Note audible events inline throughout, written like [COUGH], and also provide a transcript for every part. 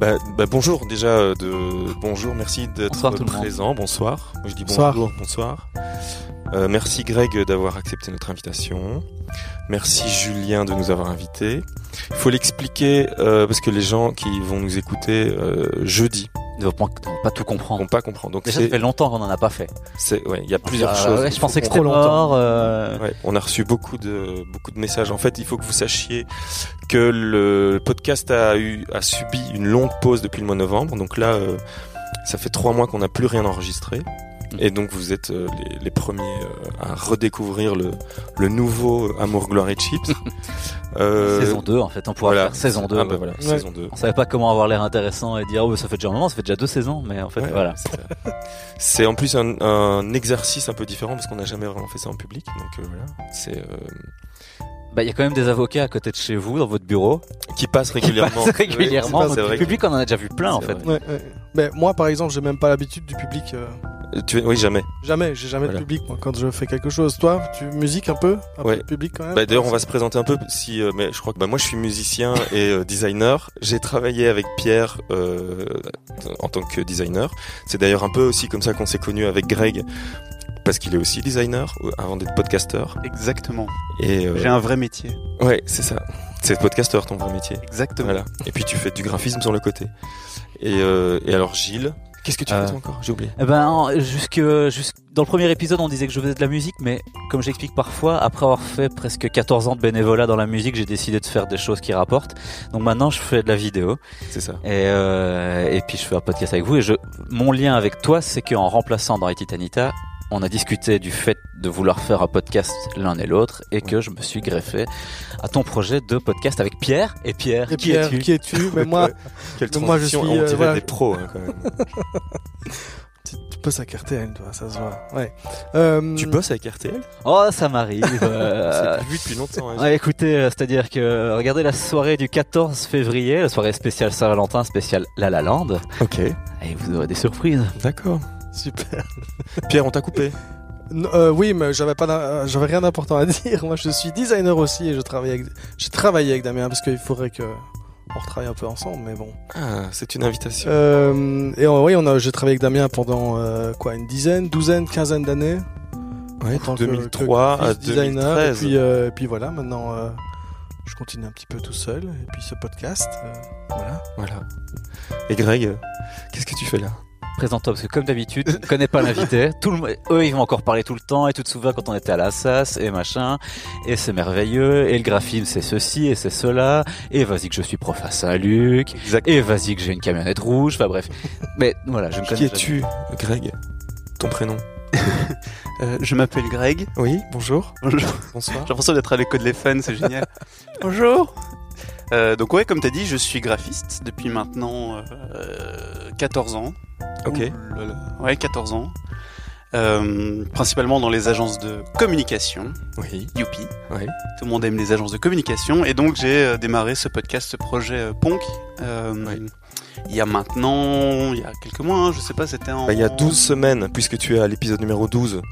Bah, bah, bonjour déjà euh, de bonjour, merci Bonsoir d'être tout le monde. présent. Bonsoir. Moi, je dis Bonsoir. bonjour, bonsoir. Euh, merci Greg d'avoir accepté notre invitation. Merci Julien de nous avoir invités. Il faut l'expliquer euh, parce que les gens qui vont nous écouter euh, jeudi Ils ne vont pas tout comprendre. vont pas comprendre. Donc Déjà, ça c'est, fait longtemps qu'on n'en a pas fait. c'est- ouais, il y a plusieurs Euh, choses. ouais, je pensais que Faut c'était trop longtemps. mort. euh, Ouais, on a reçu beaucoup de beaucoup de messages. En fait, il faut que vous sachiez que le podcast a eu a subi une longue pause depuis le mois de novembre. Donc là, euh, ça fait trois mois qu'on n'a plus rien Mm. enregistré. Et donc vous êtes euh, les, les premiers euh, à redécouvrir le, le nouveau Amour, Gloire et [LAUGHS] Chips. Euh, Saison 2, en fait. On pourra voilà. faire saison 2. Ah, bah voilà, Ouais. saison 2. On savait pas comment avoir l'air intéressant et dire, oh, bah, ça fait déjà un moment, ça fait déjà deux saisons, mais en fait, Ouais, voilà. c'est ça. C'est en plus un, un exercice un peu différent parce qu'on n'a jamais vraiment fait ça en public. Donc euh, voilà, c'est euh, Bah, il y a quand même des avocats à côté de chez vous, dans votre bureau, qui passe qui [LAUGHS] [LAUGHS] régulièrement. passent régulièrement. Oui, c'est Donc, vrai, le c'est vrai public, on en a déjà vu plein, en C'est fait. vrai. Ouais, ouais. Mais moi, par exemple, j'ai même pas l'habitude du public. euh, que- tu- oui, jamais. jamais, j'ai jamais Voilà. de public moi, quand je fais quelque chose. Toi, tu musique un peu, un Ouais. peu de public quand même. Bah, D'ailleurs, on va se présenter un peu. Si, euh, mais je crois que bah, moi, je suis musicien et euh, designer. J'ai travaillé avec Pierre euh, en tant que designer. C'est d'ailleurs un peu aussi comme ça qu'on s'est connu avec Greg, parce qu'il est aussi designer euh, avant d'être podcasteur. Exactement. Et euh, J'ai un vrai métier. ouais, c'est ça. C'est podcasteur ton vrai métier. Exactement. Voilà. Et puis tu fais du graphisme sur le côté. Et, euh, et alors Gilles, qu'est-ce que tu Euh, fais toi encore J'ai oublié. Eh ben, en- jusque, jusque- dans le premier épisode, on disait que je faisais de la musique, mais comme j'explique parfois, après avoir fait presque 14 ans de bénévolat dans la musique, j'ai décidé de faire des choses qui rapportent. Donc maintenant, je fais de la vidéo C'est ça. et, euh, et puis je fais un podcast avec vous. Et je, mon lien avec toi, c'est qu'en remplaçant dans les Titanita, on a discuté du fait de vouloir faire un podcast l'un et l'autre, et que je me suis greffé à ton projet de podcast avec Pierre. Et Pierre, Et qui Pierre, es-tu [LAUGHS] qui es-tu Mais moi, Quelle Donc moi, je transition. Ah, suis, on euh, dirait voilà. des pros hein, [LAUGHS] quand même. tu, tu peux s'accarter, hein, toi, ça se voit. Ouais. Euh, tu bosses avec RTL Oh, ça [LAUGHS] m'arrive. euh, C'est vu depuis longtemps. hein. Ouais, écoutez, euh, c'est-à-dire que euh, regardez la soirée du 14 février, la soirée spéciale Saint-Valentin, spéciale La La Land, Ok. et vous aurez des surprises. D'accord. Super. Pierre, on t'a coupé. Non, euh, oui, mais j'avais pas, d'in- euh, j'avais rien d'important à [LAUGHS] dire. Moi, je suis designer aussi et je travaille avec, j'ai travaillé avec Damien parce qu'il faudrait que on retravaille un peu ensemble, mais bon. Ah, c'est une invitation. Euh, et on- oui, on a, j'ai travaillé avec Damien pendant euh, quoi, une dizaine, douzaine, quinzaine d'années. Ouais, en tant que- 2003 que à graphic designer. 2013. Et puis, euh, et puis voilà, maintenant euh, je continue un petit peu tout seul. Et puis ce podcast, euh, voilà. Voilà. Et Greg, euh, qu'est-ce que tu fais là Présente-toi, parce que comme d'habitude, on ne connaît pas l'invité, tout le, monde- eux ils vont encore parler tout le temps, et tout de souvent quand on était à la SAS, et machin, et c'est merveilleux, et le graphisme c'est ceci, et c'est cela, et vas-y que je suis prof à Saint-Luc, Exact. et vas-y que j'ai une camionnette rouge, enfin bref. Mais voilà, je ne connais Qui jamais. es-tu, Greg Ton prénom Euh, je m'appelle Greg. Oui, bonjour. Bonjour. Bonsoir. J'ai l'impression d'être à l'écho de les fans, c'est génial. [LAUGHS] Bonjour. Euh, donc ouais, comme t'as dit, je suis graphiste depuis maintenant euh, 14 ans. Ok. Ouh là là. Ouais, 14 ans. Euh, principalement dans les agences de communication. Oui. Youpi. Ouais. Tout le monde aime les agences de communication. Et donc, j'ai euh, démarré ce podcast, ce projet euh, Ponk. euh, Ouais. Il y a maintenant, il y a quelques mois, hein, je sais pas, c'était en. Bah, il y a 12 semaines, puisque tu es à l'épisode numéro 12.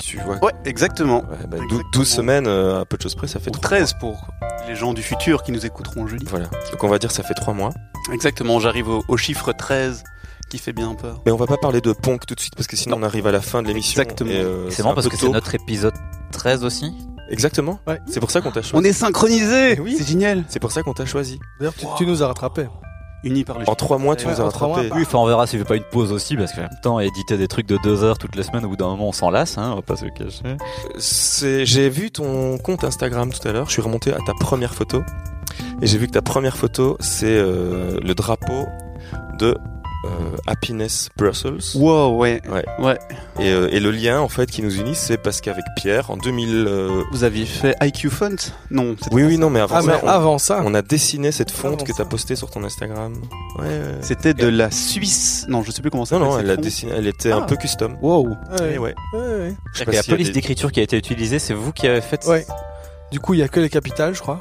Tu vois. Ouais, exactement. Ouais, bah, dou- 12 Exactement. semaines, euh, à peu de choses près, ça fait Ou trois 13 pour les gens du futur qui nous écouteront jeudi. mois. Voilà. Donc on va dire ça fait 3 mois. Exactement, j'arrive au, au chiffre 13 qui fait bien peur. Mais on va pas parler de Ponk tout de suite, parce que sinon on arrive à la fin de l'émission. Exactement. et, euh, C'est marrant un parce peu que c'est tôt. notre épisode 13 aussi. Exactement. Ouais. C'est pour ça qu'on t'a choisi. On est synchronisés Eh oui. C'est génial C'est pour ça qu'on t'a choisi. D'ailleurs, tu, Wow. tu nous as rattrapé. Unis par le En 3 mois, tu Ouais, nous as en trois mois, rattrapés. bah, Oui, enfin, on verra s'il veut pas une pause aussi, parce qu'en même temps, éditer des trucs de deux heures toutes les semaines, au bout d'un moment, on s'en lasse, hein, on va pas se le cacher. bah. C'est- J'ai vu ton compte Instagram tout à l'heure. Je suis remonté à ta première photo et j'ai vu que ta première photo c'est euh, le drapeau de euh, Happiness Brussels. Wow, ouais. Ouais. Ouais. Et, euh, et le lien en fait qui nous unit, c'est parce qu'avec Pierre en 2000. euh, Vous aviez fait IQ Font Non, c'était- Oui, oui, non, mais avant Ah, mais ça, on, avant ça, on a dessiné cette fonte Avant que t'as ça. postée sur ton Instagram. Ouais. ouais. c'était de la Suisse. Non, je sais plus comment ça Non, non, s'appelle, elle l'a cette fonte. dessinée. Elle était un Ah. peu custom. Wow. ouais, Et ouais. ouais, ouais. Je sais pas la s'il y a police des- d'écriture qui a été utilisée, c'est vous qui avez fait Ouais. Du coup, il y a que les capitales, je crois.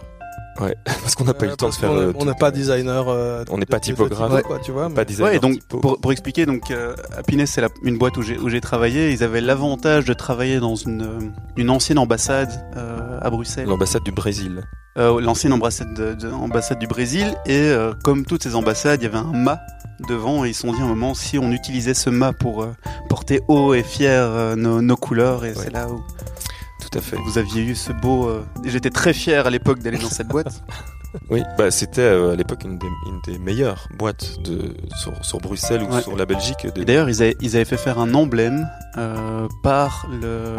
Ouais, parce qu'on n'a pas eu Euh, le temps de parce faire. qu'on- euh, On tout- n'est pas designer. euh, On de- n'est pas de- de- de typographe. typo, quoi, tu pas vois. mais- designer Ouais, donc typo. pour, pour expliquer, donc euh, Happiness, c'est la- une boîte où j'ai où j'ai travaillé. Ils avaient l'avantage de travailler dans une, euh, une ancienne ambassade euh, à Bruxelles, l'ambassade du Brésil. Euh, l'ancienne ambassade, de- de- ambassade du Brésil. Et euh, comme toutes ces ambassades, il y avait un mât devant et ils se sont dit à un moment si on utilisait ce mât pour euh, porter haut et fier euh, nos, nos couleurs. Et Ouais. c'est là où Tout à fait. vous aviez eu ce beau. euh, et J'étais très fier à l'époque d'aller dans [LAUGHS] cette boîte. Oui, bah, c'était euh, à l'époque une, des- une des meilleures boîtes de, sur, sur Bruxelles ou Ouais. sur la Belgique. Et Des... D'ailleurs, ils avaient, ils avaient fait faire un emblème euh, par le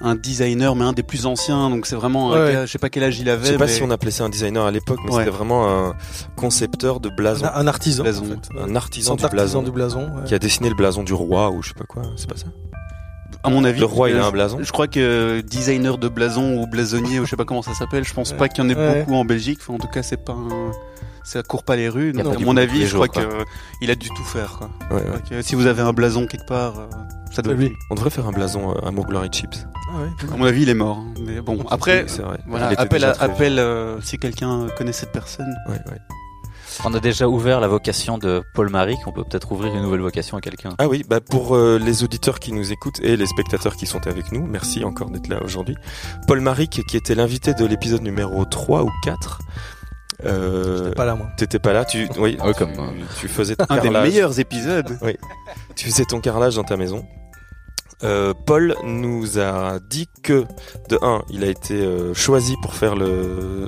un designer, mais un des plus anciens. Donc c'est vraiment, un Ouais. gars, je sais pas quel âge il Je avait. sais pas mais- si on appelait ça un designer à l'époque, mais Ouais. c'était vraiment un concepteur de blason, Un un artisan. Blason. en fait. un artisan Cent du blason, artisans du blason. ouais. qui a dessiné le blason du roi ou je sais pas quoi. C'est pas ça à mon avis, Le roi, il euh, a un blason. Je crois que euh, designer de blason ou blasonnier ou je sais pas comment ça s'appelle, je pense Ouais. pas qu'il y en ait Ouais. beaucoup en Belgique. Enfin, en tout cas, c'est pas un... ça court pas les rues. y a Donc, pas à du mon boulot tous avis, les je crois jours, que il a dû tout faire. Quoi. Ouais, ouais. Donc, euh, si vous avez un blason quelque part, euh, ça doit. C'est lui. On devrait faire un blason euh, à Mo Glory Chips. Ah ouais. À mon avis, il est mort. hein. Mais bon, après. Oui, c'est vrai. Voilà, Il était appel, déjà à- très vieux. appel euh, si quelqu'un connaît cette personne. Ouais, ouais. On a déjà ouvert la vocation de Paul Maric, on peut peut-être ouvrir une nouvelle vocation à quelqu'un. Ah oui, bah pour euh, les auditeurs qui nous écoutent et les spectateurs qui sont avec nous, merci encore d'être là aujourd'hui. Paul Maric, qui était l'invité de l'épisode numéro 3 ou 4. Euh, Pas là, moi. T'étais pas là, tu, oui, Ouais, tu, comme, euh, tu faisais ton Un des carrelage. meilleurs épisodes. Tu faisais ton carrelage dans ta maison. Euh, Paul nous a dit que, de un, il a été euh, choisi pour faire le euh,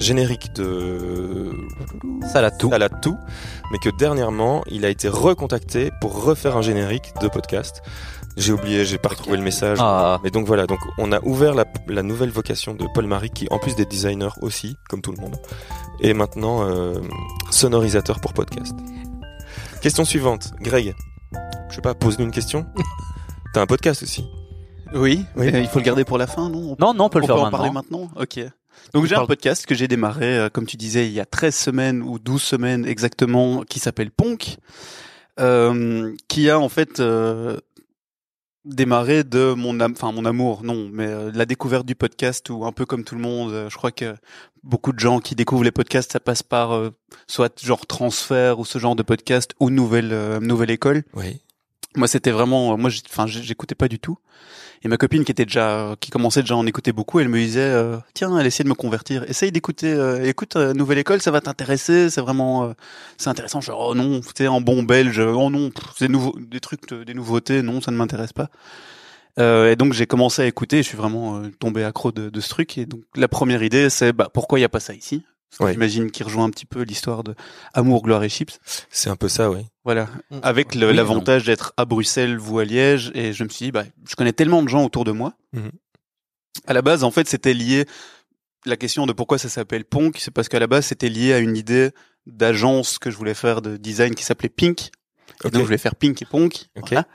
générique de Ça l'a tout. à la tout, mais que dernièrement, il a été recontacté pour refaire un générique de podcast. J'ai oublié, j'ai pas retrouvé le message. Ah, Mais donc voilà, donc on a ouvert la, la nouvelle vocation de Paul Marie, qui en plus des designers aussi, comme tout le monde, est maintenant euh, sonorisateur pour podcast. Question suivante, Greg. Je sais pas, pose-nous une [LAUGHS] question. T'as un podcast aussi. Oui, Oui. euh, il faut le garder pour la fin, non non, non, on peut le on faire en parler maintenant. maintenant Ok. Donc j'ai un parle- podcast que j'ai démarré, euh, comme tu disais, il y a 13 semaines ou 12 semaines exactement, qui s'appelle Ponk, euh, qui a en fait euh, démarré de mon, am- enfin mon amour, non, mais euh, de la découverte du podcast ou un peu comme tout le monde, euh, je crois que beaucoup de gens qui découvrent les podcasts, ça passe par euh, soit genre transfert ou ce genre de podcast ou nouvelle, euh, nouvelle école. Oui. Moi, c'était vraiment, moi, j'ai- enfin, j'ai- j'écoutais pas du tout. Et ma copine qui était déjà, qui commençait déjà à en écouter beaucoup, elle me disait, euh, tiens, elle essayait de me convertir. Essaye d'écouter, euh, écoute, euh, Nouvelle École, ça va t'intéresser, c'est vraiment, euh, c'est intéressant. Genre, oh non, tu sais, en bon belge, oh non, pff, c'est nouveau, des trucs, de- des nouveautés, non, ça ne m'intéresse pas. Euh, et donc j'ai commencé à écouter, je suis vraiment euh, tombé accro de, de ce truc. Et donc la première idée, c'est bah, pourquoi il n'y a pas ça ici Parce que Ouais. J'imagine qu'il rejoint un petit peu l'histoire de Amour, gloire et chips. C'est un peu ça, oui. Voilà, Mm. avec le- Oui, l'avantage d'être à Bruxelles ou à Liège, et je me suis dit, bah, je connais tellement de gens autour de moi. Mhm. Mm-hmm. À la base, en fait, c'était lié. La question de pourquoi ça s'appelle Ponk, c'est parce qu'à la base, c'était lié à une idée d'agence que je voulais faire de design qui s'appelait Pink. Et Ok. donc, je voulais faire Pink et Ponk. Ok. Voilà.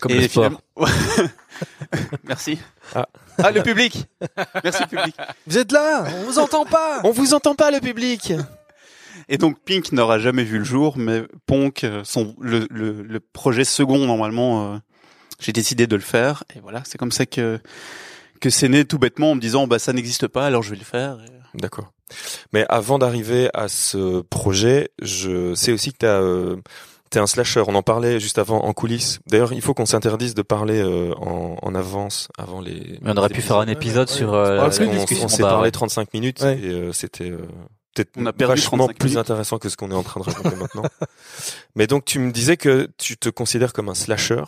Comme et le sport. finalement- [LAUGHS] Merci. Ah. ah, [LAUGHS] le public Merci, public. Vous êtes là On vous entend pas On vous entend pas, le public. Et donc Pink n'aura jamais vu le jour, mais Ponk, euh, son, le, le, le projet second normalement, euh, j'ai décidé de le faire. Et voilà, c'est comme ça que que c'est né tout bêtement en me disant bah ça n'existe pas, alors je vais le faire. Et- D'accord. Mais avant d'arriver à ce projet, je sais aussi que t'as, euh, t'es un slasher. On en parlait juste avant en coulisses. D'ailleurs, il faut qu'on s'interdise de parler euh, en, en avance avant les. Mais on aurait pu faire un épisode Ouais, sur ouais. euh, On la parle Parce plus de qu'on- discussion on, s'est bar. parlé 35 minutes Ouais. et euh, c'était euh, peut-être On a perdu vachement 35 plus minutes. intéressant que ce qu'on est en train de raconter maintenant. Mais donc tu me disais que tu te considères comme un slasher.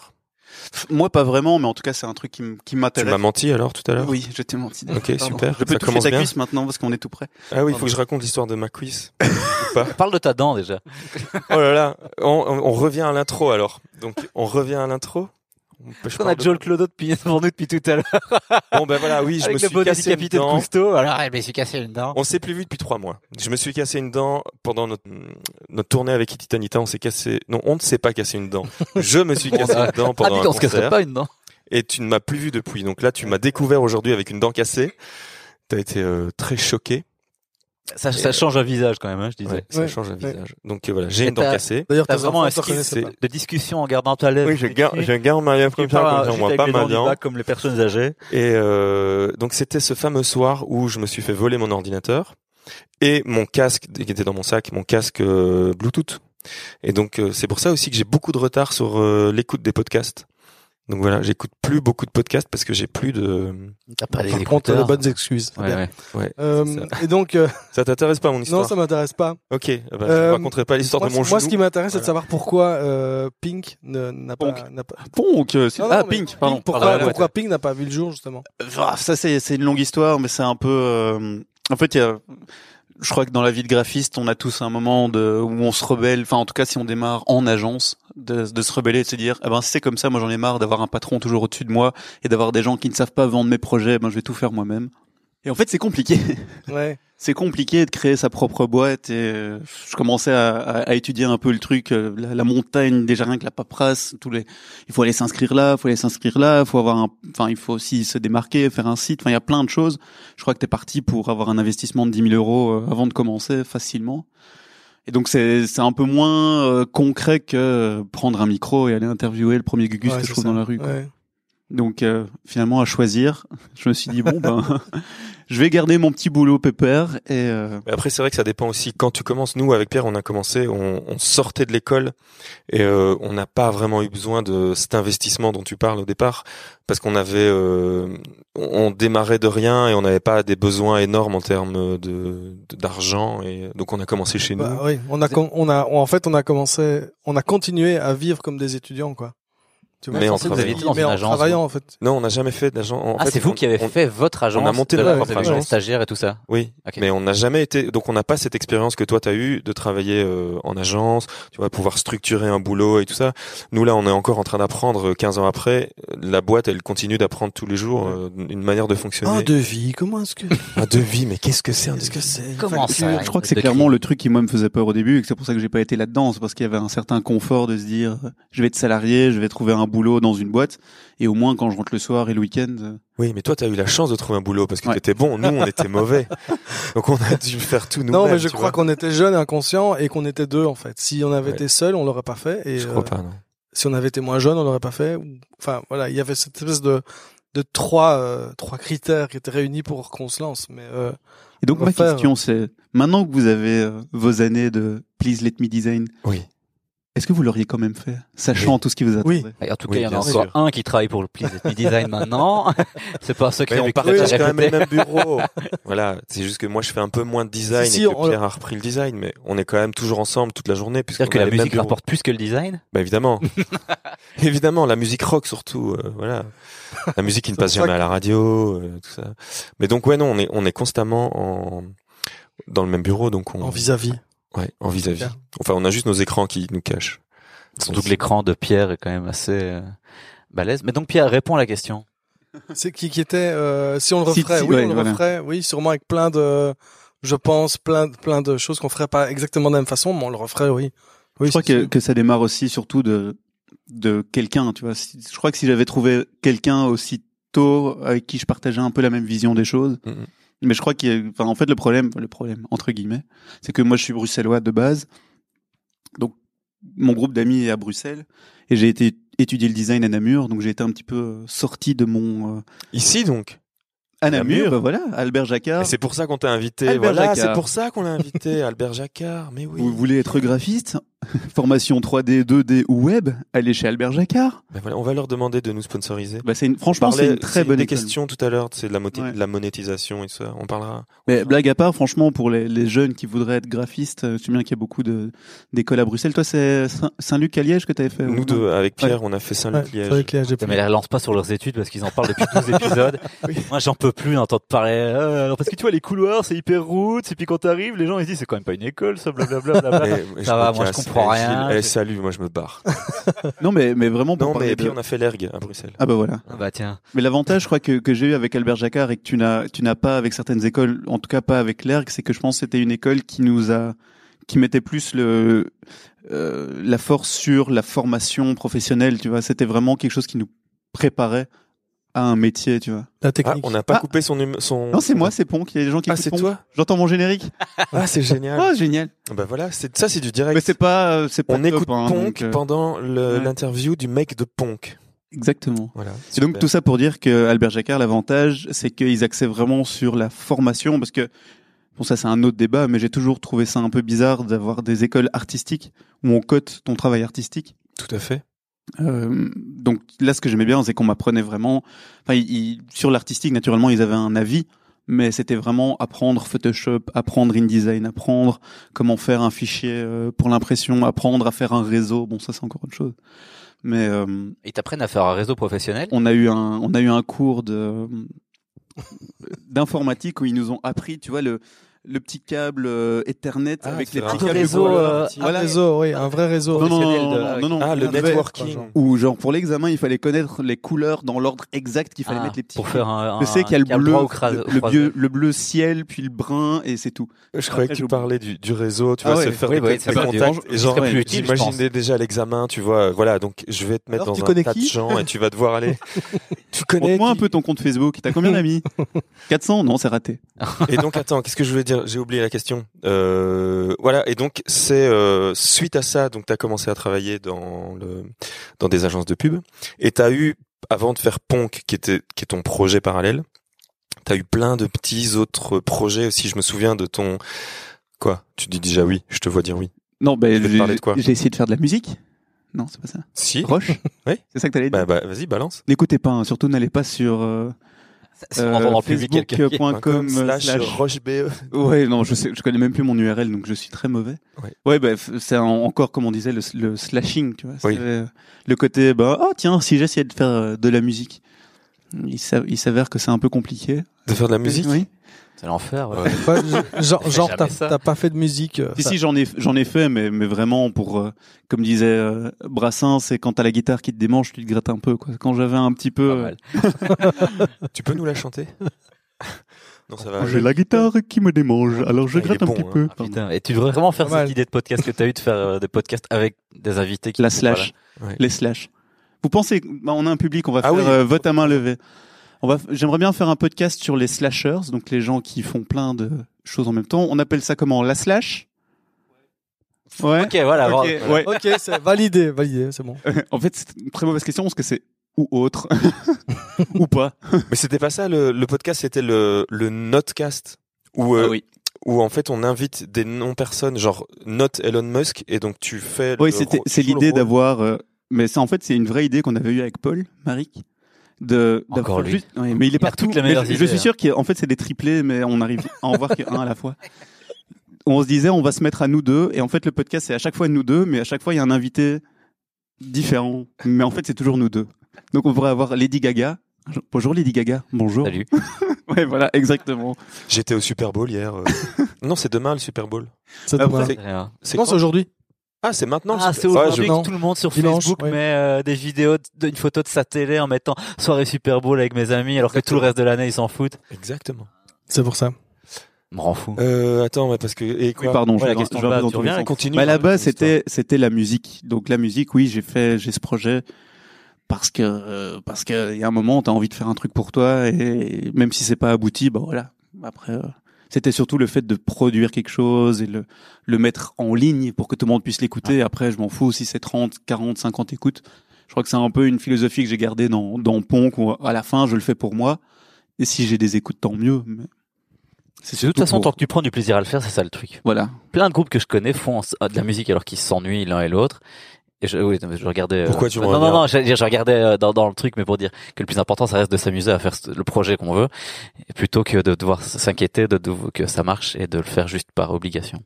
Pff, Moi pas vraiment, mais en tout cas c'est un truc qui m- qui Tu m'intéresse. m'as menti alors tout à l'heure. Oui, je t'ai menti. Ok, Pardon. super. Je peux Ça toucher commence ta bien. cuisse maintenant parce qu'on est tout près. Ah oui, il faut que je raconte l'histoire de ma cuisse. Parle de ta dent déjà. Oh là là, on, on- on revient à l'intro alors. Donc on revient à l'intro. Je On parle a de- Joel Clodo depuis- devant nous depuis tout à l'heure. Bon ben voilà, oui, je me Avec le suis bonnet cassé une décapité de dent. Cousteau. Eh, Alors, elle me suis cassé une dent. On s'est plus vu depuis trois mois. Je me suis cassé une dent pendant notre, notre tournée avec Titanita. On s'est cassé. Non, on ne s'est pas cassé une dent. Je me [LAUGHS] suis cassé Ah, une dent pendant Ah putain, un on se casserait concert. pas une dent. Et tu ne m'as plus vu depuis. Donc là, tu m'as découvert aujourd'hui avec une dent cassée. T'as été euh, très choqué. Ça, ça change un visage quand même, hein, je disais. Ouais, ça Ouais. change un Ouais. visage. Donc euh, voilà, j'ai Et une dent t'as- cassée. D'ailleurs, T'as tes vraiment enfants un te reconnaissaient skis, pas. De discussion en gardant ta lèvre. Oui, je garde, je garde ma lèvre Tu comme ça, comme parles ça, on juste voit avec pas les ma dents du dent. bas comme les personnes âgées. Et euh, donc c'était ce fameux soir où je me suis fait voler mon ordinateur et mon casque qui était dans mon sac, mon casque euh, Bluetooth. Et donc euh, c'est pour ça aussi que j'ai beaucoup de retard sur euh, l'écoute des podcasts. Donc voilà, j'écoute plus beaucoup de podcasts parce que j'ai plus de. T'as pas les Par contre, les bonnes excuses. c'est Ouais, bien. ouais. Euh, c'est et donc, euh, Ça t'intéresse pas mon [LAUGHS] histoire non, ça m'intéresse pas. Ok, eh ben, je Euh, vous raconterai pas l'histoire Moi, de mon ce- moi, ce genou. qui m'intéresse, c'est de Voilà. savoir pourquoi euh, Pink ne- n'a pas, n'a pas. Ponk, euh, c'est- Non, non, ah mais Pink, pardon. Pink, pourquoi, Pardon, la pourquoi Pink n'a pas vu le jour justement Ah, Ça c'est c'est une longue histoire, mais c'est un peu. euh, En fait, il y a. Je crois que dans la vie de graphiste, on a tous un moment de, où on se rebelle. Enfin, en tout cas, si on démarre en agence, de, de se rebeller et de se dire, ah ben, si c'est comme ça, moi j'en ai marre d'avoir un patron toujours au-dessus de moi et d'avoir des gens qui ne savent pas vendre mes projets. Ben, je vais tout faire moi-même. Et en fait, c'est compliqué. Ouais. c'est compliqué de créer sa propre boîte et euh, je commençais à, à- à étudier un peu le truc, euh, la, la montagne déjà rien que la paperasse, tous les, il faut aller s'inscrire là, il faut aller s'inscrire là, il faut avoir un, enfin il faut aussi se démarquer, faire un site, enfin il y a plein de choses. Je crois que t'es parti pour avoir un investissement de 10 000 euros euh, avant de commencer facilement. Et donc c'est c'est un peu moins euh, concret que euh, prendre un micro et aller interviewer le premier gugus Ouais, que je c'est trouve ça. dans la rue. quoi. Ouais. Donc euh, finalement à choisir, [LAUGHS] je me suis dit bon ben [LAUGHS] je vais garder mon petit boulot pépère et euh, Mais Après, c'est vrai que ça dépend aussi quand tu commences. Nous, avec Pierre, on a commencé, on, on sortait de l'école et euh, on n'a pas vraiment eu besoin de cet investissement dont tu parles au départ parce qu'on avait, euh, on on démarrait de rien et on n'avait pas des besoins énormes en termes de de- d'argent et donc on a commencé chez nous. Bah, oui, on a, com- on a, on- en fait, on a commencé, on a continué à vivre comme des étudiants, quoi. Tu Mais en c'est- travaillant. Vous aviez été dans mais une en agence, travaillant, en fait. Non, on n'a jamais fait d'agent. en Ah, fait, c'est vous on- qui avez on- fait votre agence. on a monté de notre là, vous propre avez eu les agence. stagiaires et tout ça. Oui, Ok. mais on n'a jamais été, donc on n'a pas cette expérience que toi t'as eu de travailler euh, en agence, tu vois, pouvoir structurer un boulot et tout ça. Nous là, on est encore en train d'apprendre. euh, 15 ans après, euh, la boîte, elle continue d'apprendre tous les jours euh, une manière Ah, de fonctionner. [LAUGHS] Un devis, Ah, comment est-ce que, Un devis, mais qu'est-ce que c'est un qu'est-ce que c'est Comment ça Je crois que c'est de clairement le truc qui moi me faisait peur au début et que c'est pour ça que j'ai pas été là-dedans, c'est parce qu'il y avait un certain confort de se dire euh, je vais être salarié, je vais trouver un boulot dans une boîte et au moins quand je rentre le soir et le week-end. euh, Oui, mais toi t'as eu la chance de trouver un boulot parce que Ouais. t'étais bon. Nous, on était [LAUGHS] mauvais, donc on a dû faire tout nous-mêmes. Non, mais je tu vois. crois qu'on était jeunes, inconscients, et qu'on était deux, en fait. Si on avait Ouais. été seul, on l'aurait pas fait. Et, Je crois euh, pas. Non. si on avait été moins jeune, on l'aurait pas fait. Ou- Enfin, voilà, il y avait cette espèce de, de trois, euh, trois critères qui étaient réunis pour qu'on se lance. Mais, euh, Et donc On va ma faire- question c'est maintenant que vous avez euh, vos années de please let me design, Oui. est-ce que vous l'auriez quand même fait, sachant tout ce qui vous attendait Oui. Et Bah, En tout cas, Oui, il y en a bien encore sûr. un qui travaille pour le Please Let Me Design maintenant. [LAUGHS] c'est pas un secret, Mais on on partage partage à quand même répéter. le même bureau. [LAUGHS] voilà, c'est juste que moi je fais un peu moins de design Si, si, et que on- Pierre a repris le design, mais on est quand même toujours ensemble toute la journée puisqu'on C'est-à-dire que a la les mêmes musique leur bureaux. porte plus que le design Bah évidemment, [LAUGHS] évidemment, la musique rock surtout, euh, voilà, la musique qui ne passe C'est pour jamais ça à la radio, euh, tout ça. Mais donc ouais, non, on est on est constamment en dans le même bureau, donc on en vis-à-vis. ouais, en vis-à-vis. Super. Enfin, on a juste nos écrans qui nous cachent. Surtout que l'écran de Pierre est quand même assez euh, balèze. Mais donc Pierre, réponds à la question. C'est qui, qui était, euh, si on le Si, referait, si, oui, ouais, on le voilà. referait, oui, sûrement avec plein de, je pense, plein, de- plein de choses qu'on ferait pas exactement de la même façon, mais on le referait, oui. Oui, je crois c'est que, sûr. que ça démarre aussi surtout de de quelqu'un, tu vois. Si- Je crois que si j'avais trouvé quelqu'un aussi tôt avec qui je partageais un peu la même vision des choses, Mhm. mais je crois qu'il y a- enfin en fait le problème, le problème entre guillemets, c'est que moi je suis bruxellois de base, donc mon groupe d'amis est à Bruxelles et j'ai été étudier le design à Namur, donc j'ai été un petit peu euh, sorti de mon euh, Ici donc, à Namur. Namur, bah voilà, Albert et Jacquard. c'est pour ça qu'on t'a invité. Albert voilà, Jacquard. c'est pour ça qu'on l'a invité, Albert Jacquard. Mais oui. Vous voulez être graphiste, [LAUGHS] formation 3D, 2D ou web, allez chez Albert Jacquard. Ben voilà, on va leur demander de nous sponsoriser. Bah c'est une, franchement c'est Parlait- une très bonne des école. questions tout à l'heure, c'est de la, moti- Ouais. de la monétisation et tout ça. On parlera. Mais blague à part, franchement, pour les, les jeunes qui voudraient être graphistes, euh, je sais bien qu'il y a beaucoup de d'écoles à Bruxelles. Toi, c'est Saint- Saint-Luc à Liège que t'avais fait Nous ou- deux, avec Euh, Ouais. Pierre, on a fait Ouais, Saint-Luc c'est Liège. vrai que là, j'ai Mais plus- elle relance pas sur leurs études parce qu'ils en parlent depuis [LAUGHS] 12 épisodes. Moi, j'en peux plus d'entendre parler. euh, alors, parce que tu vois, les couloirs, c'est hyper route. Et puis quand t'arrives, les gens, ils se disent, c'est quand même pas une école, [LAUGHS] ça, [LAUGHS] blablabla. blablabla. Eh, eh, Ça va, me moi, je casse. comprends Eh, Gilles, rien. eh, Je- salut, moi je me barre. Non, mais mais vraiment pour non, mais parler et puis de- on a fait l'ergue à Bruxelles. Ah bah voilà. Ah bah tiens. Mais l'avantage, je crois que que j'ai eu avec Albert Jacquard et que tu n'as tu n'as pas avec certaines écoles, en tout cas pas avec l'ERG, c'est que je pense que c'était une école qui nous a qui mettait plus le euh, la force sur la formation professionnelle. Tu vois, c'était vraiment quelque chose qui nous préparait à un métier, tu vois. La Ah, technique. on n'a pas Ah. coupé son numé- son. Non, c'est moi, c'est Ponk. Il y a des gens qui Ah, écoutent c'est Ponk. toi J'entends mon générique. Ah, c'est [LAUGHS] génial. Oh, génial. Bah voilà, c'est ça, c'est du direct. Mais c'est pas, euh, c'est pas on top, écoute hein, Ponk donc, euh, pendant le- ouais. l'interview du mec de Ponk. Exactement. Voilà. Et donc Super. tout ça pour dire que Albert Jacquard, l'avantage, c'est qu'ils axaient vraiment sur la formation, parce que bon ça c'est un autre débat, mais j'ai toujours trouvé ça un peu bizarre d'avoir des écoles artistiques où on cote ton travail artistique. Tout à fait. Euh, donc là, ce que j'aimais bien, c'est qu'on m'apprenait vraiment. Enfin, ils- ils- sur l'artistique, naturellement, ils avaient un avis, mais c'était vraiment apprendre Photoshop, apprendre InDesign, apprendre comment faire un fichier euh, pour l'impression, apprendre à faire un réseau. Bon, ça c'est encore autre chose. Mais euh, Ils t'apprennent à faire un réseau professionnel. on a eu un, on a eu un cours de d'informatique où ils nous ont appris, tu vois, le le petit câble euh, Ethernet Ah, avec c'est les vrai. petits Un câbles réseau, Google. euh, Un voilà. réseau, oui, un vrai réseau. Non, non, professionnel non, de- non, non, non, Ah, le on avait- networking. quoi, genre. Ou genre pour l'examen, il fallait connaître les couleurs dans l'ordre exact qu'il fallait Ah, mettre les petits. pour faire un, un Je sais qu'il y a le câble bleu, droit au cras- le, au le croiseur. bleu, le bleu ciel, puis le brun, et c'est tout. Je croyais que Après, tu j'ai- parlais du, du réseau, tu Ah vois, ouais. se faire Oui, des, oui, des ça serait contacts. du- Et genre, euh, ce serait plus ouais, utile, je j'imaginais déjà l'examen, tu vois. euh, Voilà, donc je vais te mettre Alors, tu dans un connais tas de qui gens et tu vas devoir [LAUGHS] aller. tu connais Montre-moi un qui peu ton compte Facebook. T'as [LAUGHS] combien d'amis 400 Non, c'est raté. Et donc attends, qu'est-ce que je voulais dire J'ai oublié la question. Euh, voilà. Et donc c'est euh, suite à ça, donc t'as commencé à travailler dans le dans des agences de pub et t'as eu avant de faire Ponk, qui était qui est ton projet parallèle, t'as eu plein de petits autres projets aussi. Je me souviens de ton quoi Tu dis déjà oui. Je te vois dire oui. Non, ben Je vais te j'ai- parler de quoi j'ai essayé de faire de la musique. Non, c'est pas ça. Si. Roche [LAUGHS] Oui. C'est ça que t'allais dire. Bah, bah vas-y balance. N'écoutez pas, hein, surtout n'allez pas sur euh, [LAUGHS] Si on va dans le public quelqu'un qui- facebook.com slash rocheBE. Ouais, non, je sais, je connais même plus mon URL, donc je suis très mauvais. Ouais. bah, f- c'est en- encore comme on disait le, le slashing, tu vois. Oui. C'est, euh, Le côté, bah, oh tiens, si j'essayais de faire euh, de la musique, il s'a- il s'avère que c'est un peu compliqué. De faire de la musique. Oui. C'est l'enfer. ouais. Ouais. Ouais, je- genre, fait genre, jamais t'as ça. t'as pas fait de musique. euh, Si, ça- si, j'en ai, j'en ai fait, mais, mais vraiment pour, euh, comme disait euh, Brassens, c'est quand t'as la guitare qui te démange, tu te grattes un peu, quoi. Quand j'avais un petit Pas peu, euh, mal. Tu peux nous la [LAUGHS] chanter Non ça va. euh, j'ai la guitare qui me démange, alors je Il est gratte un bon, petit hein. peu. Ah, putain. Et tu devrais vraiment faire Pas mal. cette idée de podcast que t'as eu de faire euh, des podcasts avec des invités qui La sont slash. là. Ouais. Les slash. Vous pensez, bah, on a un public, on va Ah faire oui. euh, vote à main levée. On va, f- j'aimerais bien faire un podcast sur les slashers, donc les gens qui font plein de choses en même temps. On appelle ça comment La slash pas Ouais. là. Ok, voilà. Ok, voilà. ouais. [LAUGHS] Ok, c'est validé, validé, c'est bon. en fait, c'est une très mauvaise question parce que c'est ou autre [LAUGHS] ou pas. Mais c'était pas ça le, le podcast, c'était le, le notcast où, Ah euh, oui. où en fait on invite des non-personnes, genre note Elon Musk et donc tu fais. le Oui, c'était, ro- c'est tu joues le l'idée rôle. d'avoir. euh, mais ça, en fait, c'est une vraie idée qu'on avait eue avec Paul, Maric. De, Encore d'avoir lui. juste- ouais, mais il Il est a partout. toutes les Mais meilleures je, je idées, suis hein. sûr qu'en fait, c'est des triplés, mais on arrive à en voir qu'un à la fois. On se disait, on va se mettre à nous deux. Et en fait, le podcast, c'est à chaque fois nous deux, mais à chaque fois, il y a un invité différent. Mais en fait, c'est toujours nous deux. Donc, on pourrait avoir Lady Gaga. Bonjour Lady Gaga. Bonjour. Salut. Ouais, voilà, exactement. J'étais au Super Bowl hier. [LAUGHS] euh. non, c'est demain le Super Bowl. C'est Après, dommage. c'est- Rien. C'est Non, quand c'est aujourd'hui. Ah, c'est maintenant. le Ah, c'est Super- Ouais, aujourd'hui je- que tout le monde sur Dimanche, Facebook ouais. met euh, des vidéos, de- une photo de sa télé en mettant soirée Super Bowl avec mes amis, alors que tout le reste de l'année ils s'en foutent. Exactement. C'est pour ça. Je m'en fous. Euh, attends, mais parce que et Oui, quoi pardon, je Ouais, la vais dans- question je vais de un peu base, dans tu tous les reviens à la sens. continue. Bah, à la Raconte base, ton histoire. c'était c'était la musique. Donc la musique, oui, j'ai fait j'ai ce projet parce que euh, parce que il y a un moment, t'as envie de faire un truc pour toi et même si c'est pas abouti, bah voilà. Après, euh, c'était surtout le fait de produire quelque chose et le le mettre en ligne pour que tout le monde puisse l'écouter. Après, je m'en fous si c'est 30, 40, 50 écoutes. Je crois que c'est un peu une philosophie que j'ai gardée dans dans Ponk où à la fin, je le fais pour moi. Et si j'ai des écoutes, tant mieux. Mais c'est De toute surtout façon, pour- tant que tu prends du plaisir à le faire, c'est ça le truc. voilà. plein de groupes que je connais font en- de la musique alors qu'ils s'ennuient l'un et l'autre. Et je, oui, je regardais. euh, Pourquoi tu me Non, non, regardes non, je, je regardais euh, dans, dans le truc, mais pour dire que le plus important, ça reste de s'amuser à faire ce- le projet qu'on veut, et plutôt que de devoir s'inquiéter de, de- que ça marche et de le faire juste par obligation.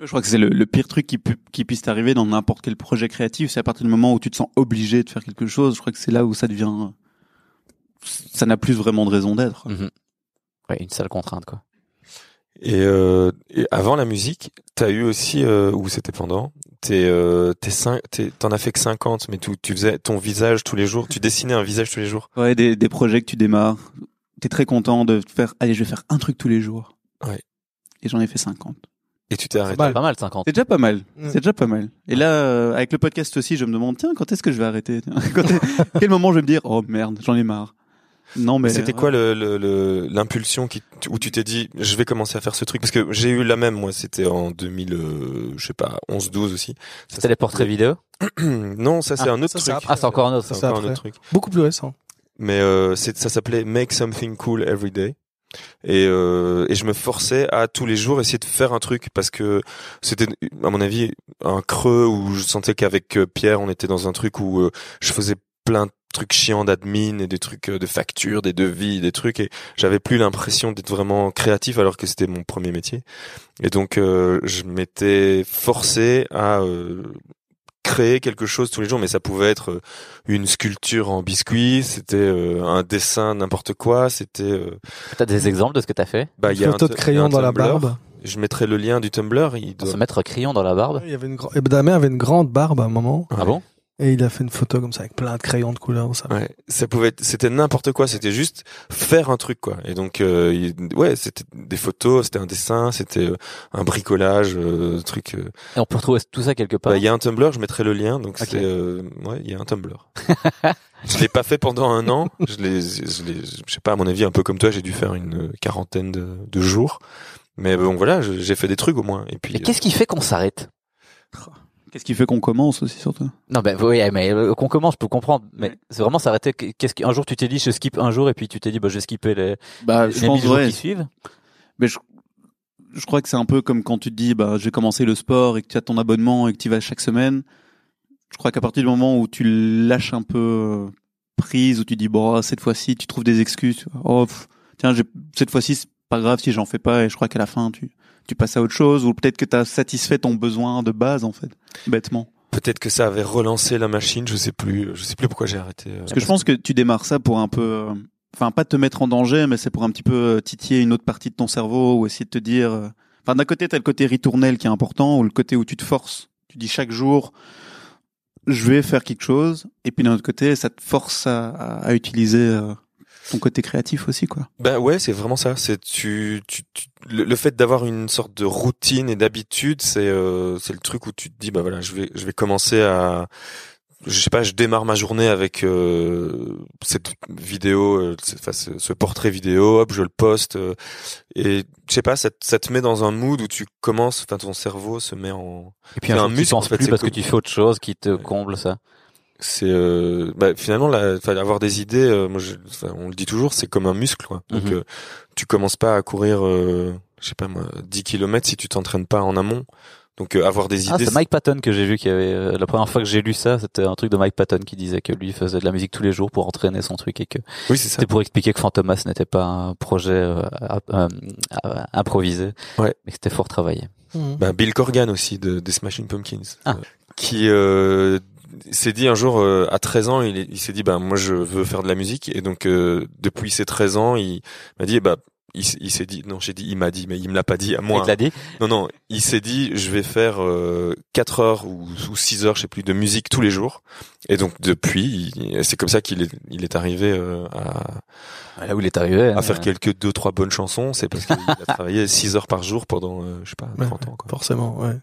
Je crois que c'est le, le pire truc qui, pu- qui puisse t'arriver dans n'importe quel projet créatif. C'est à partir du moment où tu te sens obligé de faire quelque chose. Je crois que c'est là où ça devient, ça n'a plus vraiment de raison d'être. Mhm. Ouais, une seule contrainte, quoi. Et, euh, et avant la musique, t'as eu aussi euh, ou c'était pendant. T'es, euh, t'es cinq, t'es- t'en as fait que 50, mais tu, tu faisais ton visage tous les jours. Tu dessinais un visage tous les jours. Ouais, des, des projets que tu démarres, t'es très content de faire. Allez, je vais faire un truc tous les jours. Ouais. Et j'en ai fait 50. Et tu t'es arrêté. mal. Pas mal, 50. C'est déjà pas mal. Mm. C'est déjà pas mal. Et là, euh, [LAUGHS] avec le podcast aussi, je me demande tiens, quand est-ce que je vais arrêter Quand est- Quel moment je vais me dire oh merde, j'en ai marre. Non, mais euh, euh, C'était quoi le- le- le- l'impulsion qui t- où tu t'es dit je vais commencer à faire ce truc parce que j'ai eu la même moi c'était en 2000 euh, je sais pas 11 12 aussi Ça, C'était les portraits vidéo [CLEARS THROAT] non ça c'est Ah, un autre ça, c'est truc après. Ah, c'est encore un autre. c'est Ça, encore un après. autre truc Beaucoup plus récent. mais euh, c'est- ça s'appelait Make Something Cool Every Day. Et, euh, et je me forçais à tous les jours essayer de faire un truc parce que c'était à mon avis un creux où je sentais qu'avec euh, Pierre on était dans un truc où euh, je faisais plein de trucs chiants d'admin et des trucs euh, de factures, des devis, des trucs et j'avais plus l'impression d'être vraiment créatif alors que c'était mon premier métier. Et donc euh, je m'étais forcé à euh, créer quelque chose tous les jours mais ça pouvait être euh, une sculpture en biscuit, c'était euh, un dessin n'importe quoi, c'était euh, T'as des exemples de ce que t'as fait bah il y a un photo de tu- crayon il y a dans un la Tumblr. barbe. Ah, Je mettrai le lien du Tumblr, il doit- Se mettre crayon dans la barbe Il y avait une grande. bah, avait une grande barbe à un moment. Ah bon Et il a fait une photo comme ça avec plein de crayons de couleur. Ça. Ouais, ça pouvait être- c'était n'importe quoi, c'était juste faire un truc quoi. Et donc euh, il- ouais, c'était des photos, c'était un dessin, c'était euh, un bricolage, euh, truc. euh. Et on peut retrouver tout ça quelque part. Bah, il y a un Tumblr, je mettrai le lien, donc Ok. c'est euh, ouais, il y a un Tumblr. [LAUGHS] je l'ai pas fait pendant un an, je l'ai, je l'ai, je sais pas à mon avis un peu comme toi, j'ai dû faire une quarantaine de, de jours. Mais bon voilà, je- j'ai fait des trucs au moins. Et puis Et qu'est-ce qui fait qu'on s'arrête Qu'est-ce qui fait qu'on commence aussi surtout Non, ben oui, mais euh, qu'on commence, je peux comprendre. Mais c'est vraiment s'arrêter. Qu'est-ce qu'un jour tu t'es dit, je skip un jour, et puis tu t'es dit, bah, je vais skipper les, Bah, les mille jours qui suivent. Mais je, je crois que c'est un peu comme quand tu te dis, bah, j'ai commencé le sport et que tu as ton abonnement et que tu y vas chaque semaine. Je crois qu'à partir du moment où tu lâches un peu euh, prise, où tu dis, bon, ah, cette fois-ci, tu trouves des excuses. Oh, pff, tiens, j'ai- cette fois-ci, c'est pas grave si j'en fais pas. Et je crois qu'à la fin, tu, tu passes à autre chose. Ou peut-être que tu as satisfait ton besoin de base, en fait, bêtement. peut-être que ça avait relancé la machine, je sais plus, je sais plus pourquoi j'ai arrêté. euh. Parce que je pense que tu démarres ça pour un peu, euh, enfin pas te mettre en danger, mais c'est pour un petit peu euh, titiller une autre partie de ton cerveau ou essayer de te dire. euh, Enfin d'un côté t'as le côté ritournel qui est important ou le côté où tu te forces. Tu dis chaque jour je vais faire quelque chose et puis d'un autre côté ça te force à, à- à utiliser euh, ton côté créatif aussi quoi. Bah ouais, c'est vraiment ça. C'est tu, tu, tu- le, le fait d'avoir une sorte de routine et d'habitude, c'est euh, c'est le truc où tu te dis bah voilà, je vais je vais commencer à je sais pas, je démarre ma journée avec euh, cette vidéo, euh, c'est- enfin ce, ce portrait vidéo, hop, je le poste euh, et je sais pas, ça, te- ça te met dans un mood où tu commences, enfin ton cerveau se met en Et puis C'est un, un jour, tu muscle, en penses fait, plus c'est parce que comme- tu fais autre chose qui te comble ça. c'est euh, bah, finalement la, enfin, avoir des idées euh, moi je- enfin, on le dit toujours c'est comme un muscle quoi. donc Mhm. euh, tu commences pas à courir euh, je sais pas moi 10 km si tu t'entraînes pas en amont donc euh, avoir des Ah, idées c'est Mike Patton que j'ai vu qui avait euh, la première fois que j'ai lu ça, c'était un truc de Mike Patton qui disait que lui faisait de la musique tous les jours pour entraîner son truc et que c'est- oui c'est ça c'était pour expliquer que Fantomas n'était pas un projet euh, ap- euh, euh, improvisé, Ouais. mais que c'était fort travaillé. Mhm. Bah, Bill Corgan aussi de, des Smashing Pumpkins, Ah. euh, qui euh, s'est dit un jour euh, à 13 ans, il, est- il s'est dit bah moi je veux faire de la musique et donc euh, depuis ses 13 ans, il m'a dit bah il, s- il s'est dit non j'ai dit il m'a dit mais il me l'a pas dit à moi. Il te l'a dit Non non, il s'est dit je vais faire euh, 4 heures ou, ou 6 heures je sais plus de musique tous les jours et donc depuis il- c'est comme ça qu'il est, il est arrivé euh, à, Là où il est arrivé. à faire euh, quelques deux trois bonnes chansons, c'est parce qu'il a [LAUGHS] travaillé 6 heures par jour pendant euh, je sais pas Ouais, 30 ans quoi. Forcément, ouais.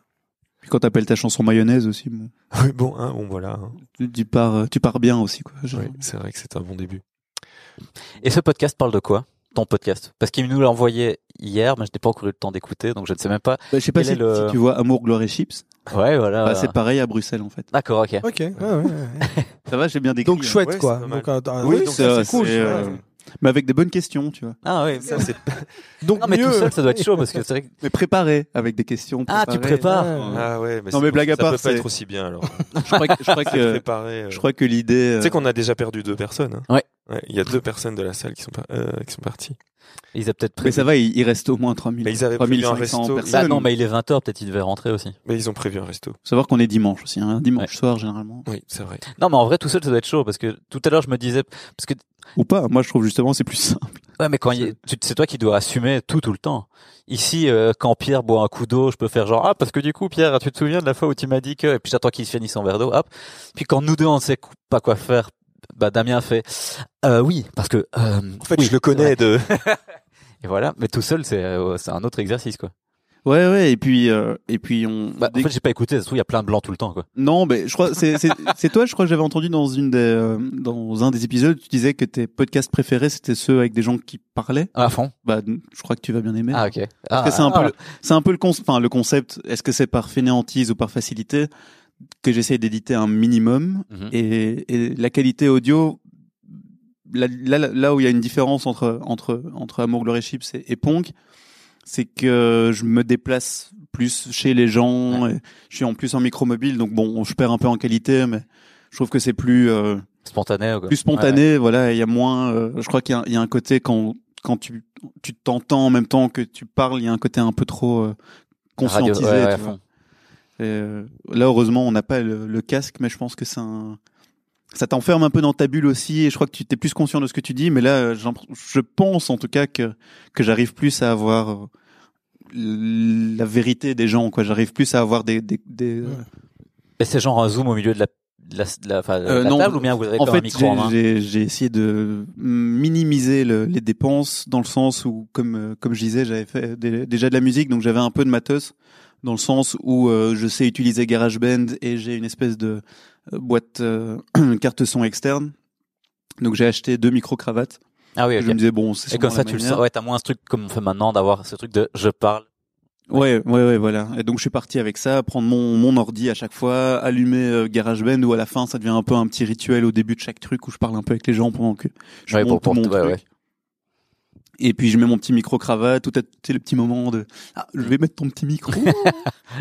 Puis quand t'appelles ta chanson mayonnaise aussi, bon, Oui, [LAUGHS] bon hein, bon voilà. hein. tu, tu pars euh, tu pars bien aussi quoi. Je- Oui, c'est vrai que c'est un bon début. Et ce podcast parle de quoi Ton podcast Parce qu'il nous l'a envoyé hier, mais je n'ai pas encore eu le temps d'écouter, donc je ne sais même pas. Bah, je sais pas Quel si, est le- si tu vois Amour Gloire et Chips. Ouais, voilà. Bah, c'est pareil à Bruxelles en fait. D'accord, ok. Ok. ouais, ouais, ouais. Ça va, j'ai bien décrit. [LAUGHS] Donc hein. chouette ouais, quoi. c'est pas mal. Donc, un- un- Oui, Ah oui, donc c'est ça, c'est cool. c'est, ouais. euh, Mais avec des bonnes questions, tu vois. Ah oui. Ça, c'est Donc Non mais mieux. tout seul, ça doit être chaud parce que c'est vrai que- Mais préparé avec des questions. Ah, tu préparées. prépares. [LAUGHS] Ouais. Ah ouais, mais Euh, Non, c'est- mais blague à ça part, peut pas c'est- être aussi bien [LAUGHS] alors. Je crois que, je crois C'est que, préparé, euh. je crois que l'idée. Tu sais qu'on a déjà perdu deux personnes. hein. Ouais. Il y a deux personnes de la salle qui sont par- euh, qui sont parties. ils a peut-être euh, Mais prévu. ça va, il, il reste au moins 3000. Mais ils avaient prévu un 3500 resto. Ah personnes. non, mais il est 20h, peut-être il devait rentrer aussi. Mais ils ont prévu un resto. Faut savoir qu'on est dimanche aussi, hein, dimanche Ouais. soir généralement. Oui, c'est vrai. Non, mais en vrai, tout seul, ça doit être chaud parce que tout à l'heure, je me disais, parce que Ou pas. Moi, je trouve justement c'est plus simple. ouais, mais quand il y a- tu- c'est toi qui dois assumer tout tout le temps. Ici, euh, quand Pierre boit un coup d'eau, je peux faire genre ah parce que du coup, Pierre, tu te souviens de la fois où tu m'as dit que et puis j'attends qu'il se finisse son verre d'eau, hop. Puis quand nous deux on ne sait cou- pas quoi faire, bah Damien fait euh, oui parce que euh, En fait, oui, je le connais de. et voilà. Mais tout seul, c'est euh, c'est un autre exercice quoi. [LAUGHS] Ouais, ouais. Et puis, euh, et puis on. Bah, en dès- fait, j'ai pas écouté, ça se trouve, il y a plein de blancs tout le temps, quoi. Non, mais je crois c'est c'est- c'est toi. Je crois que j'avais entendu dans une des euh, dans un des épisodes, tu disais que tes podcasts préférés c'était ceux avec des gens qui parlaient. Ah, à fond. Bah, je crois que tu vas bien aimer. Ah, ok. Parce Ah, que c'est un ah, peu le- c'est un peu le con- enfin, le concept. Est-ce que c'est par fainéantise ou par facilité que j'essaye d'éditer un minimum Mhm. et, et la qualité audio. Là, là, là où il y a une différence entre entre entre Amour Glory Chips et, et Pong, c'est que je me déplace plus chez les gens. et je suis en plus en micro mobile, donc bon, je perds un peu en qualité, mais je trouve que c'est plus euh, Spontané, quoi. plus spontané, voilà, et il y a moins, euh, je crois qu'il y a- il y, a un côté quand, quand tu, tu t'entends en même temps que tu parles, il y a un côté un peu trop euh, conscientisé. Radio- ouais, ouais, tu à vois. fond. Et, euh, là, heureusement, on n'a pas le, le casque, mais je pense que c'est un, ça t'enferme un peu dans ta bulle aussi, et je crois que tu t'es plus conscient de ce que tu dis, mais là, euh, j'en- je pense en tout cas que, que j'arrive plus à avoir euh, la vérité des gens, quoi. J'arrive plus à avoir des, des, des- euh, Ouais. Mais c'est genre un zoom au milieu de la, de la, de la, enfin, de Euh, la non, table ou bien vous avez en comme un fait, micro en main j'ai- j'ai j'ai essayé de minimiser le- les dépenses dans le sens où, comme euh, comme je disais, j'avais fait des- déjà de la musique, donc j'avais un peu de matos dans le sens où euh, je sais utiliser GarageBand et j'ai une espèce de euh, boîte euh, [CLEARS THROAT] carte son externe. Donc j'ai acheté deux micro cravates. Ah oui, Je me ok. disais bon, c'est Et comme sûrement ça, la tu le manière. sens. Ouais, t'as moins ce truc comme on fait maintenant d'avoir ce truc de je parle. Ouais, ouais, ouais, voilà. Et donc je suis parti avec ça, prendre mon, mon ordi à chaque fois, allumer euh, GarageBand où à la fin ça devient un peu un petit rituel au début de chaque truc où je parle un peu avec les gens pendant que je Ouais, monte pour- mon pour- ouais, truc. Et puis je mets mon petit micro cravate, tout à tu sais, le petit moment de ah, je vais mettre ton petit micro. [LAUGHS]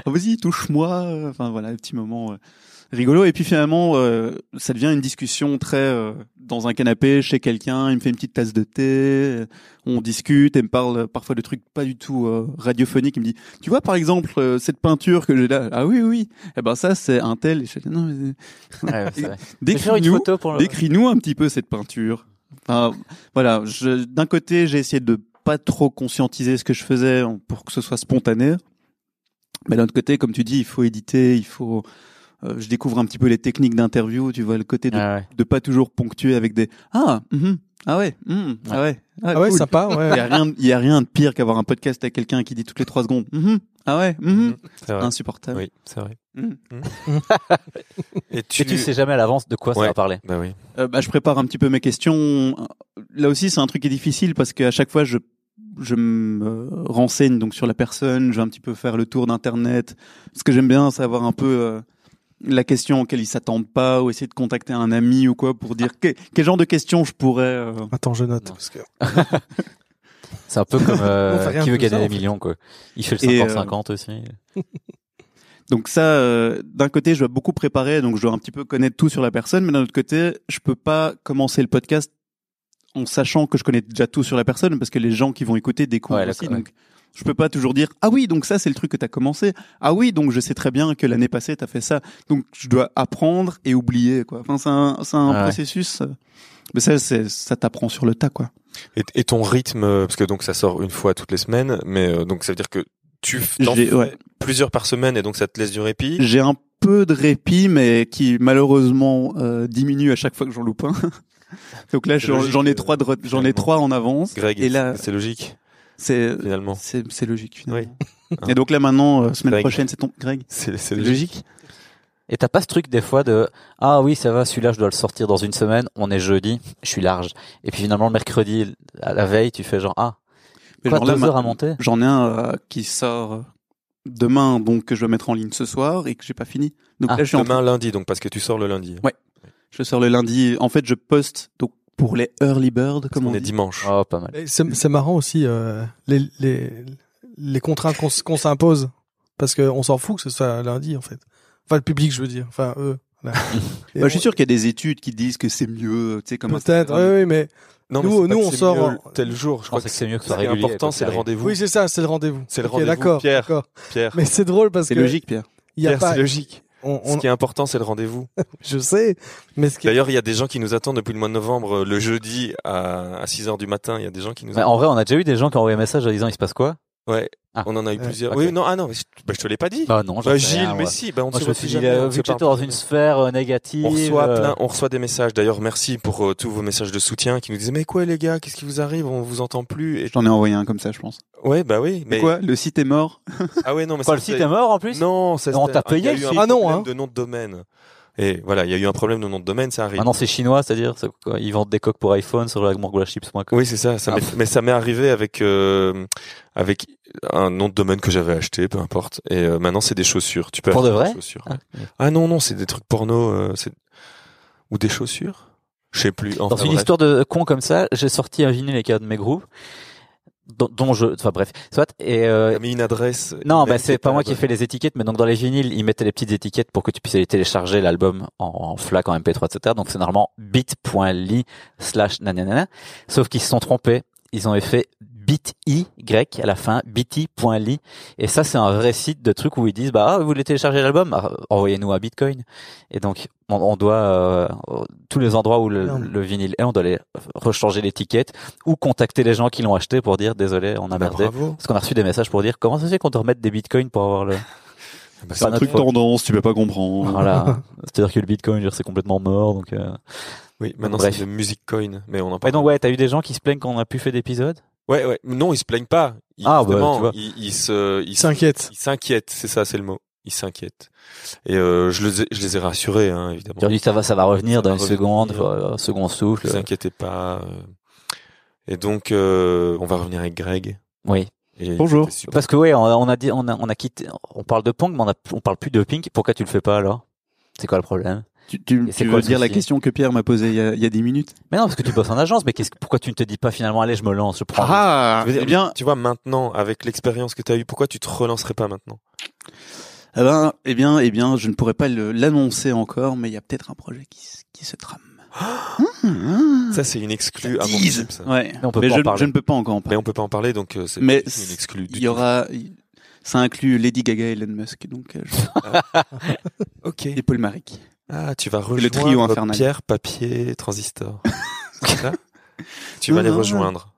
Ah, Vas-y, touche-moi. Enfin voilà, le petit moment euh, rigolo et puis finalement euh, ça devient une discussion très euh, dans un canapé chez quelqu'un, il me fait une petite tasse de thé, euh, on discute, elle me parle parfois de trucs pas du tout euh, radiophoniques, il me dit tu vois par exemple euh, cette peinture que j'ai là ah oui oui eh ben ça c'est un tel Et je fais, non mais... euh, Ouais, ouais, c'est vrai. Faire une décris-nous photo pour le- décris-nous un petit peu cette peinture enfin voilà je- d'un côté j'ai essayé de pas trop conscientiser ce que je faisais en- pour que ce soit spontané mais d'un autre côté comme tu dis il faut éditer il faut euh, je découvre un petit peu les techniques d'interview tu vois le côté de, Ah ouais. de pas toujours ponctuer avec des ah mhm, ah ouais mhm, ah ouais Ah ouais, cool. sympa, [LAUGHS] Il y ouais. a rien, il y a rien de pire qu'avoir un podcast avec quelqu'un qui dit toutes les trois secondes. Mhm. Ah ouais, [LAUGHS] mhm. C'est vrai. insupportable. Oui, c'est vrai. Mhm. Hmm. [LAUGHS] Et tu, Et tu sais jamais à l'avance de quoi ça Ouais. va parler. Bah oui. Euh, bah, je prépare un petit peu mes questions. Là aussi, c'est un truc qui est difficile parce qu'à chaque fois, je je me renseigne donc sur la personne. Je vais un petit peu faire le tour d'internet. Ce que j'aime bien, c'est avoir un peu euh, la question auquel ils s'attendent pas ou essayer de contacter un ami ou quoi pour dire que- quel genre de questions je pourrais. euh, Attends, je note. Non. Parce que... C'est un peu comme euh, On fait rien qui veut tout ça, gagner en des fait. millions, quoi. Il fait le Et, euh, 50-50 aussi. Donc ça, euh, d'un côté, je dois beaucoup préparer, donc je dois un petit peu connaître tout sur la personne, mais d'un autre côté, je peux pas commencer le podcast en sachant que je connais déjà tout sur la personne, parce que les gens qui vont écouter découvrent Ouais, aussi. d'accord, Donc je peux pas toujours dire ah oui, donc ça c'est le truc que t'as commencé. Ah oui, donc je sais très bien que l'année passée t'as fait ça. Donc je dois apprendre et oublier quoi. Enfin c'est un, c'est un Ah ouais. processus. euh, Mais ça, c'est, ça t'apprend sur le tas quoi. Et, et ton rythme, euh, parce que donc ça sort une fois toutes les semaines, mais euh, donc ça veut dire que tu f- t'en J'ai- fais ouais. plusieurs par semaine et donc ça te laisse du répit. J'ai un peu de répit, mais qui malheureusement euh, diminue à chaque fois que j'en loupe un. [LAUGHS] Donc là, C'est j'en logique, j'en euh, ai trois, de ret- j'en ai finalement. trois en avance. Greg, et là, euh, c'est logique c'est finalement. c'est c'est logique finalement. Hein. [LAUGHS] Et donc là maintenant, euh, semaine Greg. prochaine, c'est ton Greg. C'est c'est C'est logique. logique. Et t'as pas ce truc des fois de ah oui ça va celui-là je dois le sortir dans une semaine on est jeudi je suis large et puis finalement le mercredi à la veille tu fais genre ah Mais quoi, genre là, deux ma- heures à monter J'en ai un euh, qui sort euh, demain, donc que je dois mettre en ligne ce soir et que j'ai pas fini. Donc Ah, là, je suis en train- Demain lundi, donc parce que tu sors le lundi. hein. Ouais, je sors le lundi. En fait, je poste donc pour les early birds, Parce comme qu'on on est dit. dimanche. oh pas mal Et C'est c'est marrant aussi euh, les, les, les contraintes qu'on s- qu'on s'impose. Parce qu'on s'en fout que ce soit lundi, en fait. Enfin, le public, je veux dire. Enfin, eux. voilà. Et Bah, je suis on- sûr qu'il y a des études qui disent que c'est mieux, euh, tu sais, comme Peut-être, Instagram. oui, oui, mais Non, Nous, c'est pas nous, que on c'est sort mieux en- tel jour. Je je crois pense que que c'est mieux que ce ce soit qui est régulier important, c'est le rendez-vous. oui, c'est ça, c'est le rendez-vous. C'est le Ok, rendez-vous, d'accord, Pierre. d'accord. Pierre, Mais c'est drôle parce C'est que logique, Pierre. il y a Pierre, pas. c'est logique. on- Ce on- qui est Bah, important, c'est le rendez-vous. Je sais, mais ce qui est- D'ailleurs, il y a des gens qui nous attendent depuis le mois de novembre, euh, le jeudi à, à 6 heures du matin. Il y a des gens qui nous Mais attendent. en vrai on a déjà eu des gens qui ont envoyé un message en disant il se passe quoi Ouais. Ah. on en a eu Ouais. plusieurs. Ok. Oui, non, ah non, mais je- bah, je te l'ai pas dit. Bah non, j'en Bah, sais Gilles, rien, mais moi. si, bah, on Moi, se je me voit suis plus dit, jamais, euh, on vu se que j'étais parle dans plus. une sphère euh, négative. On reçoit euh, plein, on reçoit des messages. D'ailleurs, merci pour euh, tous vos messages de soutien qui nous disaient mais quoi les gars, qu'est-ce qui vous arrive, on vous entend plus. Et... J'en ai envoyé un comme ça, je pense. Ouais, bah oui. Mais Mais quoi Le site est mort ah ouais non mais Quoi, ça, le site c'est- est mort en plus Non, ça, Non, c'était- t'as payé il y a le eu un site. Ah non, problème hein. de nom de domaine. Et voilà, il y a eu un problème de nom de domaine, ça arrive. Ah non, c'est chinois, c'est-à-dire c'est quoi ils vendent des coques pour iPhone sur la mongolachips.com. Oui, c'est ça. ça Ah, m'est- pff. mais ça m'est arrivé avec euh, avec un nom de domaine que j'avais acheté, peu importe. Et euh, maintenant, c'est des chaussures. Tu peux Pour acheter de vrai des chaussures. Ah, ouais. Ah non, non, c'est des trucs porno euh, c'est- ou des chaussures. Je sais plus. Dans Enfin, une bref. histoire de con comme ça, j'ai sorti un vinyle avec un de mes groupes, dont, dont je, enfin bref, soit et euh, T'as mis une adresse. non, email bah qui c'est est pas moi la qui ai bonne. fait les étiquettes, mais donc dans les vinyles, ils mettaient les petites étiquettes pour que tu puisses aller télécharger l'album en, en FLAC, en MP3, etc. Donc c'est normalement bit.ly slash nanana. Sauf qu'ils se sont trompés, ils ont fait bit.y à la fin, bit.ly. Et ça, c'est un vrai site de trucs où ils disent, bah, ah, vous voulez télécharger l'album? Ah, Envoyez-nous un bitcoin. Et donc, on, on doit, euh, tous les endroits où le, Merde. le vinyle est, on doit aller rechanger l'étiquette ou contacter les gens qui l'ont acheté pour dire, désolé, on a Bah, merdé. bravo. Parce qu'on a reçu des messages pour dire comment ça se fait qu'on te remette des bitcoins pour avoir [LAUGHS] le. Bah, C'est un notre truc faute. tendance, tu peux pas Ah. comprendre. Voilà. C'est-à-dire que le bitcoin, je veux dire, c'est complètement mort. Donc, euh... Oui, maintenant Bref. c'est de Music Coin, mais on en Ouais, parle. donc ouais, t'as eu des gens qui se plaignent qu'on n'a plus fait d'épisode Ouais, ouais. Non, ils se plaignent pas. Ils, Ah, bah, justement, tu vois. Ils, ils se, ils Il s'inquiète. Ils s'inquiètent, c'est ça, c'est le mot. Ils s'inquiètent. Et euh, je, les ai, je les ai rassurés, hein, évidemment. Tu as dit ça va, ça va revenir Ça dans va une revenir. seconde, voilà, second souffle. Ne vous inquiétez pas. euh. Et donc, euh, on va revenir avec Greg. Oui. Et Bonjour. c'était super. Parce que ouais, on a, on a dit, on a, on a quitté, on parle de punk, mais on, a, on parle plus de pink. Pourquoi tu le fais pas alors C'est quoi le problème Tu, tu, Et c'est tu quoi veux le dire la souci question que Pierre m'a posée il y a- il y a 10 minutes Mais non, parce que tu bosses en agence. Mais qu'est-ce, que- pourquoi tu ne te dis pas finalement, allez, je me lance, je prends. Ah, Je veux dire, eh bien, Tu vois, maintenant, avec l'expérience que tu as eue, pourquoi tu te relancerais pas maintenant eh ben, eh bien, eh bien, je ne pourrais pas le- l'annoncer encore, mais il y a peut-être un projet qui, se- qui se trame. Hum, hum. Ça, c'est une exclue à mon Ah. Tease. type, ça. Ouais. Mais on peut mais pas en je, parler. je ne peux pas encore en Mais parler. on peut pas en parler, donc euh, c'est Mais une exclue. du Il y aura, ça inclut Lady Gaga et Elon Musk, donc euh, je- [LAUGHS] tout. Ok. et Paul Maric. Ah, tu vas le rejoindre trio infernal. Pierre, Papier, [LAUGHS] Transistor. C'est ça tu vas Non, les non, non. rejoindre.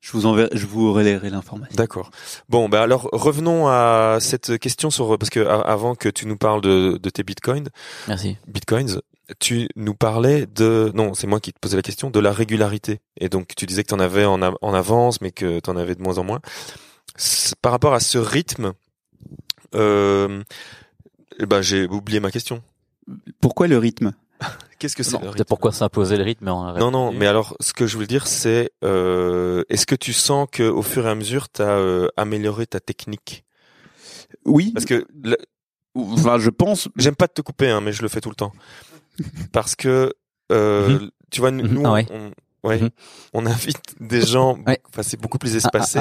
Je vous enverrai, je vous relayerai l'information. D'accord. Bon, bah alors revenons à cette question sur parce que a- avant que tu nous parles de, de tes bitcoins, Merci. bitcoins, tu nous parlais de non, c'est moi qui te posais la question de la régularité. Et donc tu disais que t'en avais en, a- en avance, mais que t'en avais de moins en moins. C'est- Par rapport à ce rythme, euh, eh ben j'ai oublié ma question. Pourquoi le rythme Qu'est-ce que c'est Non, le peut-être rythme pourquoi s'imposer le rythme mais on arrête. Non, non, mais alors, ce que je voulais dire, c'est euh, est-ce que tu sens que au fur et à mesure, t'as euh, amélioré ta technique Oui, Parce que le- enfin, je pense. J'aime pas te couper, hein, mais je le fais tout le temps. Parce que, euh, tu vois, nous, Mhm. nous, Ah ouais. on, ouais, Mhm. on invite des gens, beaucoup- [LAUGHS] Ouais. Ah, enfin, c'est beaucoup plus espacé.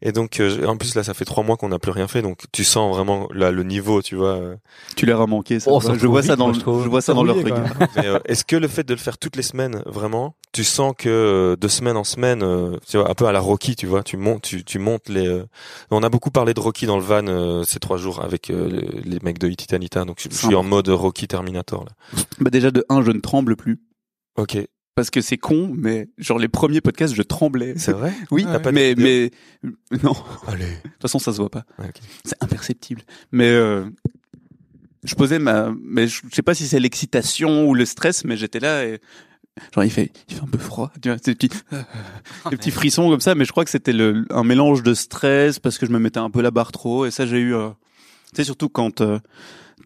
Et donc, euh, en plus, là, ça fait trois mois qu'on n'a plus rien fait, donc tu sens vraiment là, le niveau, tu vois. [LAUGHS] euh. Tu leur as manqué. Ça. Oh, ça je vois trouve ça vite, dans, moi, le- je trouve. je vois ça dans leur Rouillé, quoi. regard. Mais, euh, Est-ce que le fait de le faire toutes les semaines, vraiment, tu sens que euh, de semaine en semaine, euh, tu vois, un peu à la Rocky, tu vois, tu montes, tu, tu montes les. euh, On a beaucoup parlé de Rocky dans le van euh, ces trois jours avec euh, les- les mecs de Titanita, donc je je suis en mode Rocky Terminator là. Bah déjà de un, je ne tremble plus Ok, parce que c'est con, mais genre les premiers podcasts, je tremblais. c'est vrai. Ah Oui, T'as pas de mais mais vidéo non. Allez. De toute façon, ça se voit pas. Ouais, ok. C'est imperceptible. Mais euh, je posais ma, mais je je sais pas si c'est l'excitation ou le stress, mais j'étais là et genre il fait, il fait un peu froid, tu vois, ces petits, des petits frissons comme ça. Mais je crois que c'était le- un mélange de stress parce que je me mettais un peu la barre trop haut et ça j'ai eu. euh, tu sais surtout quand euh,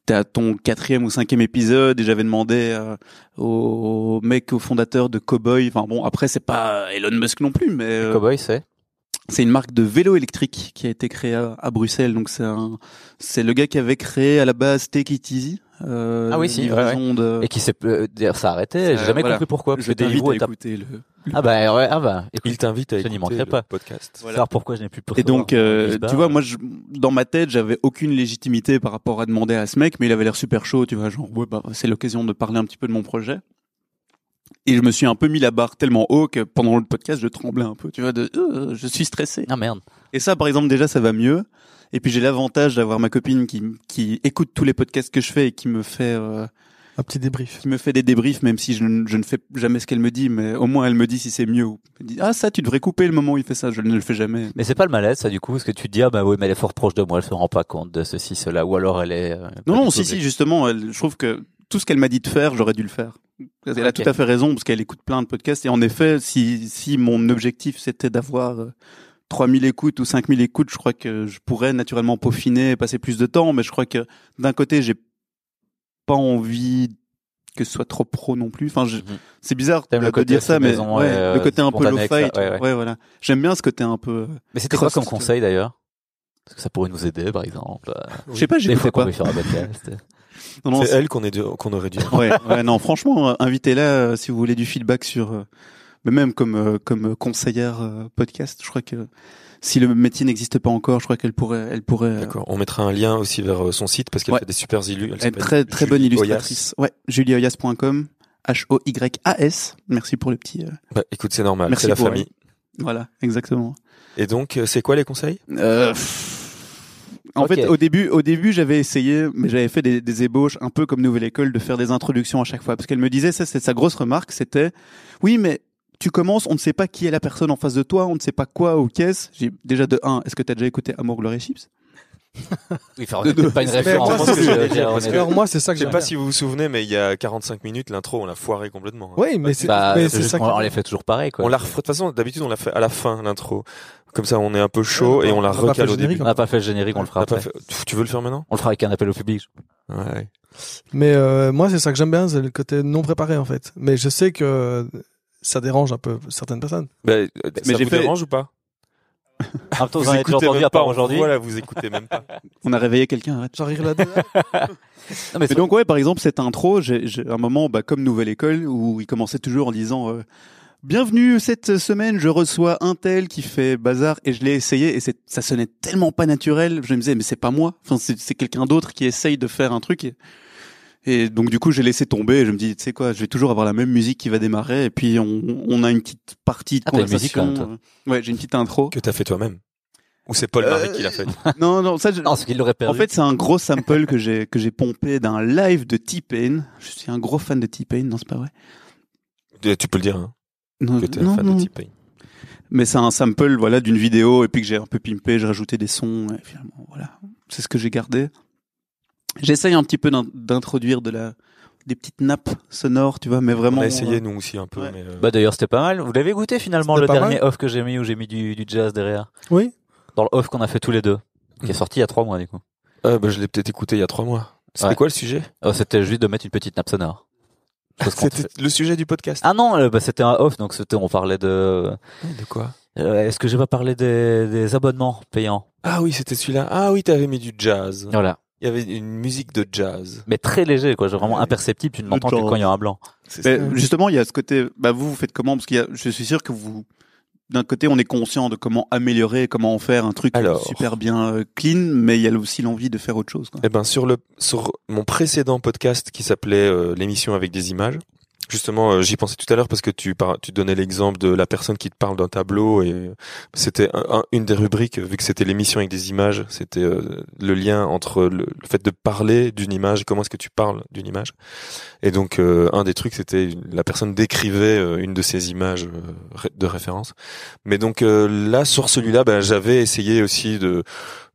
t'es à ton quatrième ou cinquième épisode et j'avais demandé euh, au, au mec, au fondateur de Cowboy. Enfin bon, après c'est pas Elon Musk non plus, mais euh, Cowboy, c'est. c'est une marque de vélo électrique qui a été créée à, à Bruxelles. Donc c'est un, c'est le gars qui avait créé à la base Take It Easy. euh, Ah oui, si, livraison de. Et qui s'est, euh, d'ailleurs, ça a arrêté. J'ai Ça, jamais voilà. compris pourquoi. Parce je que des t'invite livres à étaient- écouter le. Ah bah, ouais, ah bah. écoute, Il t'invite à Je n'y écouter manquerai le pas. podcast. Voilà. savoir pourquoi je n'ai plus. Et donc, euh, Lisbonne. tu vois, moi, je, dans ma tête, j'avais aucune légitimité par rapport à demander à ce mec, mais il avait l'air super chaud, tu vois, genre, ouais, bah, c'est l'occasion de parler un petit peu de mon projet. Et je me suis un peu mis la barre tellement haut que pendant le podcast, je tremblais un peu, tu vois, de, euh, je suis stressé. Ah merde. Et ça, par exemple, déjà, ça va mieux. Et puis j'ai l'avantage d'avoir ma copine qui, qui écoute tous les podcasts que je fais et qui me fait, euh, Un petit débrief. qui me fait des débriefs, même si je, ne- je ne fais jamais ce qu'elle me dit, mais au moins elle me dit si c'est mieux. ou- Elle dit, ah ça, tu devrais couper le moment où il fait ça, je ne le fais jamais. Mais c'est pas le malaise, ça, du coup, parce que tu te dis, ah bah oui, mais elle est fort proche de moi, elle se rend pas compte de ceci, cela, ou alors elle est. euh, pas Non, non, du si, tout- si, justement, elle- je trouve que tout ce qu'elle m'a dit de faire, j'aurais dû le faire. Elle a Ok. tout à fait raison, parce qu'elle écoute plein de podcasts, et en effet, si, si mon objectif c'était d'avoir euh, 3000 écoutes ou 5000 écoutes, je crois que je pourrais naturellement peaufiner, et passer plus de temps, mais je crois que d'un côté, j'ai pas envie que ce soit trop pro non plus. Enfin, je- Mhm. c'est bizarre T'aimes de, le de côté dire ça, fait mais maison ouais, et, euh, le côté un peu low spontané, fight. etc. Ouais, ouais. voilà. J'aime bien ce côté un peu. euh, Mais c'était quoi Cross- comme conseil d'ailleurs Parce que ça pourrait nous aider, par exemple. euh, Je sais pas, Des fois j'écoutais qu'on pas. veut faire un podcast. Non, non, C'est c'est- elle qu'on est dû- qu'on aurait dû. [LAUGHS] ouais, ouais, non, franchement, euh, invitez-la euh, si vous voulez du feedback sur, euh, mais même comme euh, comme conseillère euh, podcast. Je crois que si le métier n'existe pas encore, je crois qu'elle pourrait, elle pourrait euh, D'accord. On mettra un lien aussi vers euh, son site parce qu'elle Ouais. fait des super illus. Elle être s'appelle très très Julie bonne Hoyas. illustratrice. Ouais, julieoyas.com, H O Y A S. Merci pour le petit. euh, Bah, écoute, c'est normal. Merci C'est la pour famille. voilà, exactement. Et donc, euh, c'est quoi les conseils Euh, pff. en Ok. fait, au début, au début, j'avais essayé, mais j'avais fait des, des ébauches un peu comme Nouvelle École de faire des introductions à chaque fois, parce qu'elle me disait, ça, c'est sa grosse remarque, c'était, oui, mais tu commences, on ne sait pas qui est la personne en face de toi, on ne sait pas quoi ou qu'est-ce. J'ai déjà de un, est-ce que t'as déjà écouté Amour Glory Chips Oui, enfin, on n'est peut-être pas une référence. moi, c'est ce que j'allais dire, je veux dire, parce on est- que- Alors moi, c'est ça que Je sais j'aime pas bien. si vous vous souvenez, mais il y a 45 minutes, l'intro, on l'a foiré complètement. hein. Oui, mais c'est Bah, mais c'est c'est juste ça. qu'on- qui- on les fait toujours pareil, quoi. On la refait- De toute façon, d'habitude, on la fait à la fin, l'intro. Comme ça, on est un peu chaud Ouais, et on la on a pas fait recale le au début. générique, On n'a pas fait le générique, on le fera T'as pas après. fait- Tu veux le faire maintenant On le fera avec un appel au public. Ouais. Mais euh, moi, c'est ça que j'aime bien, c'est le côté non préparé en fait. Mais je sais que ça dérange un peu certaines personnes. Mais Bah, euh, ça j'ai vous fait- dérange ou pas En même temps, vous en Vous avez déjà écoutez entendu même à pas part aujourd'hui. Voilà, vous écoutez même pas. On a réveillé quelqu'un. arrête. J'en rire là-dedans. Non, mais Mais c'est- donc ouais, par exemple, cette intro, j'ai j'ai un moment bah, comme Nouvelle École où il commençait toujours en disant euh, Bienvenue cette semaine, je reçois un tel qui fait bazar et je l'ai essayé et c'est- ça sonnait tellement pas naturel. Je me disais mais c'est pas moi, enfin c'est c'est quelqu'un d'autre qui essaye de faire un truc. Et, et donc du coup j'ai laissé tomber. Et je me dis tu sais quoi, je vais toujours avoir la même musique qui va démarrer et puis on, on a une petite partie de Ah, t'as une musique, conversation. quand même, euh, ouais, j'ai une petite intro. Que t'as fait toi-même Ou c'est Paul Euh, Marie qui l'a fait non non ça je- Non, ce qu'il l'aurait en perdu. fait, c'est un gros sample que j'ai que j'ai pompé d'un live de T-Pain. Je suis un gros fan de T-Pain, non c'est pas vrai. Tu peux le dire, hein, Non, que t'es non, un fan non. de T-Pain. Mais c'est un sample voilà d'une vidéo et puis que j'ai un peu pimpé, j'ai rajouté des sons et finalement voilà, c'est ce que j'ai gardé. J'essaye un petit peu d'in- d'introduire de la des petites nappes sonores, tu vois, mais On vraiment a essayé, nous aussi, un peu. Ouais. mais, euh, Bah d'ailleurs, c'était pas mal. Vous l'avez goûté finalement C'était le pas dernier off que j'ai mis où j'ai mis du, du jazz derrière. Oui. Dans le off qu'on a fait tous les deux, qui est sorti il y a trois mois du coup. Ah, bah, je l'ai peut-être écouté il y a trois mois. C'était Ouais. quoi le sujet Oh, c'était juste de mettre une petite nappe sonore. Je sais pas ce qu'on te C'était fait. le sujet du podcast. Ah non, euh, bah, c'était un off, donc c'était on parlait de. Ah, De quoi Euh, Est-ce que j'ai pas parlé des, des abonnements payants Ah oui, c'était celui-là. Ah oui, t'avais mis du jazz. Voilà, Il y avait une musique de jazz. mais très léger quoi, genre vraiment Ouais. imperceptible. Tu ne Le l'entends que genre. quand il y a un blanc. Mais ça. justement, il y a ce côté bah vous vous faites comment parce qu'il y a je suis sûr que vous d'un côté, on est conscient de comment améliorer, comment en faire un truc Alors. super bien euh, clean, mais il y a aussi l'envie de faire autre chose. Quoi. Eh ben sur le sur mon précédent podcast qui s'appelait euh, l'émission avec des images. Justement, euh, j'y pensais tout à l'heure parce que tu par- tu donnais l'exemple de la personne qui te parle d'un tableau et euh, c'était un- un- une des rubriques euh, vu que c'était l'émission avec des images, c'était euh, le lien entre le, le fait de parler d'une image et comment est-ce que tu parles d'une image. Et donc euh, un des trucs c'était une- la personne décrivait euh, une de ses images euh, ré- de référence. Mais donc euh, là sur celui-là, ben, j'avais essayé aussi de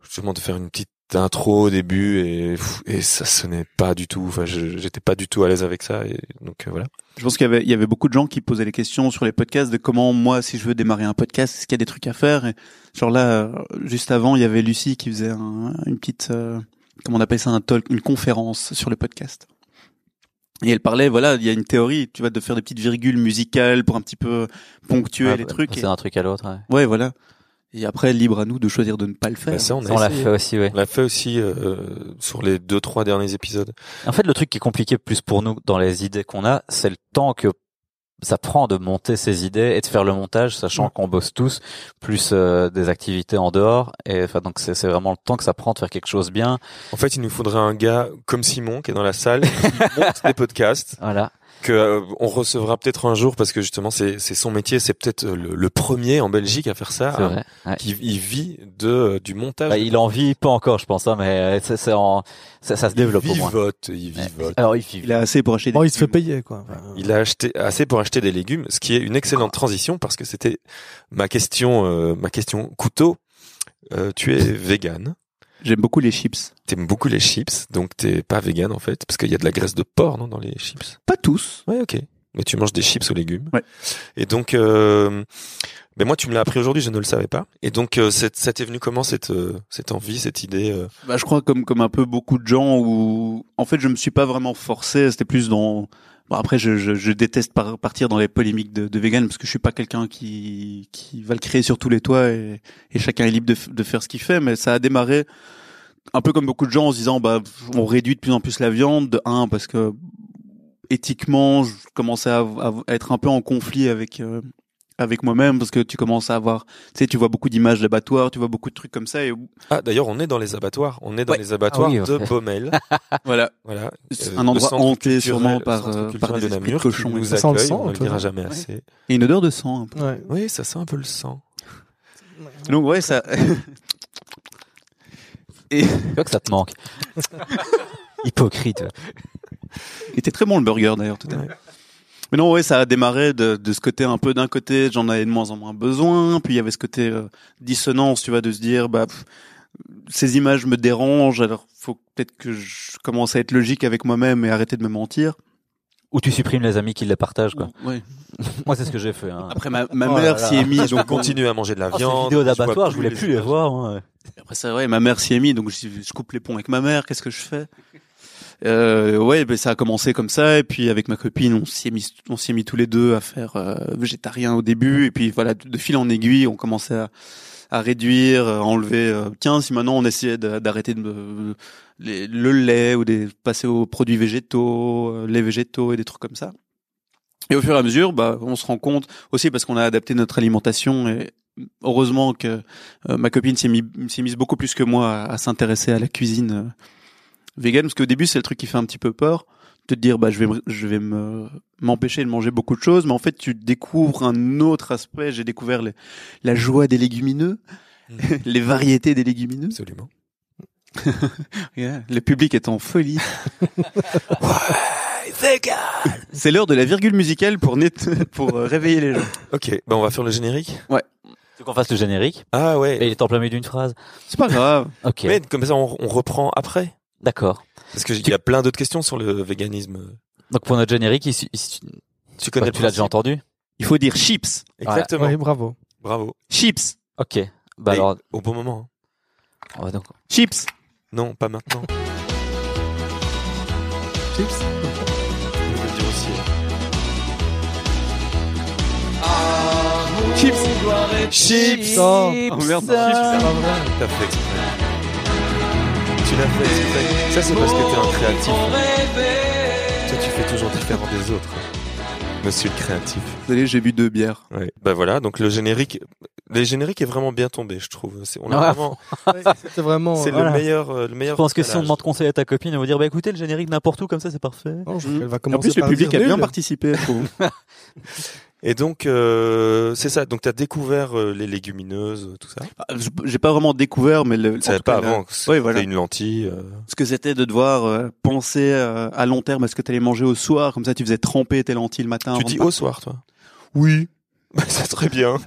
justement de faire une petite intro au début et, pff, et ça sonnait pas du tout. Enfin, je- j'étais pas du tout à l'aise avec ça et donc euh, voilà. Je pense qu'il y avait, il y avait beaucoup de gens qui posaient les questions sur les podcasts de comment moi, si je veux démarrer un podcast, est-ce qu'il y a des trucs à faire Et Genre là, euh, juste avant, il y avait Lucie qui faisait un- une petite, euh, comment on appelle ça, un talk, une conférence sur le podcast. Et elle parlait, voilà, il y a une théorie, tu vois, de faire des petites virgules musicales pour un petit peu ponctuer Ouais, Ah, bah, les trucs. Ah, bah, C'est Et- un truc à l'autre. ouais. Ouais, voilà. Et après, libre à nous de choisir de ne pas le faire. Bah, ça, on Ça, on a l'a essayé. fait aussi, ouais. On l'a fait aussi euh, sur les deux trois derniers épisodes. En fait, le truc qui est compliqué plus pour nous dans les idées qu'on a, c'est le temps que ça prend de monter ces idées et de faire le montage, sachant qu'on bosse tous, plus euh, des activités en dehors. Et enfin, donc c'est c'est vraiment le temps que ça prend de faire quelque chose bien. [LAUGHS] En fait, il nous faudrait un gars comme Simon qui est dans la salle, qui monte des podcasts Voilà. que euh, on recevra peut-être un jour parce que justement c'est c'est son métier, c'est peut-être euh, le, le premier en Belgique à faire ça. C'est hein, vrai. ouais. qui il vit de euh, du montage. Bah, il en vit pas encore, je pense, hein, mais euh, c'est- c'est en- ça, ça se développe au il moins. vivote, il Ouais. vivote. Alors il vit. Il a assez pour acheter des. Bon, il se fait payer, quoi. Enfin, Il a acheté assez pour acheter des légumes, ce qui est une excellente transition parce que c'était ma question, euh, ma question couteau. Euh, tu es vegan, J'aime beaucoup les chips. t'aimes beaucoup les chips, donc t'es pas vegan en fait, parce qu'il y a de la graisse de porc non, dans les chips. Pas tous. Ouais, ok. Mais tu manges des chips aux légumes. Ouais. Et donc, euh, ben moi, tu me l'as appris aujourd'hui, je ne le savais pas. Et donc, euh, c'est- ça t'est venu comment cette euh, cette envie, cette idée euh, Bah, je crois comme comme un peu beaucoup de gens où en fait je me suis pas vraiment forcé. C'était plus dans. Bon, après je, je, je déteste par- partir dans les polémiques de, de vegan parce que je suis pas quelqu'un qui qui va le créer sur tous les toits et, et chacun est libre de, f- de faire ce qu'il fait. Mais ça a démarré un peu comme beaucoup de gens en se disant bah on réduit de plus en plus la viande de un parce que éthiquement je commençais à, à être un peu en conflit avec euh, avec moi-même parce que tu commences à avoir tu sais tu vois beaucoup d'images d'abattoirs tu vois beaucoup de trucs comme ça et Ah, d'ailleurs, on est dans les abattoirs. On est dans Ouais. les abattoirs Ah oui, de ouais. [LAUGHS] Baumel. voilà Voilà, C'est Euh, un le endroit centre hanté culturel- sûrement le par, centre euh, culturel par des de esprits de Namur cochon. qui nous Ça sent le accueille, on sang, un ne le peu, dira jamais assez. Et une odeur de sang un peu. ouais. Oui, ça sent un peu le sang. Donc ouais, [LAUGHS] ça Tu vois que ça [LAUGHS] te manque. Hypocrite. Il était très bon le burger d'ailleurs tout à l'heure. Ouais. Mais non, ouais, ça a démarré de, de ce côté un peu d'un côté, j'en avais de moins en moins besoin, puis il y avait ce côté euh, dissonance, tu vois, de se dire bah pff, ces images me dérangent, alors faut peut-être que je commence à être logique avec moi-même et arrêter de me mentir. Ou tu supprimes les amis qui les partagent, quoi. Ouais. Moi, c'est ce que j'ai fait. Hein. Après ma, ma Oh là mère là. s'y est mise, On donc on- continue à manger de la Ah, ces viande. vidéos on voit d'abattoir, je voulais les plus les images. voir. hein. Après ça, ouais, ma mère s'y est mise, donc je, je coupe les ponts avec ma mère. Qu'est-ce que je fais euh, Ouais, ben ça a commencé comme ça, et puis avec ma copine, on s'y est mis, on s'y est mis tous les deux à faire euh, végétarien au début, et puis voilà, de fil en aiguille, on commençait à, à réduire, à enlever. euh, tiens, si maintenant on essayait d'a- d'arrêter de, me- les- le lait ou des passer aux produits végétaux, euh, les végétaux et des trucs comme ça. Et au fur et à mesure, bah, on se rend compte aussi parce qu'on a adapté notre alimentation et heureusement que euh, ma copine s'est mis- s'est mise beaucoup plus que moi à, à s'intéresser à la cuisine euh, vegan parce qu'au début c'est le truc qui fait un petit peu peur de te dire bah je vais me- je vais me m'empêcher de manger beaucoup de choses mais en fait tu découvres un autre aspect j'ai découvert les- la joie des légumineux Mm. [LAUGHS] les variétés des légumineux Absolument. Yeah, Le public est en folie. C'est l'heure de la virgule musicale pour, net- [LAUGHS] pour euh, réveiller les gens. Ok, ben on va faire le générique. Tu veux qu'on fasse le générique Ah ouais. Et il est en plein milieu d'une phrase. C'est pas grave. Ok. Mais comme ça, on, on reprend après. D'accord. Parce que il y a plein d'autres questions sur le véganisme. Donc pour notre générique, il su- il su- bah, Tu connais le tu l'as déjà principe entendu Il faut dire chips. Exactement. Oui, bravo. Bravo. Chips. Ok. Bah Et alors, Au bon moment. hein. on va donc. Chips. Non, pas maintenant. Chips. Chips. Chips. Oh, Oh merde, c'est chips. pas vrai. T'as fait exprès. Tu l'as fait exprès. Ça, c'est parce que t'es un créatif. Toi, tu fais toujours différent des autres. Monsieur le créatif. Désolé, j'ai bu deux bières. Ouais. Bah voilà, donc le générique, le générique est vraiment bien tombé, je trouve. C'est, on a Ouais. vraiment, C'était vraiment. c'est Voilà. le meilleur, euh, le meilleur. Je pense que si on décalage. demande conseil à ta copine, elle va dire bah écoutez le générique n'importe où comme ça c'est parfait. Non, je- Mhm. Elle va En commencer plus, le par public dire a bien nul. participé. je trouve. Et donc, euh, c'est ça. Donc, t'as découvert euh, les légumineuses, tout ça. Ah, je- J'ai pas vraiment découvert, mais le, en Tu savais tout cas, pas le- avant que c'était Oui, voilà. une lentille. euh, ce que c'était de devoir euh, penser euh, à long terme à ce que t'allais manger au soir, comme ça tu faisais tremper tes lentilles le matin. Tu avant dis de- au soir, toi. [LAUGHS] oui Bah, c'est très bien.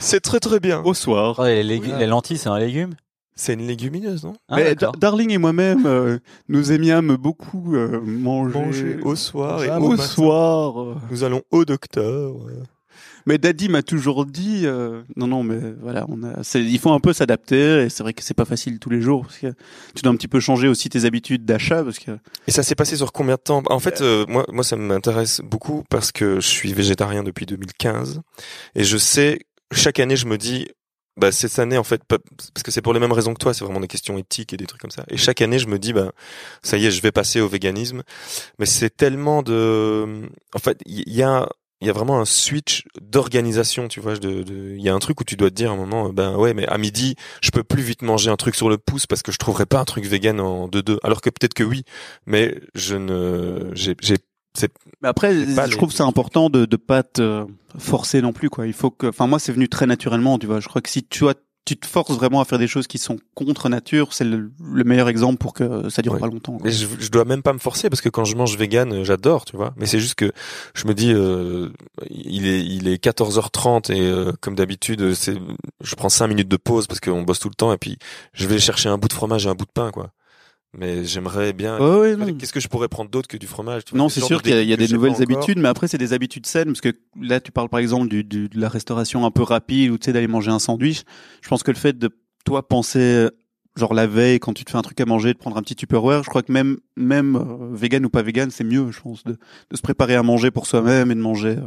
c'est très très bien. au soir. Regardez, Oh, les, légu- Ouais. les lentilles c'est un légume. C'est une légumineuse, non Ah, mais d'accord. Dar- Darling et moi-même, euh, nous aimions beaucoup euh, manger, au soir et Ah, au au matin. soir. euh. Nous allons au docteur. euh. Mais Daddy m'a toujours dit, euh, non non, mais voilà, on a, c'est- il faut un peu s'adapter. Et c'est vrai que c'est pas facile tous les jours parce que tu dois un petit peu changer aussi tes habitudes d'achat parce que Et ça s'est passé sur combien de temps En fait, euh, moi, moi, ça m'intéresse beaucoup parce que je suis végétarien depuis 2015 et je sais chaque année, je me dis, bah cette année, en fait, pas- parce que c'est pour les mêmes raisons que toi, c'est vraiment des questions éthiques et des trucs comme ça. Et chaque année, je me dis, bah ça y est, je vais passer au véganisme, mais c'est tellement de, en fait, il y y a il y a vraiment un switch d'organisation, tu vois. de- de- Il y a un truc où tu dois te dire à un moment, euh, ben ouais, mais à midi, je peux plus vite manger un truc sur le pouce parce que je trouverai pas un truc vegan en 2-2. Alors que peut-être que oui, mais je ne j'ai j'ai C'est- Mais après, C'est pas je les- trouve que c'est important de de pas te forcer non plus quoi. Il faut que enfin moi c'est venu très naturellement, tu vois. Je crois que si tu as tu te forces vraiment à faire des choses qui sont contre nature, c'est le, le meilleur exemple pour que ça dure Ouais. pas longtemps. quoi. Mais je, je dois même pas me forcer parce que quand je mange vegan, euh, j'adore, tu vois. Mais c'est juste que je me dis, euh, il est il est 14h30 et euh, comme d'habitude, euh, c'est je prends 5 minutes de pause parce qu'on bosse tout le temps et puis je vais chercher un bout de fromage et un bout de pain, quoi. Mais j'aimerais bien. Ouais, ouais, Oh, non. Qu'est-ce que je pourrais prendre d'autre que du fromage tu vois, Non, ce c'est genre sûr de qu'il y a, il y a dégoût que des j'ai pas nouvelles encore. habitudes, mais après c'est des habitudes saines parce que là tu parles par exemple du, du- de la restauration un peu rapide ou tu sais d'aller manger un sandwich. Je pense que le fait de toi penser euh, genre la veille quand tu te fais un truc à manger de prendre un petit Tupperware, je crois que même même euh, vegan ou pas vegan, c'est mieux, je pense de, de se préparer à manger pour soi-même et de manger euh,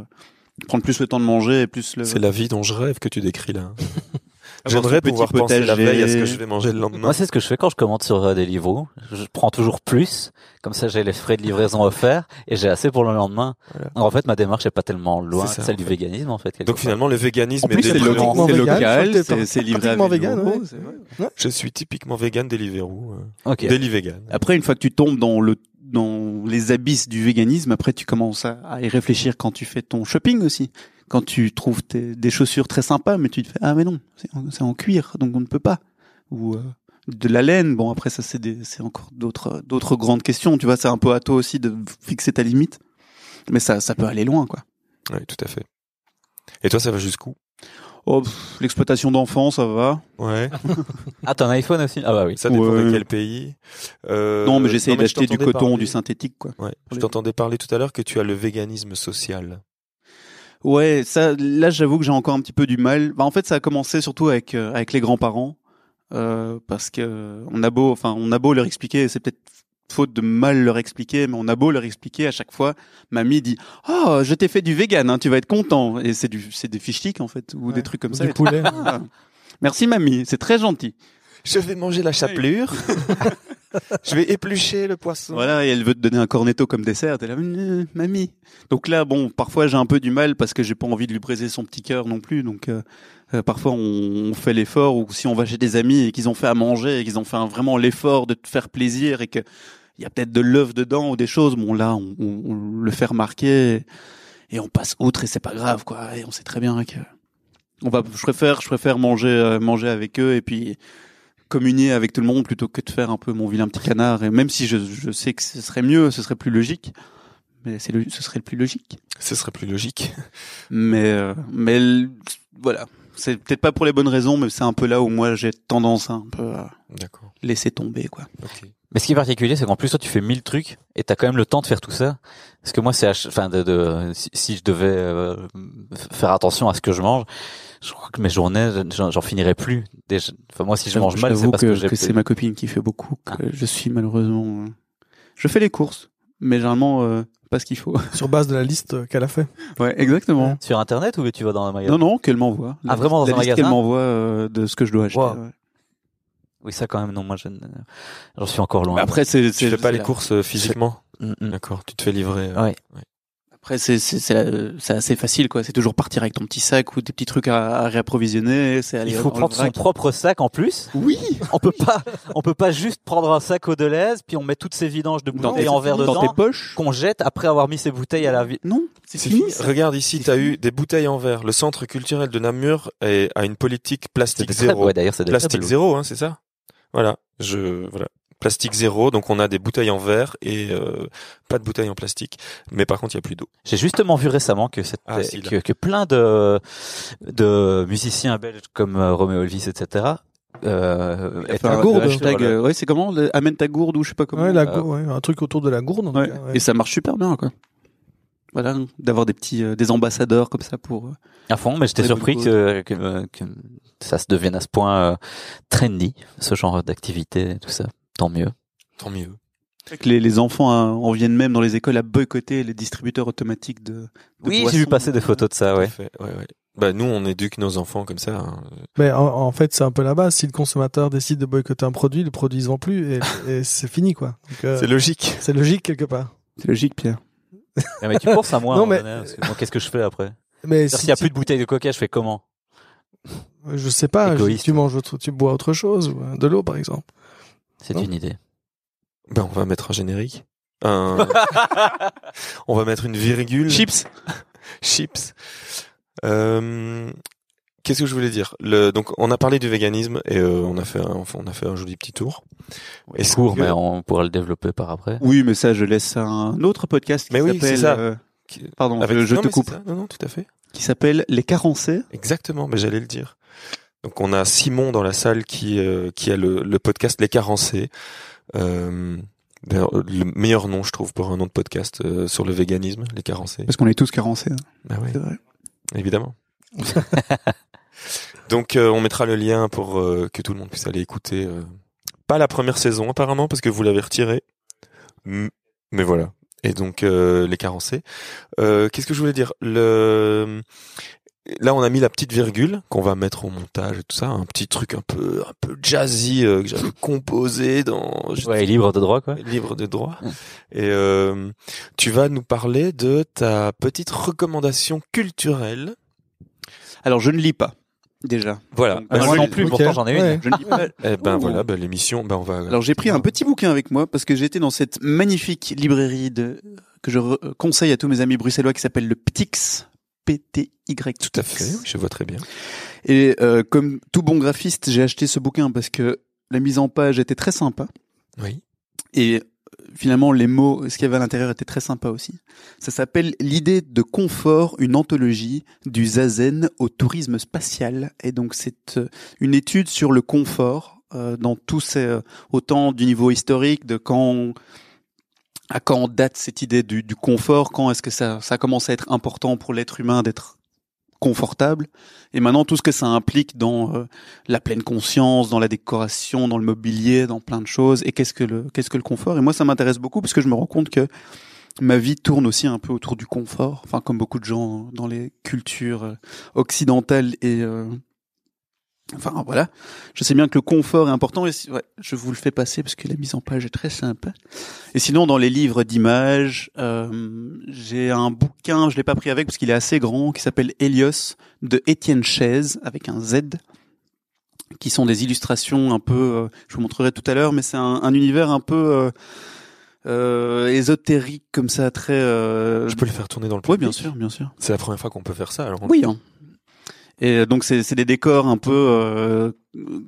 de prendre plus le temps de manger et plus le C'est la vie dont je rêve que tu décris là. euh. [LAUGHS] avoir J'aimerais son petit pouvoir penser la potager. veille à ce que je vais manger le lendemain. Moi, c'est ce que je fais quand je commande sur euh, Deliveroo. Je prends toujours plus, comme ça j'ai les frais de livraison offerts et j'ai assez pour le lendemain. Voilà. Alors, en fait, ma démarche est pas tellement loin de C'est ça, celle en du fait. véganisme, en fait. quelque Donc part. finalement, le véganisme En plus, est c'est devenu- local, pratiquement c'est vegan, je local, crois que c'est- t'es c'est livré à pratiquement vegan, vélo. ouais. C'est vrai. Je suis typiquement vegan Deliveroo. euh, Ok. Deli vegan. Après, une fois que tu tombes dans le dans les abysses du véganisme, après tu commences à, à y réfléchir quand tu fais ton shopping aussi. Quand tu trouves tes- des chaussures très sympas, mais tu te fais ah mais non, c'est en, c'est en cuir, donc on ne peut pas. Ou euh, de la laine. Bon après ça c'est des- c'est encore d'autres d'autres grandes questions. Tu vois, c'est un peu à toi aussi de fixer ta limite, mais ça ça peut aller loin quoi. Oui, tout à fait. Et toi, ça va jusqu'où Oh, pff, l'exploitation d'enfants ça va. Ouais. Ah, t'as un iPhone aussi Ah bah oui. Ça dépend de Ouais. quel pays. Euh, non mais j'essaye non, mais je d'acheter du t'entendais coton, parler- du synthétique quoi. Ouais. Je t'entendais parler tout à l'heure que tu as le véganisme social. Ouais, ça, là, j'avoue que j'ai encore un petit peu du mal. Bah, en fait, ça a commencé surtout avec euh, avec les grands-parents, euh, parce que euh, on a beau, enfin, on a beau leur expliquer, c'est peut-être faute de mal leur expliquer, mais on a beau leur expliquer à chaque fois, mamie dit, oh, je t'ai fait du vegan, hein, tu vas être content, et c'est du, c'est des fichetiques en fait, ou Ouais. des trucs comme Ou ça. du Et- poulet. Ah. Merci mamie, c'est très gentil. Je vais manger la chapelure. je vais éplucher le poisson. Voilà, et elle veut te donner un cornetto comme dessert, t'es là, Hum, mamie. Donc là, bon, parfois j'ai un peu du mal parce que j'ai pas envie de lui briser son petit cœur non plus. Donc euh, euh, parfois on, on fait l'effort, ou si on va chez des amis et qu'ils ont fait à manger et qu'ils ont fait un- vraiment l'effort de te faire plaisir et que il y a peut-être de l'œuf dedans ou des choses, bon là, on, on- on le fait remarquer et, et on passe outre et c'est pas grave quoi. Et on sait très bien que on va, je préfère, je préfère manger, euh, manger avec eux et puis communier avec tout le monde plutôt que de faire un peu mon vilain petit canard. Et même si je, je sais que ce serait mieux, ce serait plus logique, mais c'est le- ce serait le plus logique. Ce serait plus logique. Mais, euh, mais l- voilà, c'est peut-être pas pour les bonnes raisons, mais c'est un peu là où moi j'ai tendance à un peu à D'accord. laisser tomber quoi. Ok. Mais ce qui est particulier, c'est qu'en plus, toi, tu fais 1000 trucs et t'as quand même le temps de faire tout ça. Parce que moi, c'est, à ch- enfin, de, de- si, si je devais euh, f- faire attention à ce que je mange, je crois que mes journées, j'en, j'en finirais plus. Des- Enfin, moi, si je mange mal, c'est J'avoue parce que, j'ai. Ah. c'est ma copine qui fait beaucoup. Que Je suis malheureusement. euh, Je fais les courses, mais généralement euh, pas ce qu'il faut. [LAUGHS] Sur base de la liste qu'elle a fait. [LAUGHS] Ouais, exactement. Sur Internet ou tu vas dans un magasin Non, non, qu'elle m'envoie. Ah, vraiment dans la un liste magasin qu'elle m'envoie euh, de ce que je dois acheter. Wow. ouais. Oui, ça quand même, non, moi, je ne- j'en suis encore loin. Bah, Après, c'est Tu c'est- fais pas c'est les la- courses euh, physiquement. Mm, mm. D'accord. Tu te fais livrer. euh, Ah. Ouais. Après, c'est c'est- c'est la- c'est assez facile, quoi. C'est toujours partir avec ton petit sac ou des petits trucs à, à réapprovisionner. C'est aller Il faut dans le prendre son vrac. propre sac en [LAUGHS] plus. Oui. On peut pas, on peut pas juste prendre un sac au Deleuze, puis on met toutes ces vidanges de Dans bouteilles tes- en verre dans dedans, tes poches. qu'on jette après avoir mis ses bouteilles à la vi- Non, c'est C'est fini. fini. ça. Regarde ici, C'est t'as fini. eu des bouteilles en verre. Le centre culturel de Namur est- a une politique C'est plastique des crêpes, zéro. ouais, d'ailleurs, c'est des Plastique crêpes. zéro, hein, c'est ça Voilà, je voilà. Plastique zéro, donc on a des bouteilles en verre et euh, pas de bouteilles en plastique, mais par contre il y a plus d'eau. J'ai justement vu récemment que, cette, Ah, si, là. que, que plein de, de musiciens belges comme euh, Roméo Elvis, etc., euh, étaient- Enfin, la gourde. le hashtag, Voilà. euh, ouais, c'est comment le- Amène ta gourde ou je sais pas comment. Ouais, la euh, gour- ouais, un truc autour de la gourde. en tout Ouais. cas, Et ça marche super bien, quoi. Voilà, d'avoir des petits, euh, des ambassadeurs comme ça pour. euh, à fond, mais j'étais Très surpris bonne que, que, euh, que ça se devienne à ce point euh, trendy, ce genre d'activité, et tout ça. Tant mieux. Tant mieux. que les, les enfants euh, en viennent même dans les écoles à boycotter les distributeurs automatiques de. de Oui, j'ai boissons. vu passer des photos de [LAUGHS] ça, ouais. Tout à fait, ouais, ouais. Bah nous on éduque nos enfants comme ça. hein. Mais en, en fait, c'est un peu la base. Si le consommateur décide de boycotter un produit, le produit ils en [LAUGHS] plus et, et c'est fini quoi. Donc, euh, C'est logique. c'est logique quelque part. C'est logique, Pierre. Ah, Mais tu penses à moi, Non, à un moment mais- donné, parce que moi, qu'est-ce que je fais après Mais C'est-à-dire, si S'il n'y a tu- plus de bouteilles de coca, je fais comment je sais pas, Égoïste. tu manges autre, tu bois autre chose, ou, euh, de l'eau par exemple. C'est Non. une idée. Ben on va bah, mettre un générique. un- on va mettre une virgule. Chips. Chips. Euh, Qu'est-ce que je voulais dire Le- Donc, on a parlé du véganisme et euh, on a fait un, enfin, on a fait un joli petit tour. Et Court, mais on pourra le développer par après. Oui, mais ça, je laisse à un autre podcast qui Mais oui, c'est s'appelle. ça. euh, pardon, Avec- je, je Non, te mais coupe. c'est ça. Non, non, tout à fait. Qui s'appelle Les Carencés. Exactement, mais j'allais le dire. Donc on a Simon dans la salle qui euh, qui a le, le podcast Les Carencés. Euh, d'ailleurs, le meilleur nom je trouve pour un nom de podcast euh, sur le véganisme, Les Carencés. Parce qu'on est tous carencés. hein, Bah oui, c'est vrai. évidemment. Donc euh, on mettra le lien pour euh, que tout le monde puisse aller écouter. euh, pas la première saison apparemment parce que vous l'avez retiré. M- Mais voilà. Et donc euh, les carencés. Euh, Qu'est-ce que je voulais dire Le Là, on a mis la petite virgule qu'on va mettre au montage et tout ça, un petit truc un peu un peu jazzy euh, que j'avais composé dans Ouais, et libre de droit, quoi. libre de droit. Mm. Et euh, tu vas nous parler de ta petite recommandation culturelle. Alors, je ne lis pas. Déjà. Voilà. Donc, Ah, bah, moi je- non plus, ok. pourtant j'en ai une. Ouais. Je ne lis pas. Eh ben Ouh. voilà, ben, l'émission, ben on va. [LAUGHS] Alors, j'ai pris un petit bouquin avec moi parce que j'ai été dans cette magnifique librairie de, que je re- conseille à tous mes amis bruxellois qui s'appelle le Ptix. P-T-Y. tout à fait. Je vois très bien. Et euh, comme tout bon graphiste, j'ai acheté ce bouquin parce que la mise en page était très sympa. Oui. Et euh, finalement, les mots, ce qu'il y avait à l'intérieur était très sympa aussi. Ça s'appelle L'idée de confort, une anthologie du zazen au tourisme spatial. Et donc, c'est euh, une étude sur le confort euh, dans tous ces, euh, autant du niveau historique, de quand, à quand date cette idée du, du confort, quand est-ce que ça, ça commence à être important pour l'être humain d'être confortable. Et maintenant, tout ce que ça implique dans euh, la pleine conscience, dans la décoration, dans le mobilier, dans plein de choses. Et qu'est-ce que le qu'est-ce que le confort Et moi, ça m'intéresse beaucoup parce que je me rends compte que ma vie tourne aussi un peu autour du confort. Enfin, comme beaucoup de gens dans les cultures euh, occidentales et euh, enfin voilà. Je sais bien que le confort est important. Et si- ouais, je vous le fais passer parce que la mise en page est très sympa. Et sinon, dans les livres d'images, euh, j'ai un bouquin. Je l'ai pas pris avec parce qu'il est assez grand, qui s'appelle Helios de Étienne Chaise avec un Z qui sont des illustrations un peu, euh, je vous montrerai tout à l'heure, mais c'est un, un univers un peu euh, euh, ésotérique comme ça, très. Euh... Je peux le faire tourner dans le. Oui, public bien sûr, bien sûr. C'est la première fois qu'on peut faire ça. Alors on- Oui. hein. Et euh, donc c'est c'est des décors un peu euh,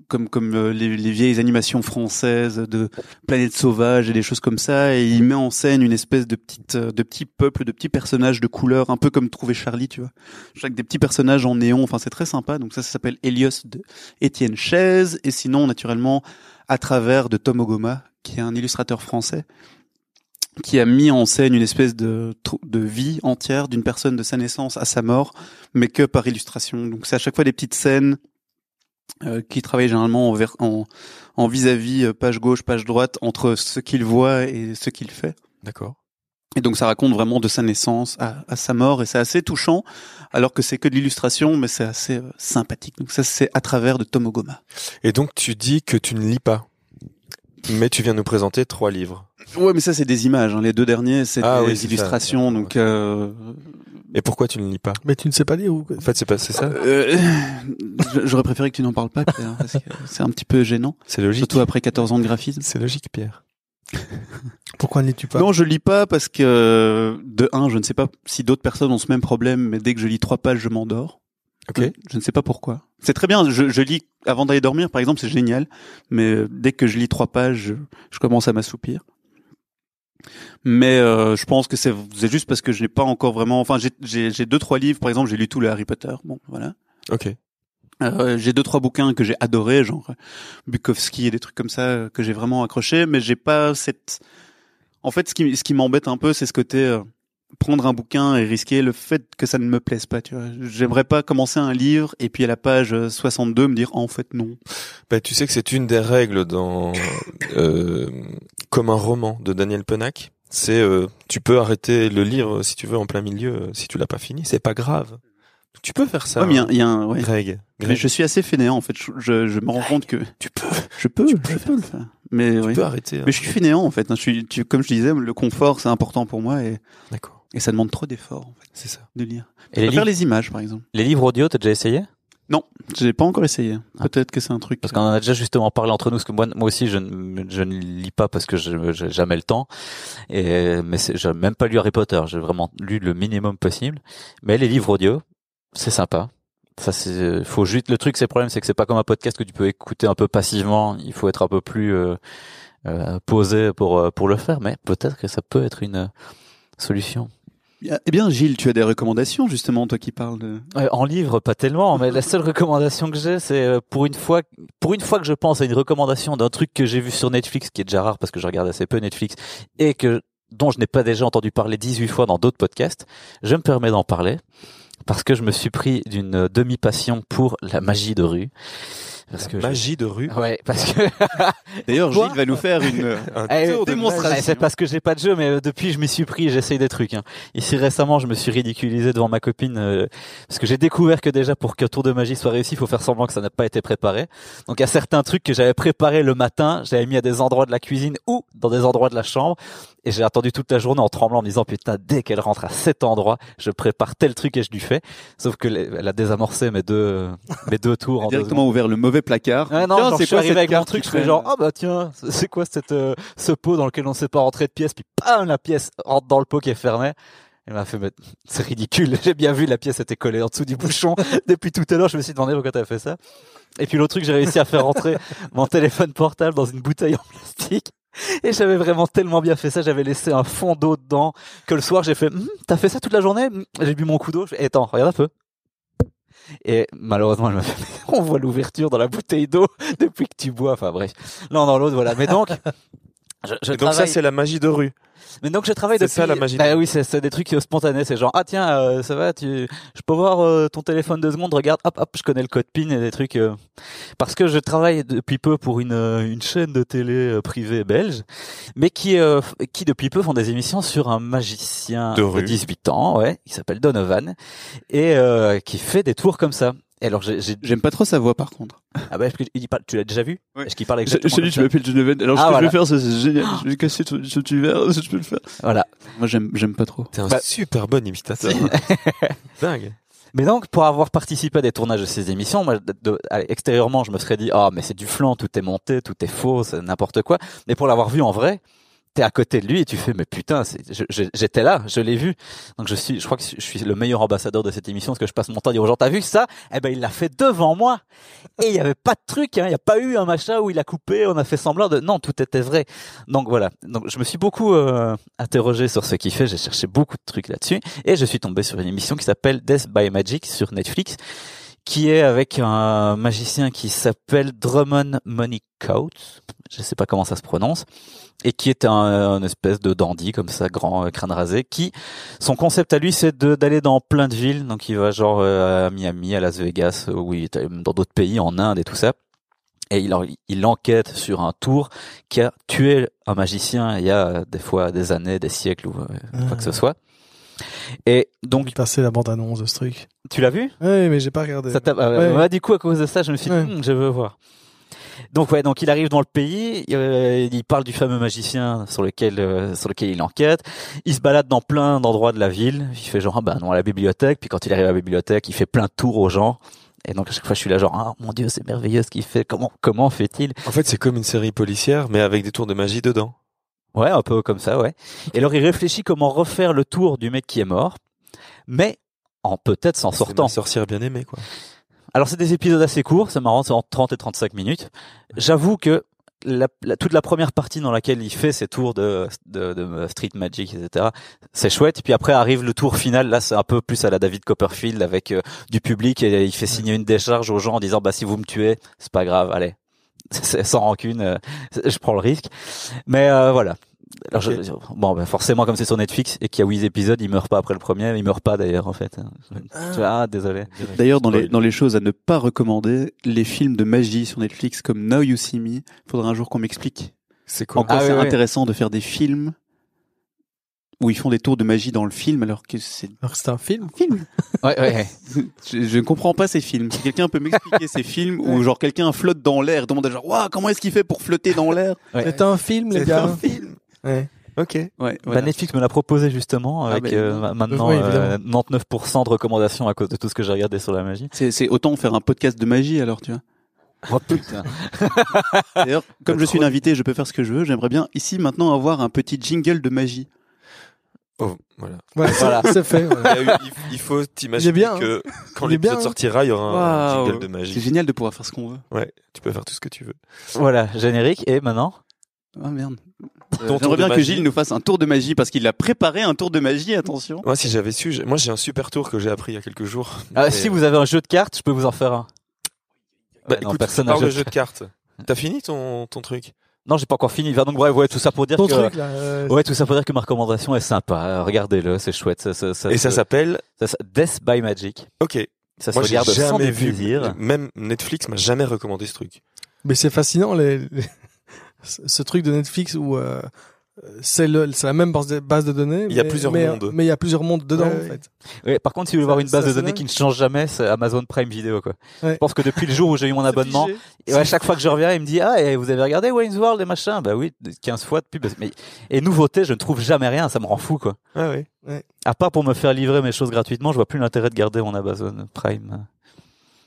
comme comme euh, les, les vieilles animations françaises de planète sauvage et des choses comme ça. Et il met en scène une espèce de petite euh, de petit peuple, de petits personnages de couleur, un peu comme trouver Charlie, tu vois. Chaque des petits personnages en néon. Enfin c'est très sympa. Donc ça ça s'appelle Helios de Étienne Chaise. Et sinon naturellement à travers de Tom Ogoma, qui est un illustrateur français qui a mis en scène une espèce de, tr- de vie entière d'une personne de sa naissance à sa mort, mais que par illustration. Donc c'est à chaque fois des petites scènes euh, qui travaillent généralement en, ver- en, en vis-à-vis, euh, page gauche, page droite, entre ce qu'il voit et ce qu'il fait. D'accord. Et donc ça raconte vraiment de sa naissance à, à sa mort, et c'est assez touchant, alors que c'est que de l'illustration, mais c'est assez euh, sympathique. Donc ça c'est à travers de Tom Ogoma. Et donc tu dis que tu ne lis pas, mais tu viens nous présenter trois livres. Ouais, mais ça c'est des images. hein. Les deux derniers c'est Ah des oui, c'est ça, illustrations, d'accord, donc euh, Et pourquoi tu ne lis pas Mais tu ne sais pas lire ou quoi En fait, c'est pas c'est ça. Euh, [LAUGHS] je- J'aurais préféré que tu n'en parles pas, Pierre, parce que c'est un petit peu gênant, C'est logique. surtout après 14 ans de graphisme. C'est logique, Pierre. Pourquoi ne lis-tu pas Non, je lis pas parce que de un, je ne sais pas si d'autres personnes ont ce même problème, mais dès que je lis trois pages, je m'endors. Euh, Ok. Je, je ne sais pas pourquoi. C'est très bien. Je, je lis avant d'aller dormir, par exemple, c'est génial. Mais euh, dès que je lis trois pages, je, je commence à m'assoupir. Mais euh, je pense que c'est c'est juste parce que je n'ai pas encore vraiment. Enfin, j'ai- j'ai j'ai deux trois livres. Par exemple, j'ai lu tout le Harry Potter. Bon, voilà. Ok. Euh, j'ai deux trois bouquins que j'ai adorés, genre euh, Bukowski et des trucs comme ça euh, que j'ai vraiment accroché, mais j'ai pas cette. En fait, ce qui ce qui m'embête un peu, c'est ce côté euh, prendre un bouquin et risquer le fait que ça ne me plaise pas. Tu vois, j'aimerais pas commencer un livre et puis à la page euh, 62 me dire Ah, en fait non. Bah, tu sais que c'est une des règles dans euh, comme un roman de Daniel Penac. C'est euh, tu peux arrêter le livre si tu veux en plein milieu euh, si tu l'as pas fini, c'est pas grave. Tu peux faire ça. Ouais, mais il y a un- il y a un- ouais. Greg, Mais Greg, je suis assez fainéant en fait. Je, je, je me rends compte que tu peux, je peux, Tu peux je faire peux le faire. Mais tu oui. peux arrêter. hein. Mais je suis fainéant en fait. hein. Je suis, tu, comme je disais, le confort c'est important pour moi et, D'accord, et ça demande trop d'efforts en fait, c'est ça. de lire. Et les, faire livres, les images par exemple. les livres audio, t'as déjà essayé Non, j'ai pas encore essayé. Ah. Peut-être que c'est un truc. Parce qu'on en a déjà justement parlé entre nous, parce que moi, moi aussi, je ne, je ne lis pas parce que je j'ai jamais le temps. Et, mais c'est- j'ai même pas lu Harry Potter. J'ai vraiment lu le minimum possible. Mais les livres audio, c'est sympa. Ça, c'est, faut juste, le truc, c'est le problème, c'est que c'est pas comme un podcast que tu peux écouter un peu passivement. Il faut être un peu plus, euh, euh, posé pour, euh, pour le faire. Mais peut-être que ça peut être une euh, solution. Eh bien, Gilles, tu as des recommandations justement, toi qui [LAUGHS] parles de. Euh, En livre, pas tellement, mais la seule recommandation que j'ai, c'est euh, pour une fois, pour une fois que je pense à une recommandation d'un truc que j'ai vu sur Netflix, qui est déjà rare parce que je regarde assez peu Netflix, et que dont je n'ai pas déjà entendu parler 18 fois dans d'autres podcasts, je me permets d'en parler parce que je me suis pris d'une demi-passion pour la magie de rue. Parce que je- Ah, Magie de rue. Ouais, parce que D'ailleurs, Quoi Gilles va nous faire [LAUGHS] une. euh, Un Eh, tour de démonstration. magie. eh, c'est parce que j'ai pas de jeu, mais euh, depuis je m'y suis pris, j'essaye des trucs. hein. Ici récemment, je me suis ridiculisé devant ma copine euh, parce que j'ai découvert que déjà pour qu'un tour de magie soit réussi, il faut faire semblant que ça n'a pas été préparé. Donc il y a certains trucs que j'avais préparés le matin, j'avais mis à des endroits de la cuisine ou dans des endroits de la chambre, et j'ai attendu toute la journée en tremblant, en me disant putain dès qu'elle rentre à cet endroit, je prépare tel truc et je lui fais. Sauf que les- elle a désamorcé mes deux euh, mes deux tours en deux secondes. Directement ouvert le mauvais placard. Ah non, Tiens, genre, je c'est suis quoi arrivé cette avec mon carte truc, qui je fais traîne genre, oh bah tiens, c'est c'est quoi cette, euh, ce pot dans lequel on sait pas rentrer de pièce, puis pam, la pièce rentre dans le pot qui est fermé. Elle m'a fait, mais c'est ridicule, [LAUGHS] j'ai bien vu, la pièce était collée en dessous du bouchon. [LAUGHS] Depuis tout à l'heure, je me suis demandé pourquoi t'as fait ça. Et puis l'autre truc, j'ai réussi à [LAUGHS] faire rentrer mon téléphone portable dans une bouteille en plastique. Et j'avais vraiment tellement bien fait ça, j'avais laissé un fond d'eau dedans, que le soir j'ai fait, Hum, t'as fait ça toute la journée Hum. J'ai bu mon coup d'eau, je fais, Eh, attends, regarde un peu. Et malheureusement, elle m'a fait, [LAUGHS] on voit l'ouverture dans la bouteille d'eau [LAUGHS] depuis que tu bois. Enfin bref, l'un dans l'autre, voilà. [LAUGHS] Mais donc, je, je Et donc ça, travaille. c'est la magie de rue. mais donc je travaille c'est depuis. ça, la magie. Bah oui, c'est c'est des trucs euh, spontanés. C'est genre ah tiens, euh, ça va, tu, je peux voir euh, ton téléphone deux secondes. Regarde, hop hop, je connais le code PIN et des trucs. euh, Parce que je travaille depuis peu pour une euh, une chaîne de télé euh, privée belge, mais qui euh, f- qui depuis peu font des émissions sur un magicien De rue. 18 ans, ouais, qui s'appelle Donovan et euh, qui fait des tours comme ça. Et alors j'ai j'ai- J'aime pas trop sa voix, par contre. ah bah, est-ce qu'il- il parle- tu l'as déjà vu Oui. Est-ce qu'il parle Je, exactement je te dis, comme je m'appelle Geneviève. Alors, ce Ah, que voilà. je vais faire, c'est- c'est génial. [LAUGHS] Je vais casser ce, ce tuyau, je peux le faire. ça Voilà. Moi, j'aime, j'aime pas trop. T'es un Bah- super bon imitateur. [LAUGHS] Dingue. Mais donc, pour avoir participé à des tournages de ces émissions, moi, de- de- à- extérieurement, je me serais dit, ah, mais c'est du flan, tout est monté, tout est faux, c'est n'importe quoi. Mais pour l'avoir vu en vrai, t'es à côté de lui et tu fais, mais putain, c'est- je- je- j'étais là, je l'ai vu. Donc je suis, je crois que je suis le meilleur ambassadeur de cette émission parce que je passe mon temps à dire aux gens, t'as vu ça? Eh ben, il l'a fait devant moi. Et il n'y avait pas de truc, hein. Il n'y a pas eu un machin où il a coupé, on a fait semblant de, non, tout était vrai. Donc voilà. Donc je me suis beaucoup, euh, interrogé sur ce qu'il fait. J'ai cherché beaucoup de trucs là-dessus. Et je suis tombé sur une émission qui s'appelle Death by Magic sur Netflix, qui est avec un magicien qui s'appelle Drummond Money Coates. Je sais pas comment ça se prononce. Et qui est un, un espèce de dandy comme ça, grand euh, crâne rasé, qui son concept à lui c'est de d'aller dans plein de villes. Donc il va genre euh, à Miami, à Las Vegas, euh, oui, même dans d'autres pays, en Inde et tout ça. Et il, en- il enquête sur un tour qui a tué un magicien il y a euh, des fois des années, des siècles ou euh, quoi que ce soit. Et donc, Passer Ah, la bande-annonce de ce truc. tu l'as vu Ouais, mais j'ai pas regardé. ça t'a- ah ouais, Ouais. ouais, Du coup, à cause de ça, je me suis dit, Ouais. Hmm, je veux voir. Donc ouais, donc il arrive dans le pays, euh, il parle du fameux magicien sur lequel euh, sur lequel il enquête. Il se balade dans plein d'endroits de la ville. Il fait genre ah ben non à la bibliothèque. Puis quand il arrive à la bibliothèque, il fait plein de tours aux gens. Et donc à chaque fois, je suis là genre ah mon dieu, c'est merveilleux ce qu'il fait. Comment comment fait-il En fait, c'est comme une série policière, mais avec des tours de magie dedans. Ouais, un peu comme ça, ouais. Et alors il réfléchit comment refaire le tour du mec qui est mort, mais en peut-être s'en C'est ma sortant. sorcière bien aimée, quoi. Alors c'est des épisodes assez courts, c'est marrant, c'est entre 30 et 35 minutes. J'avoue que la- la- toute la première partie dans laquelle il fait ses tours de, de, de street magic, etc., c'est chouette. Puis après arrive le tour final, là c'est un peu plus à la David Copperfield avec euh, du public et il fait signer une décharge aux gens en disant bah si vous me tuez, c'est pas grave, allez. [LAUGHS] C'est- sans rancune, euh, c'est- je prends le risque. Mais euh, voilà. Alors je- Ok. je- bon, ben, forcément comme c'est sur Netflix et qu'il y a 8 épisodes, il meurt pas après le premier, il meurt pas d'ailleurs en fait. Ah désolé. D'ailleurs, dans les, Spoil. dans les choses à ne pas recommander, les films de magie sur Netflix comme Now You See Me, faudra un jour qu'on m'explique. C'est quoi En quoi Ah, c'est oui, oui. intéressant de faire des films où ils font des tours de magie dans le film alors que c'est Alors, c'est un film. Ouais, ouais, ouais. [LAUGHS] je, je ne comprends pas ces films. Si quelqu'un peut m'expliquer ces films où genre quelqu'un flotte dans l'air, demande à genre Waouh, comment est-ce qu'il fait pour flotter dans l'air Ouais. C'est un film, les C'est gars. un film. Ouais. Ok. Ouais, Bah, voilà. Netflix me l'a proposé Ah, justement avec bah, euh, ma- maintenant oui, euh, évidemment. 99% de recommandations à cause de tout ce que j'ai regardé sur la magie. C'est c'est autant faire un podcast de magie alors, tu vois. Oh putain. [LAUGHS] D'ailleurs, comme Bah, je suis trop. l'invité, je peux faire ce que je veux. J'aimerais bien ici maintenant avoir un petit jingle de magie. Oh, voilà. Voilà, c'est- Voilà. c'est fait. voilà. [LAUGHS] Il y a eu- il- il faut Il est t'imaginer bien, que quand Il est bien, l'épisode hein. sortira, il y aura un Waouh. jingle de magie. C'est génial de pouvoir faire ce qu'on veut. Ouais, tu peux faire tout ce que tu veux. voilà, générique et maintenant Ah merde. Ton Euh, tour de J'aimerais bien que magie. Gilles nous fasse un tour de magie parce qu'il a préparé un tour de magie, attention. Moi, si j'avais su, j'ai- moi j'ai un super tour que j'ai appris il y a quelques jours. [LAUGHS] Ah, Mais- si vous avez un jeu de cartes, je peux vous en faire un. Bah, Ouais, non, écoute, personne tu n'a parles de jeu jeu de [LAUGHS] cartes. T'as fini ton, ton truc Non, j'ai pas encore fini. Enfin, Donc bref, ouais, tout ça pour dire Ton que truc là. euh, ouais, tout ça pour dire que ma recommandation est sympa. Euh, Regardez-le, c'est chouette. Ça, ça, ça, Et ça se- s'appelle. ça se- Death by Magic. Ok. Ça se Moi, j'ai regarde sans jamais vu. [LAUGHS] plaisir. Même Netflix m'a jamais recommandé ce truc. Mais c'est fascinant les, les- ce ce truc de Netflix où euh, c'est le c'est la même base de, base de données. Il y a mais- plusieurs mais, mondes. Mais il y a plusieurs mondes dedans Ouais, en fait. Ouais, par contre, si vous voulez voir Ça- une base ça, de c'est données dingue. qui ne change jamais, c'est Amazon Prime Video. Quoi. Ouais. Je pense que depuis le jour où j'ai eu mon abonnement, et ouais, à chaque fois que je reviens, il me dit ah, et vous avez regardé Wayne's World et machin. Bah oui, 15 fois depuis. parce- Mais et nouveauté, je ne trouve jamais rien. Ça me rend fou quoi. Ah ouais. À part pour me faire livrer mes choses gratuitement, je vois plus l'intérêt de garder mon Amazon Prime.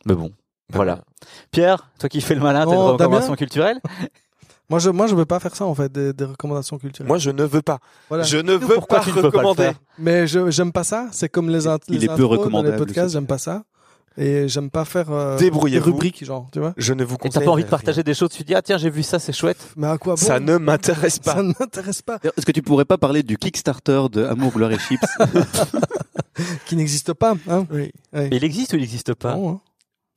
Mais bon. Bah Voilà. Pierre, toi qui fais le malin, t'as une Oh, recommandation Damien culturelle Moi je moi je veux pas faire ça en fait des, des recommandations culturelles. Moi, je ne veux pas. Voilà. Je ne veux Pourquoi pas tu ne peux pas le recommander. faire Mais je j'aime pas ça. C'est comme les, int- Il les est peu intros dans recommandable, les ce podcasts. J'aime pas ça. Et j'aime pas faire euh, des Débrouillez-vous. rubriques genre tu vois. Je ne vous Et conseille. t'as pas envie de rien. partager des choses, tu te dis ah tiens j'ai vu ça, c'est chouette. Mais à quoi bon Ça ne m'intéresse ça pas. ne m'intéresse pas. D'ailleurs, Est-ce que tu pourrais pas parler du Kickstarter de Amour, Gloire et Chips Qui n'existe pas. Hein Oui. Mais il existe ou il n'existe pas Non, hein.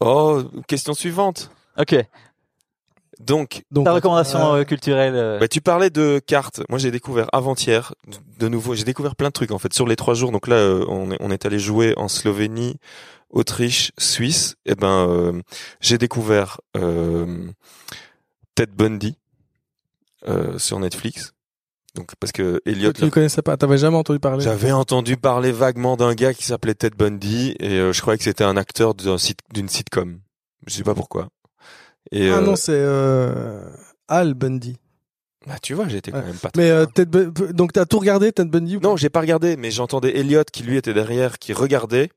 Oh, question suivante. Ok, Donc, Donc ta recommandation euh, euh, culturelle euh, bah, tu parlais de cartes. Moi, j'ai découvert avant-hier, de nouveau, j'ai découvert plein de trucs en fait sur les trois jours. Donc là, euh, on est, on est allé jouer en Slovénie, Autriche, Suisse. Et ben, euh, j'ai découvert euh, Ted Bundy euh, sur Netflix. Donc parce que Elliot tu le connaissais pas. T'avais jamais entendu parler. J'avais entendu parler vaguement d'un gars qui s'appelait Ted Bundy et euh, je croyais que c'était un acteur d'un sit- d'une sitcom. Je sais pas pourquoi. Et Ah euh, non c'est euh, Al Bundy. bah, tu vois, j'étais quand Ouais. même pas. très Mais euh, loin. Ted Bu- donc t'as tout regardé Ted Bundy ou pas non, j'ai pas regardé, mais j'entendais Elliot qui lui était derrière, qui regardait.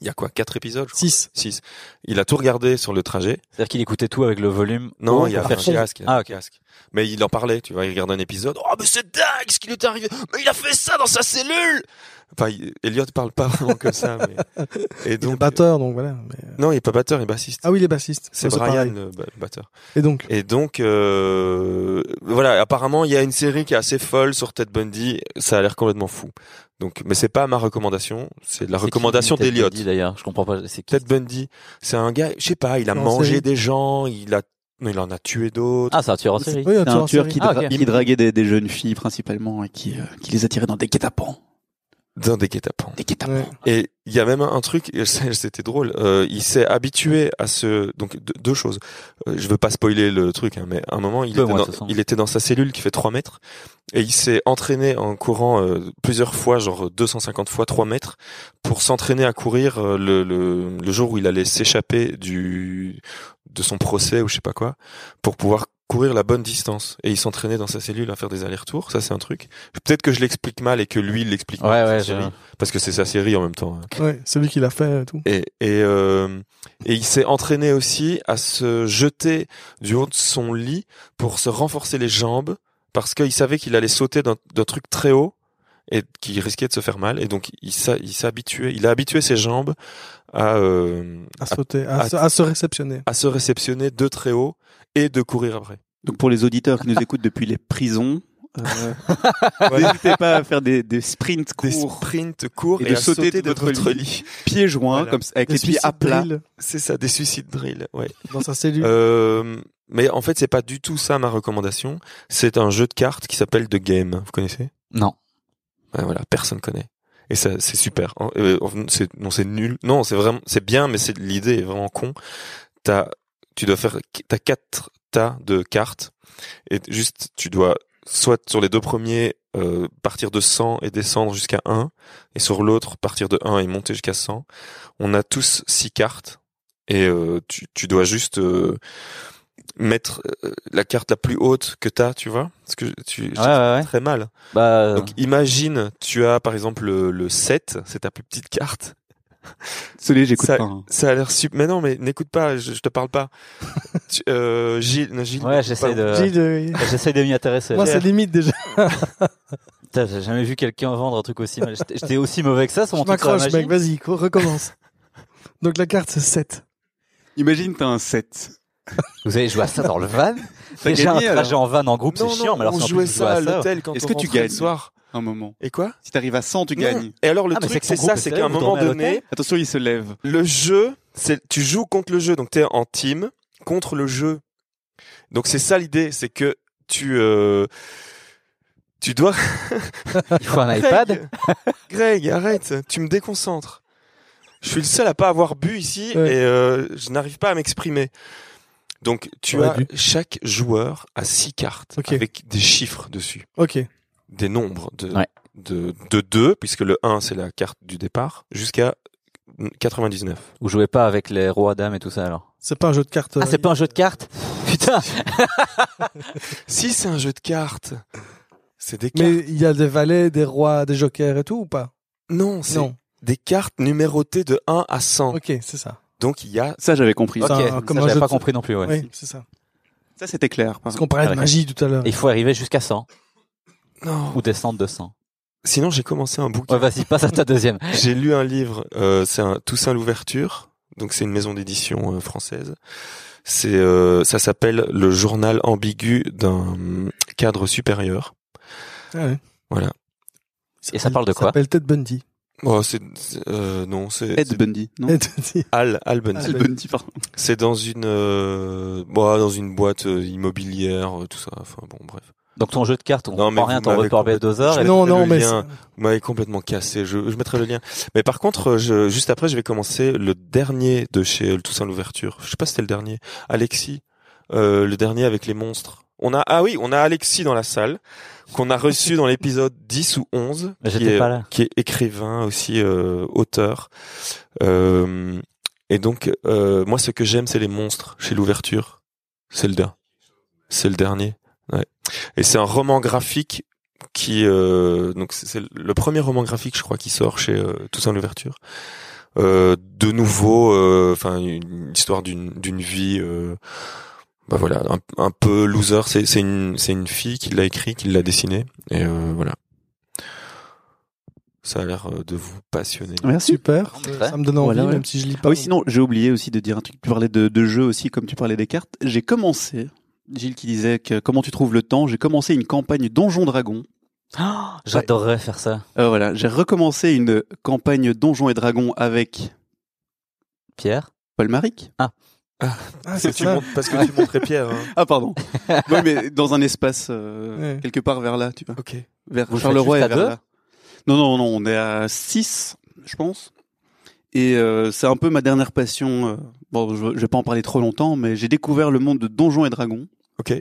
Il y a quoi, quatre épisodes je crois 6. Six. Il a tout regardé sur le trajet. C'est-à-dire qu'il écoutait tout avec le volume. Non, Oh, haut il y a pour un faire chier. casque. il y a Ah, un ok. casque. Mais il en parlait, tu vois, il regarde un épisode. Oh, mais c'est dingue ce qui lui est arrivé. Mais il a fait ça dans sa cellule. Enfin, il- Elliot parle pas vraiment comme ça. [LAUGHS] Mais... Et Donc donc, euh, batteur donc voilà. mais- non, il est pas batteur, il est bassiste. Ah oui il est bassiste. C'est Bon, Brian, pareil. le ba- batteur. Et donc Et donc, euh, voilà, apparemment, il y a une série qui est assez folle sur Ted Bundy. Ça a l'air complètement fou. Donc, mais c'est pas ma recommandation, c'est la C'est qui, recommandation Ted d'Eliott. Bundy, D'ailleurs, je comprends pas. C'est qui Ted Bundy, c'est un gars, je sais pas, il a Non, mangé c'est- des gens, il a, il en a tué d'autres. Ah, c'est un tueur en série. Oui, un C'est tueur un en tueur série. qui, Ah, dra- ok. qui draguait des, des jeunes filles principalement et qui, euh, qui les attirait dans des guet-apens. Dans des guet-apens. Des guet-apens. Ouais. Et il y a même un, un truc, [LAUGHS] c'était drôle. euh, il s'est habitué à ce, donc deux, deux choses. Euh, je veux pas spoiler le truc, hein, mais à un moment il Peu était, moins, dans, de toute façon. il était dans sa cellule qui fait 3 mètres et il s'est entraîné en courant euh, plusieurs fois, genre 250 fois 3 mètres, pour s'entraîner à courir euh, le, le, le jour où il allait s'échapper du de son procès ou je sais pas quoi, pour pouvoir courir la bonne distance. Et il s'entraînait dans sa cellule à faire des allers-retours. Ça c'est un truc. Peut-être que je l'explique mal et que lui il l'explique Ouais, mal, sa ouais, je- série, parce que c'est sa série en même temps. hein. Ouais, c'est lui qui l'a fait et tout. Et, et, euh, et il s'est entraîné aussi à se jeter du haut de son lit pour se renforcer les jambes parce qu'il savait qu'il allait sauter d'un d'un truc très haut et qu'il risquait de se faire mal. Et donc il s'a- il s'habituait, il a habitué ses jambes à, euh, À à, sauter, à, à- se, à se réceptionner. à se réceptionner de très haut et de courir après. Donc pour les auditeurs qui nous écoutent depuis les prisons, [LAUGHS] euh, n'hésitez pas à faire des, des sprints Des courts, sprints courts et, Et de à sauter, sauter de votre, lit. [LAUGHS] pieds joints, Voilà. comme, ça, avec Des les pieds à suicides plat. drills C'est ça, des suicides drills. Ouais. Dans sa cellule. Euh, mais en fait, c'est pas du tout ça ma recommandation. C'est un jeu de cartes qui s'appelle The Game. Vous connaissez Non. Ouais, voilà, personne connaît. Et ça, c'est super. En- euh, en- c'est- non, c'est nul. Non, c'est vraiment, c'est bien, mais c'est l'idée est vraiment con. T'as, tu dois faire, t'as quatre tas de cartes et juste, tu dois soit sur les deux premiers euh, partir de 100 et descendre jusqu'à 1 et sur l'autre partir de 1 et monter jusqu'à 100. On a tous six cartes et euh, tu, tu dois juste euh, mettre euh, la carte la plus haute que t'as, tu vois Parce que tu je Ouais, ouais, ouais. très mal. Bah, euh, Donc imagine, tu as par exemple le, le 7, c'est ta plus petite carte. Désolé, j'écoute Ça- pas. hein. Ça a l'air super. Mais non, mais n'écoute pas, je, je te parle [LAUGHS] pas. Tu- euh, Gilles, non, Gilles, ouais, j'essaie pardon. J'ai de, de- j'essaie de m'y intéresser. Moi, c'est limite déjà. Putain, j'ai jamais vu quelqu'un vendre un truc aussi mal. J'étais- J'étais aussi mauvais que ça sur Je mon truc sur la m'accroche, magie. mec. Vas-y, co- recommence. Donc la carte, c'est 7. Imagine, t'as un 7. Vous avez joué à ça dans le van T'as Déjà un gagné, trajet en van en groupe, c'est Non, chiant. non, mais alors on si en plus jouait tu joues ça à à l'hôtel quand Est-ce on que tu rentrait le gagnes soir. Un moment. Et quoi Si t'arrives à 100, tu Non. gagnes. Et alors le Ah, mais c'est truc, que c'est ton ça, groupe c'est est qu'à un célèbre, moment vous dormez à donné, l'hôtel Attention, il se lève. le jeu, c'est tu joues contre le jeu, donc t'es en team contre le jeu. Donc c'est ça l'idée, c'est que tu euh, tu dois. [LAUGHS] Il faut un iPad. Greg, arrête, tu me déconcentres. Je suis le seul à pas avoir bu ici Ouais. et euh, je n'arrive pas à m'exprimer. Donc tu T'aurais as dû. chaque joueur a six cartes Ok. avec des chiffres dessus, Ok. des nombres de Ouais. de de deux puisque le 1 c'est la carte du départ jusqu'à 99. Vous jouez pas avec les rois dames et tout ça alors C'est pas un jeu de cartes. euh, Ah, c'est pas un jeu de cartes [LAUGHS] Putain Si c'est un jeu de cartes, c'est des cartes. Mais il y a des valets, des rois, des jokers et tout ou pas Non, c'est Non. des cartes numérotées de 1 à 100. Ok, c'est ça. Donc il y a Ça, j'avais compris. Ok, un- ça, euh, comme un jeu j'avais de- pas compris non plus. Ouais. Oui, c'est ça. Ça, c'était clair. par Parce qu'on parlait de Avec- magie tout à l'heure. Et Il faut arriver jusqu'à 100 non. ou descendre de 100. Sinon j'ai commencé un bouquin. Ouais, vas-y, passe à ta deuxième. J'ai lu un livre, euh, c'est un Toussaint l'ouverture, donc c'est une maison d'édition euh, française. C'est euh, ça s'appelle le journal ambigu d'un mm, cadre supérieur. Ah ouais. Voilà. Et ça parle de quoi Ça s'appelle Ted Bundy. Oh, c'est c'est- euh, non, c'est Ed c'est Bundy, non Hmm. Ted Bundy. Al Al Bundy. Ed Bundy, pardon. C'est dans une euh, bah, dans une boîte euh, immobilière, euh, tout ça. Enfin bon, bref. Donc ton jeu de cartes, on Non, mais comprend rien, vous t'en m'avez reparler complètement- deux Ah, heures. Je et- vais Non, trouver non, le mais lien. c'est- Vous m'avez complètement cassé. Je, je mettrai le lien. Mais par contre, euh, je, juste après, je vais commencer le dernier de chez euh, le Toussaint l'ouverture. Je sais pas si c'était le dernier. Alexis, euh, le dernier avec les monstres. On a ah oui, on a Alexis dans la salle qu'on a reçu dans l'épisode [LAUGHS] 10 ou 11 Mais qui j'étais est, pas là. qui est écrivain aussi euh, auteur. Euh, et donc euh, moi ce que j'aime c'est les monstres chez l'ouverture. C'est le dernier. C'est le dernier. Ouais. Et c'est un roman graphique qui euh, donc c'est- c'est le premier roman graphique je crois qui sort chez euh, Toussaint l'ouverture. Euh, de nouveau, euh, enfin une histoire d'une d'une vie, euh, bah voilà, un, un peu loser. C'est c'est une c'est une fille qui l'a écrit, qui l'a dessiné, et euh, voilà. Ça a l'air euh, de vous passionner. Merci. Super. Ouais. Ça me donne envie, Voilà, ouais. même si je lis pas. Ah oui, sinon, j'ai oublié aussi de dire un truc. Tu parlais de, de jeux aussi, comme tu parlais des cartes. J'ai commencé, Gilles qui disait que comment tu trouves le temps, j'ai commencé une campagne Donjon Dragon. Ah, J'adorerais faire ça. Euh, voilà, j'ai recommencé une campagne Donjon et Dragon avec Pierre Paul Maric. Ah, Parce que c'est tu ça. montres- parce que tu montrais Pierre. hein. Ah, pardon. oui, mais dans un espace, euh, Ouais. quelque part vers là, tu vois. Ok. Vers Vous le Charleroi et faites juste vers à deux là. Non, non, non, on est à 6, je pense. Et euh, c'est un peu ma dernière passion. euh, Bon, je, je vais pas en parler trop longtemps, mais j'ai découvert le monde de Donjons et Dragons. Ok.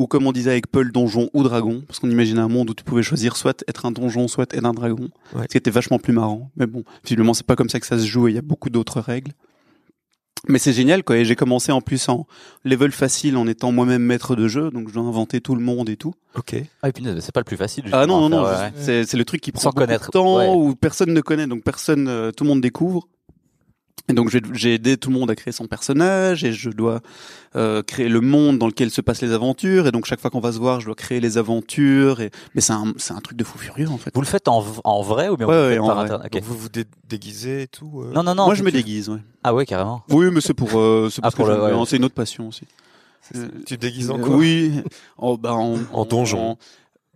Ou comme on disait avec Paul, donjon ou dragon. Parce qu'on imaginait un monde où tu pouvais choisir soit être un donjon, soit être un dragon. Ouais. Ce qui était vachement plus marrant. Mais bon, finalement, c'est pas comme ça que ça se joue et il y a beaucoup d'autres règles. Mais c'est génial, quoi. Et j'ai commencé en plus en level facile en étant moi-même maître de jeu. Donc je dois inventer tout le monde et tout. Ok. Ah, et puis c'est pas le plus facile. Ah justement, non, non, à non, faire, je- ouais. c'est c'est le truc qui prend Sans beaucoup de connaître, temps ouais. où personne ne connaît, donc personne, euh, tout le monde découvre. Et donc j'ai- j'ai aidé tout le monde à créer son personnage et je dois euh, créer le monde dans lequel se passent les aventures. Et donc chaque fois qu'on va se voir, je dois créer les aventures. Et... Mais c'est un, c'est un truc de fou furieux en fait. Vous le faites en, v- en vrai ou bien Ouais, vous le faites ouais, en par vrai. internet Ok. Donc vous vous dé- déguisez et tout. euh Non, non, non. Moi tu- je me tu- déguise, ouais. Ah ouais, carrément. Oui, mais c'est pour, euh, c'est Ah, parce que pour le- j'aime bien, ouais. c'est une autre passion aussi. Euh, Tu te déguises en euh, quoi Oui, en, bah, en, En donjon.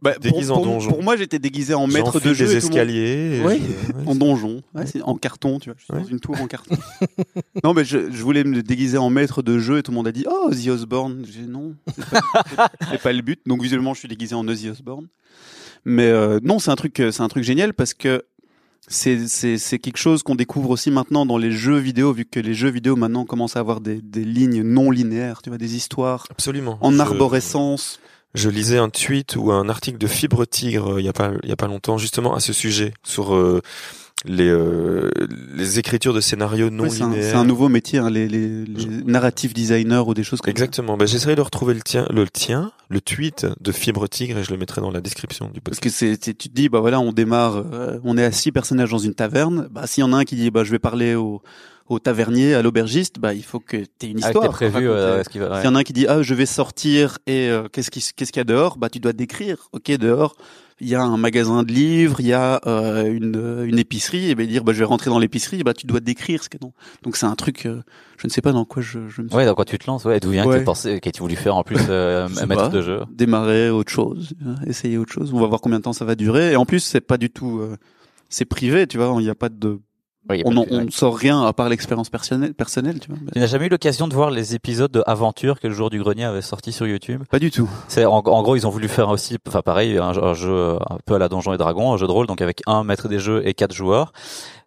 bah, Tu te déguises pour, en pour- donjon. pour moi, j'étais déguisé en maître de J'enfile jeu. des et tout le monde- escaliers. et Oui. je- ouais. En donjon, ouais, c'est en carton, tu vois, je suis Ouais. dans une tour en carton. [LAUGHS] non, mais je, je voulais me déguiser en maître de jeu et tout le monde a dit Oh, Ozzy Osbourne. J'ai dit, non, c'est pas, c'est- c'est pas le but. Donc visuellement, je suis déguisé en Ozzy Osbourne. Mais euh, non, c'est un truc, euh, c'est un truc génial parce que c'est c'est c'est quelque chose qu'on découvre aussi maintenant dans les jeux vidéo, vu que les jeux vidéo maintenant commencent à avoir des, des lignes non linéaires, tu vois, des histoires Absolument. en Je- arborescence. Je lisais un tweet ou un article de Fibre Tigre euh, il y a pas il y a pas longtemps justement à ce sujet sur euh, les, euh, les écritures de scénarios non Ouais, c'est un- linéaires. c'est un, nouveau hein. métier, hein, les, les, les narrative designers ou des choses comme Exactement. Ben, j'essaierai de retrouver le tien, le tien, le tweet de Fibre Tigre et je le mettrai dans la description du Parce podcast. que c'est, c'est- tu te dis, bah voilà, on démarre, euh, on est à six personnages dans une taverne. Bah, s'il y en a un qui dit, bah, je vais parler au, au tavernier, à l'aubergiste, bah, il faut que tu aies une Ah, que histoire. t'es pour prévu, raconter. euh, ce qui va- ouais. S'il y en a un qui dit, ah, je vais sortir et euh, qu'est-ce, qui, qu'est-ce qu'il y a dehors, bah, tu dois décrire. Ok, dehors, il y a un magasin de livres, il y a euh, une, euh, une épicerie, et bien dire, bah, je vais rentrer dans l'épicerie, bah, tu dois décrire ce que non. Donc, c'est un truc, euh, je ne sais pas dans quoi je, je me suis Ouais, donc quand tu te lances, ouais, d'où vient que Ouais. tu pensais, que tu voulu faire en plus euh, Je sais maître pas. de jeu démarrer autre chose, hein, essayer autre chose. On va voir combien de temps ça va durer. Et en plus, c'est pas du tout, euh, c'est privé, tu vois. Il n'y a pas de, Ouais, y a on pas en- de- on ouais. ne sort rien à part l'expérience personnelle, personnelle, tu vois. Mais Tu n'as jamais eu l'occasion de voir les épisodes de Aventure que le jour du grenier avait sorti sur YouTube Pas du tout. C'est en, en gros, ils ont voulu faire aussi, enfin pareil, un, jeu- un jeu euh, un peu à la Donjon et Dragon, un jeu de rôle, donc avec un maître des jeux et quatre joueurs.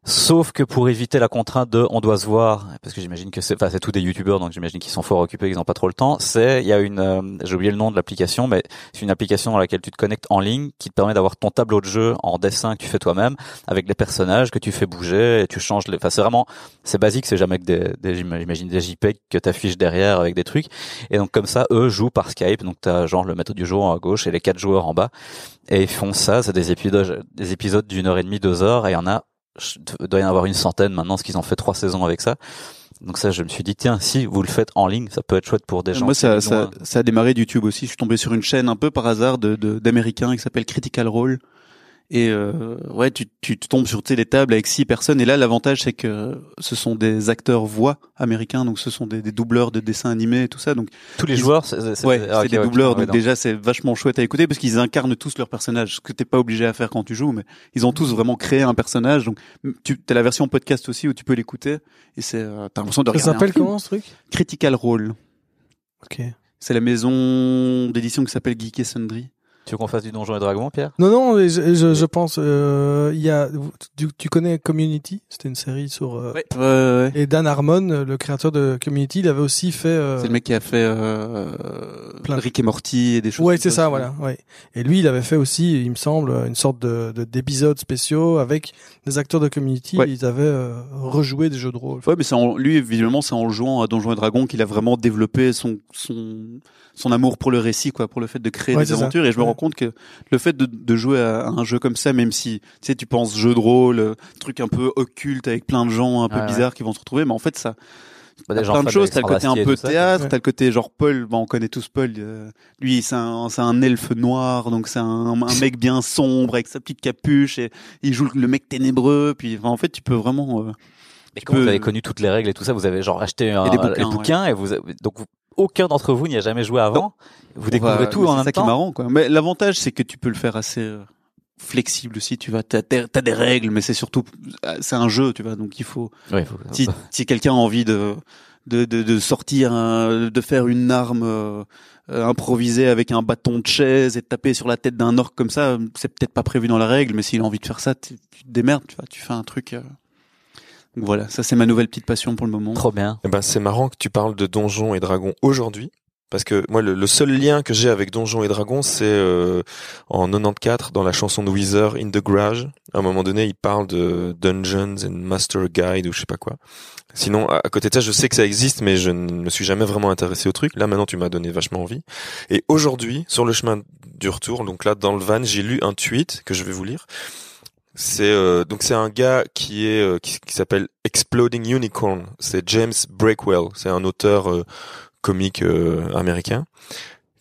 Sauf que pour éviter la contrainte de on doit se voir, parce que j'imagine que c'est, enfin c'est tous des youtubeurs, donc j'imagine qu'ils sont fort occupés, qu'ils n'ont pas trop le temps. C'est, il y a une, euh, j'ai oublié le nom de l'application, mais c'est une application dans laquelle tu te connectes en ligne, qui te permet d'avoir ton tableau de jeu en dessin que tu fais toi-même, avec les personnages que tu fais bouger, et tu changes les, enfin c'est vraiment, c'est basique, c'est jamais que des, des j'imagine des JPEG que t'affiches derrière avec des trucs. Et donc comme ça, eux jouent par Skype. Donc t'as genre le matos du jour à gauche et les quatre joueurs en bas. Et ils font ça. C'est des épisodes, des épisodes d'une heure et demie, deux heures. Et il y en a, je- il doit y en avoir une centaine maintenant, parce qu'ils ont fait trois saisons avec ça. Donc ça, je me suis dit tiens, si vous le faites en ligne, ça peut être chouette pour des gens. Euh, Moi, qui ça, habitent ça, loin. ça a démarré de YouTube aussi. Je suis tombé sur une chaîne un peu par hasard de, de- d'américains qui s'appelle Critical Role. Et euh, ouais, tu, tu te tombes sur tu sais, les tables avec six personnes. Et là, l'avantage, c'est que ce sont des acteurs voix américains, donc ce sont des, des doubleurs de dessins animés et tout ça. Donc Tous les ils- joueurs, c'est c'est- Ouais, ah, c'est ok, des ouais, doubleurs, ouais, donc non. déjà c'est vachement chouette à écouter parce qu'ils incarnent tous leur personnage, ce que t'es pas obligé à faire quand tu joues, mais ils ont Mhm. tous vraiment créé un personnage. Donc tu as la version podcast aussi où tu peux l'écouter et c'est euh, t'as l'impression de Ça regarder. un s'appelle film. comment ce truc Critical Role. Ok. C'est la maison d'édition qui s'appelle Geek et Sundry. Tu veux qu'on fasse du donjon et dragon, Pierre Non, non, mais je, je, je pense. euh, Il y a, tu, tu connais Community C'était une série sur. euh, Ouais, ouais, ouais. Et Dan Harmon, le créateur de Community, il avait aussi fait. euh, C'est le mec qui a fait euh, Plein. Rick et Morty et des choses. Ouais, comme c'est ça, aussi. voilà. Ouais. Et lui, il avait fait aussi, il me semble, une sorte de de- d'épisodes spéciaux avec des acteurs de Community. Ouais. Ils avaient euh, rejoué des jeux de rôle. Ouais, mais c'est en, lui, évidemment, c'est en jouant à Donjons et Dragons qu'il a vraiment développé son, son, son amour pour le récit, quoi, pour le fait de créer Ouais, des c'est ça. aventures. Et je me Ouais. rends compte que le fait de, de jouer à un jeu comme ça, même si, tu sais, tu penses jeu de rôle, euh, truc un peu occulte avec plein de gens un peu Ouais, ouais. bizarres qui vont se retrouver, mais en fait, ça, Bah, t'as des gens plein fans de choses. T'as le côté d'Alexandre Astier un et peu tout ça, théâtre, ouais. t'as le côté genre Paul, bah, on connaît tous Paul. euh, lui, c'est un, c'est un elfe noir, donc c'est un, un mec bien sombre avec sa petite capuche et il joue le mec ténébreux. Puis, enfin, en fait, tu peux vraiment, euh, Mais comment peux- vous avez connu toutes les règles et tout ça Vous avez genre acheté un, Et des bouquins, les bouquins et vous avez- donc vous- aucun d'entre vous n'y a jamais joué avant. Vous On va- découvrez tout mais en C'est même ça qui est temps. marrant, quoi. Mais l'avantage, c'est que tu peux le faire assez euh, flexible aussi, tu vois. T'as, t'as, t'as des règles, mais c'est surtout, euh, c'est un jeu, tu vois. Donc il faut, Ouais, faut- si, si quelqu'un a envie de, de, de, de sortir, un- de faire une arme euh, euh, improvisée avec un bâton de chaise et de taper sur la tête d'un orc comme ça, c'est peut-être pas prévu dans la règle, mais s'il a envie de faire ça, tu tu te démerdes, tu vois. Tu fais un truc. euh. Donc voilà, ça c'est ma nouvelle petite passion pour le moment. Trop bien. Eh ben, c'est marrant que tu parles de Donjons et Dragons aujourd'hui. Parce que moi, le, le seul lien que j'ai avec Donjons et Dragons, c'est euh, en 94, dans la chanson de Weezer, In the Garage. À un moment donné, il parle de Dungeons and Master Guide ou je sais pas quoi. Sinon, à à côté de ça, je sais que ça existe, mais je ne me suis jamais vraiment intéressé au truc. Là, maintenant, tu m'as donné vachement envie. Et aujourd'hui, sur le chemin du retour, donc là, dans le van, j'ai lu un tweet que je vais vous lire. C'est euh, donc c'est un gars qui est euh, qui, qui s'appelle Exploding Unicorn. C'est James Breakwell. C'est un auteur euh, comique euh, américain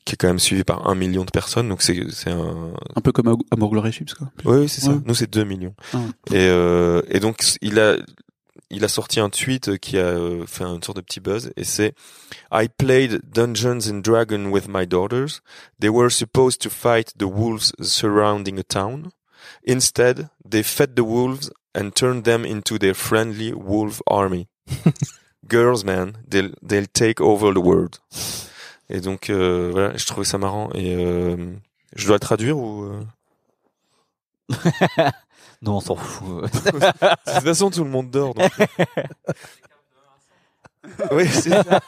qui est quand même suivi par un million de personnes. Donc c'est c'est un Un peu comme Am- Amour Glory Chips, quoi. oui, oui, c'est ça. Ouais. Nous, c'est 2 millions. Ah Et, euh, et donc, il a, il a sorti un tweet qui a euh, fait une sorte de petit buzz, et c'est I played Dungeons and Dragons with my daughters. They were supposed to fight the wolves surrounding a town. Instead, they fed the wolves and turned them into their friendly wolf army. Girls, man, they'll, they'll take over the world. Et donc, euh, voilà, je trouvais ça marrant. Et euh, je dois le traduire ou... euh Non, on s'en fout. De toute façon, tout le monde dort. Donc. [LAUGHS] Oui, c'est ça.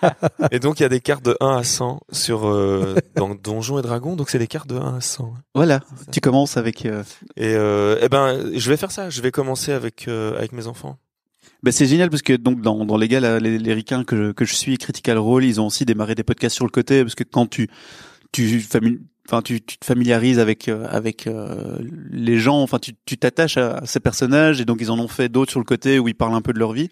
Et donc, il y a des cartes de 1 à 100 sur, euh, dans Donjons et Dragons. Donc, c'est des cartes de 1 à 100. Voilà, ça. tu commences avec. euh, Et, euh, eh ben, je vais faire ça. Je vais commencer avec, euh, avec mes enfants. Ben c'est génial parce que donc dans, dans les gars, là, les, les ricains que je, que je suis, Critical Role, ils ont aussi démarré des podcasts sur le côté parce que quand tu tu fami- enfin tu, tu te familiarises avec euh, avec euh, les gens, enfin tu tu t'attaches à, ces personnages et donc ils en ont fait d'autres sur le côté où ils parlent un peu de leur vie.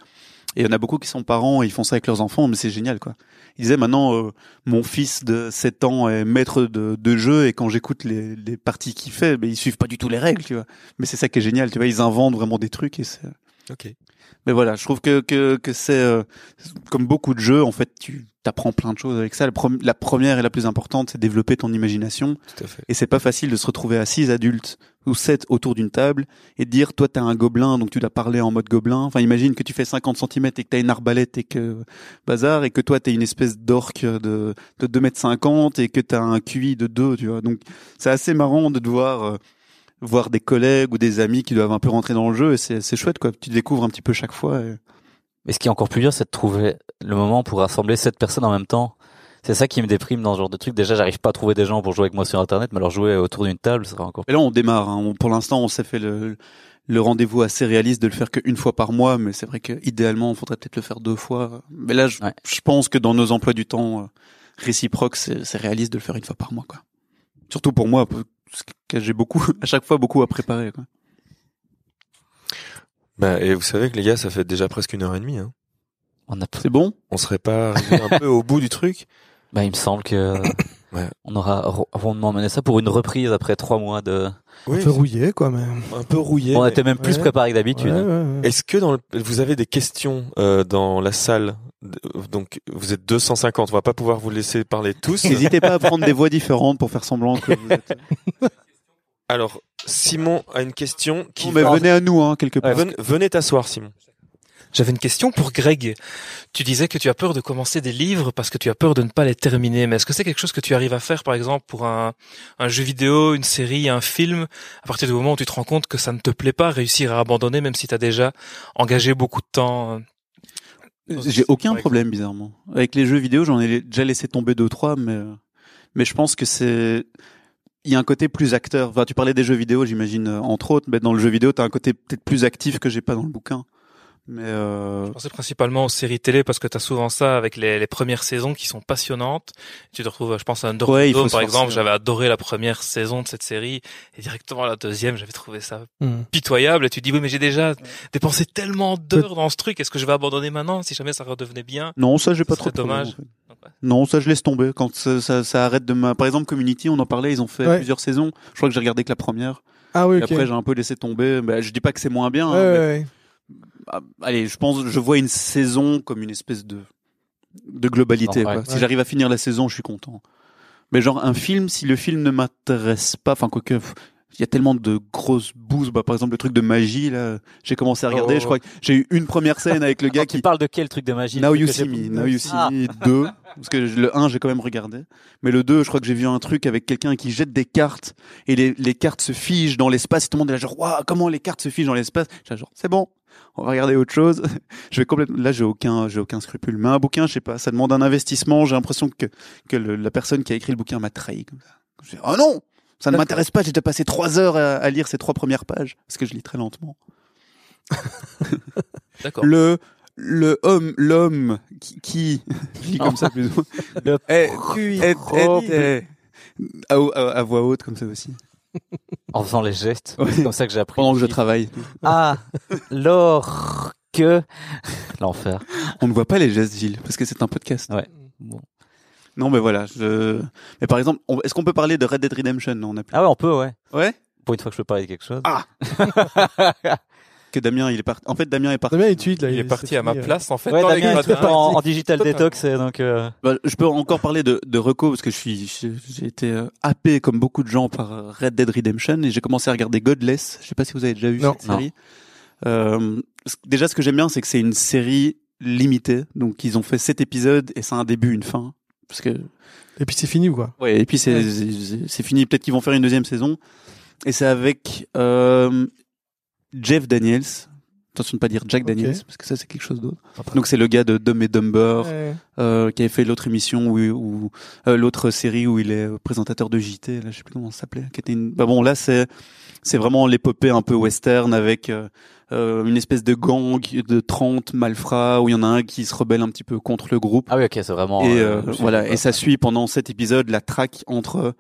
Et il y en a beaucoup qui sont parents et ils font ça avec leurs enfants, mais c'est génial quoi. Ils disaient maintenant euh, mon fils de 7 ans est maître de, de jeu et quand j'écoute les, les parties qu'il fait, ben ils suivent pas du tout les règles, tu vois. Mais c'est ça qui est génial, tu vois, ils inventent vraiment des trucs et c'est Ok. mais voilà, je trouve que que, que c'est euh, comme beaucoup de jeux en fait, tu t'apprends plein de choses avec ça. La, prom- la première et la plus importante, c'est développer ton imagination Tout à fait. et c'est pas facile de se retrouver à six adultes ou sept autour d'une table et de dire toi t'as un gobelin donc tu dois parler en mode gobelin. Enfin imagine que tu fais 50 cm et que t'as une arbalète et que bazar et que toi t'es une espèce d'orque de de 2 mètres 50 et que t'as un QI de 2 tu vois. Donc c'est assez marrant de devoir euh, voir des collègues ou des amis qui doivent un peu rentrer dans le jeu et c'est c'est chouette quoi. Tu découvres un petit peu chaque fois. et- [LAUGHS] Mais ce qui est encore plus dur, c'est de trouver le moment pour rassembler sept personnes en même temps. C'est ça qui me déprime dans ce genre de truc. Déjà, j'arrive pas à trouver des gens pour jouer avec moi sur Internet, mais alors jouer autour d'une table, ça sera encore Et là, on démarre. hein. On- pour l'instant, on s'est fait le, le rendez-vous assez réaliste de le faire qu'une fois par mois, mais c'est vrai que idéalement, on faudrait peut-être le faire deux fois. Mais là, je, Ouais. je pense que dans nos emplois du temps euh, réciproques, c'est c'est réaliste de le faire une fois par mois, quoi. Surtout pour moi, parce que j'ai beaucoup, [LAUGHS] à chaque fois, beaucoup à préparer. Quoi. Bah, et vous savez que les gars, ça fait déjà presque une heure et demie. Hein. On a pas- C'est bon On serait pas arrivé un peu au bout du truc Bah, il me semble que Ouais. on aura ro- rondement mené ça pour une reprise après trois mois de. [LAUGHS] Oui, Un peu rouillé, quoi, mais. un peu rouillé. on mais- était même plus Ouais. préparé que d'habitude. Ouais, ouais, ouais. Est-ce que dans le- vous avez des questions euh, dans la salle de- Donc vous êtes 250, on va pas pouvoir vous laisser parler [LAUGHS] tous. N'hésitez pas à prendre des voix différentes pour faire semblant que vous êtes... Alors Simon a une question qui Non, mais va- venez à nous, hein, quelque part. Ven- venez t'asseoir Simon. J'avais une question pour Greg. Tu disais que tu as peur de commencer des livres parce que tu as peur de ne pas les terminer. Mais est-ce que c'est quelque chose que tu arrives à faire, par exemple, pour un, un jeu vidéo, une série, un film, à partir du moment où tu te rends compte que ça ne te plaît pas, réussir à abandonner, même si tu as déjà engagé beaucoup de temps euh, J'ai aucun Par exemple. problème bizarrement. Avec les jeux vidéo, j'en ai déjà laissé tomber deux trois, mais euh, mais je pense que c'est il y a un côté plus acteur. Enfin, tu parlais des jeux vidéo, j'imagine euh, entre autres, mais dans le jeu vidéo, t'as un côté peut-être plus actif que j'ai pas dans le bouquin. Mais euh, Je pensais principalement aux séries télé parce que tu as souvent ça avec les, les premières saisons qui sont passionnantes. Tu te retrouves, je pense à Under Ouais, il Shadow, faut se par forcer, exemple. ouais. J'avais adoré la première saison de cette série et directement la deuxième, j'avais trouvé ça Hmm. pitoyable. Et tu te dis, oui, mais j'ai déjà dépensé tellement d'heures dans ce truc. Est-ce que je vais abandonner maintenant si jamais ça redevenait bien? non, ça j'ai pas Ce trop. de serait problème, dommage. en fait. Donc, ouais. Non, ça je laisse tomber quand ça, ça, ça arrête de ma. Par exemple, Community, on en parlait, ils ont fait Ouais. plusieurs saisons. Je crois que j'ai regardé que la première. Ah oui, Et ok. après, j'ai un peu laissé tomber. Bah, je dis pas que c'est moins bien. Ouais, hein, mais- ouais, ouais. Ah, allez, je pense, je vois une saison comme une espèce de de globalité. Non, quoi. ouais. Si Ouais. j'arrive à finir la saison, je suis content. Mais genre un film, si le film ne m'intéresse pas, enfin quoique, pff, il y a tellement de grosses bouses. Bah, par exemple, le truc de magie là, j'ai commencé à regarder. Oh. Je crois que j'ai eu une première scène avec le gars qui qui parle de quel truc de magie Now le You truc See que j'ai- Me, Now You See Ah. Me 2. Parce que le 1, j'ai quand même regardé. Mais le 2, je crois que j'ai vu un truc avec quelqu'un qui jette des cartes et les, les cartes se figent dans l'espace. Et Tout le monde est là, genre, waouh, comment les cartes se figent dans l'espace J'ai genre, c'est bon, on va regarder autre chose. [LAUGHS] je vais complètement, là, j'ai aucun, j'ai aucun scrupule. Mais un bouquin, je sais pas, ça demande un investissement. J'ai l'impression que, que le- la personne qui a écrit le bouquin m'a trahi comme ça. Je dis, oh non! Ça ne m'intéresse pas, j'ai déjà passé trois heures à, à lire ces trois premières pages. Parce que je lis très lentement. D'accord. Le, le homme, l'homme qui, qui, [LAUGHS] je lis comme ça plus ou moins. [LAUGHS] Le Eh, Puis- eh, eh, Oh, eh. À, à- à voix haute comme ça aussi. En faisant les gestes. Ouais. C'est comme ça que j'ai appris. Oh, Pendant que je travaille. Ah, l'or que [LAUGHS] l'enfer. On ne voit pas les gestes, Gilles, parce que c'est un podcast. Bon. Non, mais voilà. Je... Mais par exemple, on- est-ce qu'on peut parler de Red Dead Redemption non, on a... plus- Ah ouais, on peut ouais. Ouais Pour une fois que je peux parler de quelque chose. Ah. Que Damien, il est parti. En fait, Damien est parti. Damien, il tweet, là. Il est parti c'est à ma fini, euh. place, en fait, Ouais, dans les Damien, il gradins. est en, en digital détox, et donc. euh, Bah, je peux encore parler de, de Reco parce que je suis, j'ai j'ai été euh, happé comme beaucoup de gens par euh, Red Dead Redemption et j'ai commencé à regarder Godless. Je sais pas si vous avez déjà vu Non. cette Non. série. Euh, ce- déjà, ce que j'aime bien, c'est que c'est une série limitée. Donc, ils ont fait sept épisodes et c'est un début, une fin. Parce que Et puis c'est fini ou quoi Ouais, et puis c'est Ouais. c'est- c'est fini. Peut-être qu'ils vont faire une deuxième saison. Et c'est avec euh, Jeff Daniels, Attention de pas dire Jack Ok. Daniels, parce que ça, c'est quelque chose d'autre. Donc, c'est le gars de Dumb et Dumber, Ouais. euh, qui avait fait l'autre émission où, où- euh, l'autre série où il est euh, présentateur de JT, là je sais plus comment ça s'appelait, qui était une... bah bon là c'est c'est vraiment l'épopée un peu western avec euh, euh, une espèce de gang de 30 malfrats où il y en a un qui se rebelle un petit peu contre le groupe Ah oui, ok, c'est vraiment. et euh, euh, je sais voilà pas. et ça suit pendant cet épisode la traque entre euh,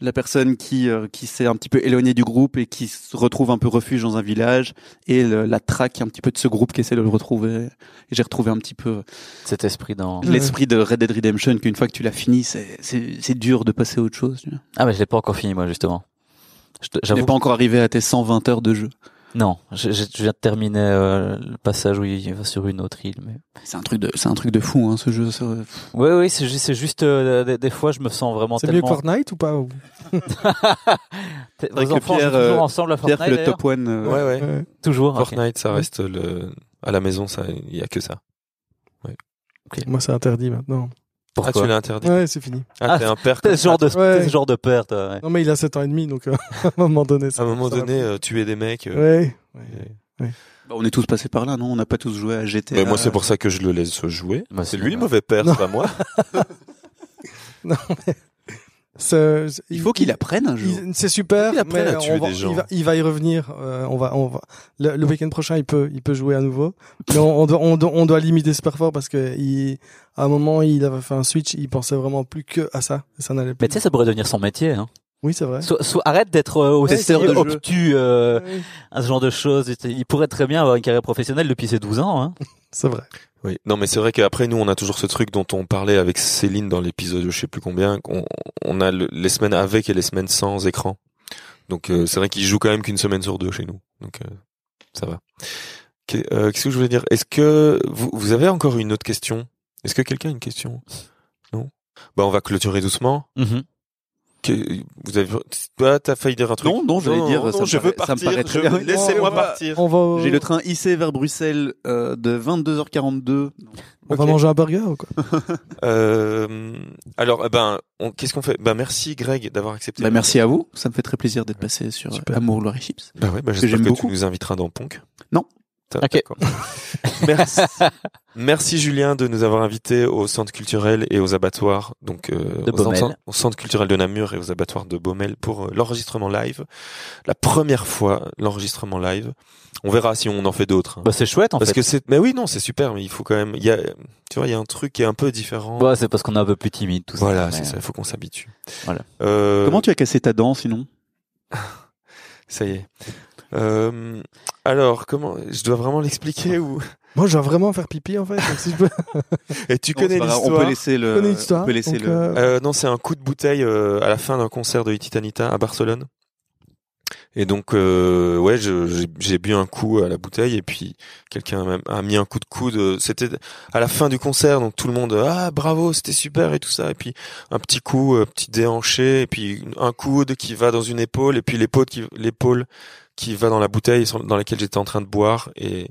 la personne qui euh, qui s'est un petit peu éloignée du groupe et qui se retrouve un peu refuge dans un village et le- la traque un petit peu de ce groupe qui essaie de le retrouver et j'ai retrouvé un petit peu euh, Cet esprit dans. l'esprit de Red Dead Redemption qu'une fois que tu l'as fini, c'est- c'est c'est dur de passer à autre chose. tu vois. Ah, mais je l'ai pas encore fini, moi, justement. Je te- Tu n'es J'avoue. pas encore arrivé à tes 120 heures de jeu. Non, je, je- je viens de terminer euh, le passage où il va sur une autre île. Mais... C'est un truc de, c'est un truc de fou, hein, ce jeu. ça- pff. Oui, oui, c'est juste, c'est juste euh, des, des fois, je me sens vraiment C'est mieux que tellement. Fortnite ou pas ou- [LAUGHS] T'es- Faudrait Vos que enfants Pierre, jouent toujours euh, ensemble à Pierre, Fortnite. que le d'ailleurs top one. euh, Ouais, ouais. Ouais. Toujours. ok. Fortnite, ça reste le à la maison, ça, il y a que ça. Moi, c'est interdit maintenant. ah, tu Pourquoi l'as interdit. Ouais, c'est fini. Ah, Ah, t'es un père. [LAUGHS] T'es comme ce genre de, Ouais. t'es ce genre de père, toi. ouais. Non, mais il a 7 ans et demi, donc euh, [LAUGHS] à un moment donné. ça. À ça- un moment ça donné, va. euh, tuer des mecs. euh, Ouais. ouais. et- bah, on est tous passés par là, non On n'a pas tous joué à GTA. Mais moi, c'est pour ça que je le laisse jouer. Bah, C'est c'est- lui le mauvais père, Non. c'est pas moi. C'est- Il faut qu'il apprenne un jour. il- C'est super, Il apprend mais à tuer on va- des gens. il, va, il va y revenir. euh, on va, on va. Le, le week-end prochain, il peut, il peut jouer à nouveau. Mais on, on doit, on, doit, on doit limiter ce performance parce que il, à un moment, il avait fait un switch. Il pensait vraiment plus que à ça. Ça n'allait plus. Mais tu sais, ça pourrait devenir son métier. Hein. Oui, c'est vrai. Soit- soit- arrête d'être euh, aussi Testeur de jeu. obtus euh, Oui, à ce genre de choses. Il pourrait très bien avoir une carrière professionnelle depuis ses [LAUGHS] 12 ans. Hein. C'est vrai. Oui. Non, mais c'est vrai qu'après, nous, on a toujours ce truc dont on parlait avec Céline dans l'épisode, je sais plus combien, qu'on- on a le- les semaines avec et les semaines sans écran. Donc, euh, c'est vrai qu'il joue quand même qu'une semaine sur deux chez nous. Donc, euh, ça va. Qu'est- euh, Qu'est-ce que je voulais dire Est-ce que vous, vous avez encore une autre question Est-ce que quelqu'un a une question Non Bah, on va clôturer doucement. Que- vous avez, toi, t'as failli dire un truc Non, non, j'allais dire, ça me je paraît- veux ça me partir. paraît très je- bien. Laissez-moi On va- partir. On va, J'ai le train IC vers Bruxelles euh, de 22h42. on va Ok. manger un burger ou quoi Euh, alors, eh ben, on- qu'est-ce qu'on fait Ben, merci Greg d'avoir accepté. Bah, merci à vous. Ça me fait très plaisir d'être passé sur euh, Super. Amour, Loire et Chips. Bah ouais, bah j'espère j'aime que, tu beaucoup. nous inviteras dans Ponk. Non. T'as- Ok. d'accord. [LAUGHS] Merci. Merci Julien de nous avoir invités au centre culturel et aux abattoirs, donc euh, De au, centre, Baumel. au centre culturel de Namur et aux abattoirs de Baumel pour euh, l'enregistrement live. La première fois l'enregistrement live. On verra si on en fait d'autres. hein. Bah, c'est chouette en parce fait. que c'est, mais oui non, c'est super, mais il faut quand même, il y a, tu vois, il y a un truc qui est un peu différent. Bah, c'est parce qu'on est un peu plus timide, tout ça. voilà, Mais, c'est ça. euh, Il faut qu'on s'habitue. Voilà. Euh, Comment tu as cassé ta dent, sinon Ça y est. Euh, alors comment, je dois vraiment [LAUGHS] l'expliquer ou? Moi, je dois vraiment faire pipi en fait. donc si je peux- Et tu Non, c'est connais pas grave, l'histoire. On peut laisser le. je connais l'histoire, on peut laisser donc, le. euh, Euh, non, c'est un coup de bouteille euh, à la fin d'un concert de Titanita à Barcelone. Et donc, euh, ouais, je- j'ai j'ai bu un coup à la bouteille et puis quelqu'un m'a- a mis un coup de coude. C'était à la fin du concert, donc tout le monde ah bravo, c'était super et tout ça. Et puis un petit coup, euh, petit déhanché, et puis un coude qui va dans une épaule et puis l'épaule qui l'épaule qui va dans la bouteille sur- dans laquelle j'étais en train de boire et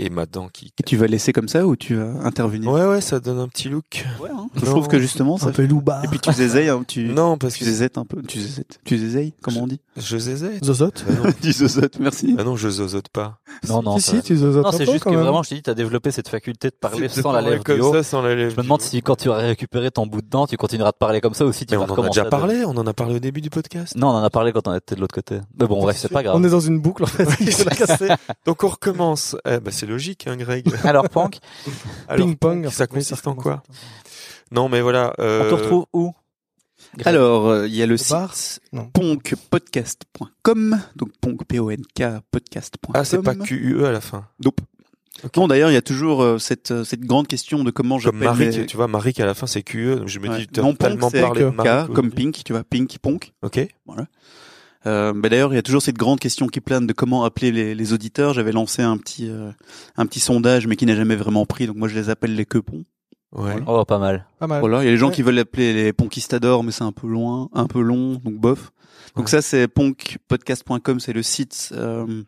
et ma dent qui. Et tu vas laisser comme ça ou tu vas intervenir Ouais, ouais, ça donne un petit look. Ouais, hein. Je Non. trouve que justement, ça un peu louba. Et puis tu zézayes, hein, tu, Non, parce tu que zézettes un peu. Tu zézettes. Tu zézayes, comment [LAUGHS] on dit je zézais. Zozote Ah non, Tu zézettes, merci. ah non, je zozote pas. Non, non. Si, ça si, va. tu zozotes. Non, un c'est peu, juste quand que même. vraiment, je t'ai dit, t'as développé cette faculté de [LAUGHS] parler C'est de sans la parler lèvre comme du haut. ça, sans la lèvre Je me du demande haut. si quand tu vas récupérer ton bout de dent, tu continueras de parler comme ça aussi. Tu Mais vas on en a recommencer déjà à te- parlé, on en a parlé au début du [LAUGHS] podcast. Non, on en a parlé quand on était de l'autre côté. Mais Bah, bon, bref, c'est pas grave. On est dans une boucle [LAUGHS] en fait. [LAUGHS] Il faut la casser. Donc on recommence. Eh ben c'est logique, hein, Greg. [LAUGHS] Alors, Pank, Alors, Ping pong. Ça consiste en quoi Non, mais voilà. on euh, te retrouve où Greg. Alors, euh, il y a le site bar Non. ponkpodcast.com, donc ponk, P-O-N-K, podcast.com. Ah, c'est pas QUE à la fin. Nope. Non, d'ailleurs, il y a toujours euh, cette, euh, cette grande question de comment Comme j'appelle Marie, les... tu vois, Marie qui à la fin c'est QUE. Donc je me Ouais. dis, t'as Non, Ponk, tellement c'est parlé de E, avec un Marie. K, comme Pink, tu vois, Pink, Ponk. Ok. Euh, bah, d'ailleurs, il y a toujours cette grande question qui plane de comment appeler les, les auditeurs. J'avais lancé un petit, euh, un petit sondage, mais qui n'a jamais vraiment pris, donc moi je les appelle les quepons. Ouais. Oh, pas mal. Pas mal. Voilà, il y a les gens Ouais. qui veulent l'appeler les Ponkistadors, mais c'est un peu loin, un peu long, donc bof. Donc Ouais. ça, c'est ponkpodcast.com, c'est le site euh,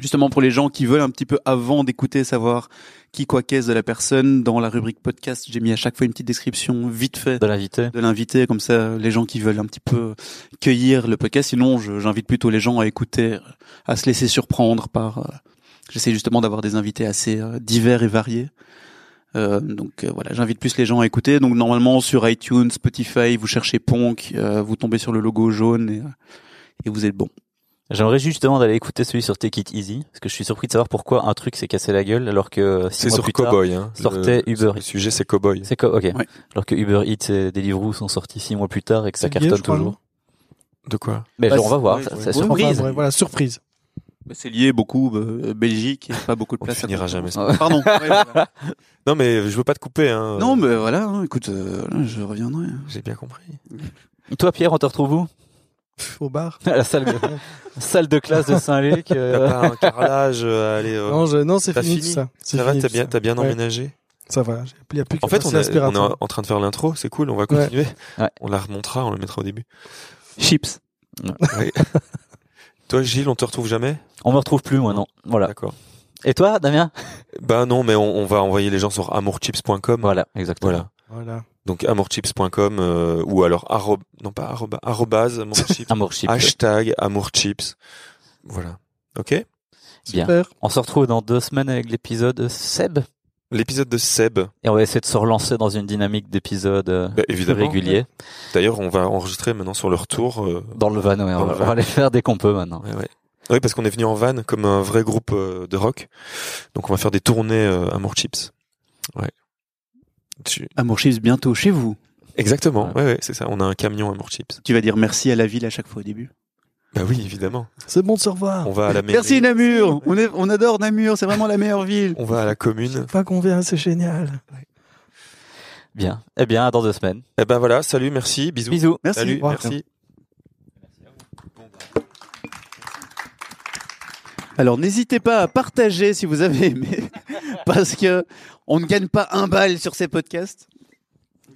justement pour les gens qui veulent un petit peu avant d'écouter savoir qui quoi qu'est-ce de la personne. Dans la rubrique podcast, j'ai mis à chaque fois une petite description vite fait De l'invité. de l'invité, comme ça les gens qui veulent un petit peu cueillir le podcast. Sinon, je- j'invite plutôt les gens à écouter, à se laisser surprendre par euh, J'essaie justement d'avoir des invités assez euh, divers et variés. Euh, donc euh, voilà, j'invite plus les gens à écouter. Donc normalement sur iTunes, Spotify, vous cherchez Ponk, euh, vous tombez sur le logo jaune et, euh, et vous êtes bon. J'aimerais justement d'aller écouter celui sur Take It Easy, parce que je suis surpris de savoir pourquoi un truc s'est cassé la gueule alors que six C'est mois sur plus tard, Cowboy. Hein. sortait le, Uber Le Eats. sujet, c'est Cowboy. C'est quoi Ok. Ouais. Alors que Uber Eats et Deliveroo sont sortis six mois plus tard et que ça C'est lié, cartonne je crois, toujours. De quoi Mais Bah, on va c'est- voir. ouais, ça- ouais. ça- Ouais, surprise. Enfin, bref, voilà, surprise. Bah, c'est lié beaucoup euh, Belgique, il y a pas beaucoup de On place. à finira prendre. jamais ça. [LAUGHS] Pardon. Ouais, voilà. Non, mais je veux pas te couper. Hein. Non mais voilà, hein, écoute, euh, là, je reviendrai. J'ai bien compris. Toi, Pierre, on te retrouve où Pff, Au bar. À [LAUGHS] la [LAUGHS] salle de, salle de classe de Saint-Luc. T'as [LAUGHS] euh, pas un carrelage euh, [LAUGHS] allez, euh, Non, je- non, c'est T'as fini, fini tout ça. C'est Ça va, fini, t'as tout bien, ça. t'as bien Ouais, emménagé. Ça va, il n'y a plus qu'à En fait, passer on, est- on est l'aspirateur. en- en train de faire l'intro, c'est cool, on va continuer. Ouais. On la remontera, on la mettra au début. Chips. Toi, Gilles, on te retrouve jamais on me retrouve plus, moi, non. Voilà. D'accord. Et toi, Damien Bah non, mais on, on va envoyer les gens sur amourchips.com. Voilà, exactement. Voilà. Voilà. Donc amourchips.com euh, ou alors arrob... non pas arroba, arrobase [LAUGHS] amourchips. Amour chip. hashtag amourchips. Voilà. Ok. Bien. Super. On se retrouve dans deux semaines avec l'épisode Seb. L'épisode de Seb. Et on va essayer de se relancer dans une dynamique d'épisodes euh, Bah, plus évidemment. réguliers. D'ailleurs, on va enregistrer maintenant sur le retour. euh, Dans le van, ouais, Dans on, le va, van. on va les faire dès qu'on peut maintenant. Ouais, ouais. Oui, parce qu'on est venu en van comme un vrai groupe euh, de rock. Donc on va faire des tournées euh, Amour Chips. Ouais. Tu- Amour Chips bientôt chez vous. Exactement. Ouais, ouais, c'est ça. On a un camion Amour Chips. Tu vas dire merci à la ville à chaque fois au début. Bah oui, évidemment. C'est bon de se revoir. On va à Ah, la mairie. Merci Namur. On, est- on adore Namur. C'est vraiment la meilleure ville. On va à la commune. Pas qu'on vient, c'est génial. Bien. Eh bien, à dans deux semaines. Eh ben voilà. Salut, merci, bisous. Bisous. Merci. Salut, Au revoir. merci. Alors n'hésitez pas à partager si vous avez aimé, [LAUGHS] parce que on ne gagne pas un bal sur ces podcasts.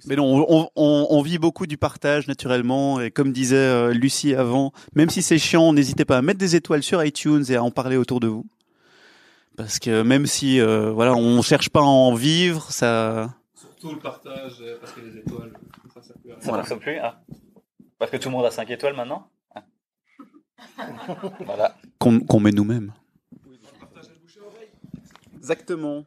Mais non, on, on- on vit beaucoup du partage naturellement, et comme disait euh, Lucie avant, même si c'est chiant, n'hésitez pas à mettre des étoiles sur iTunes et à en parler autour de vous, parce que même si euh, voilà, on cherche pas à en vivre, ça. Tout le partage, parce que les étoiles, ça, ça peut Voilà. fonctionne plus hein Parce que tout le monde a 5 étoiles maintenant Voilà. qu'on qu'on met nous-mêmes. Exactement.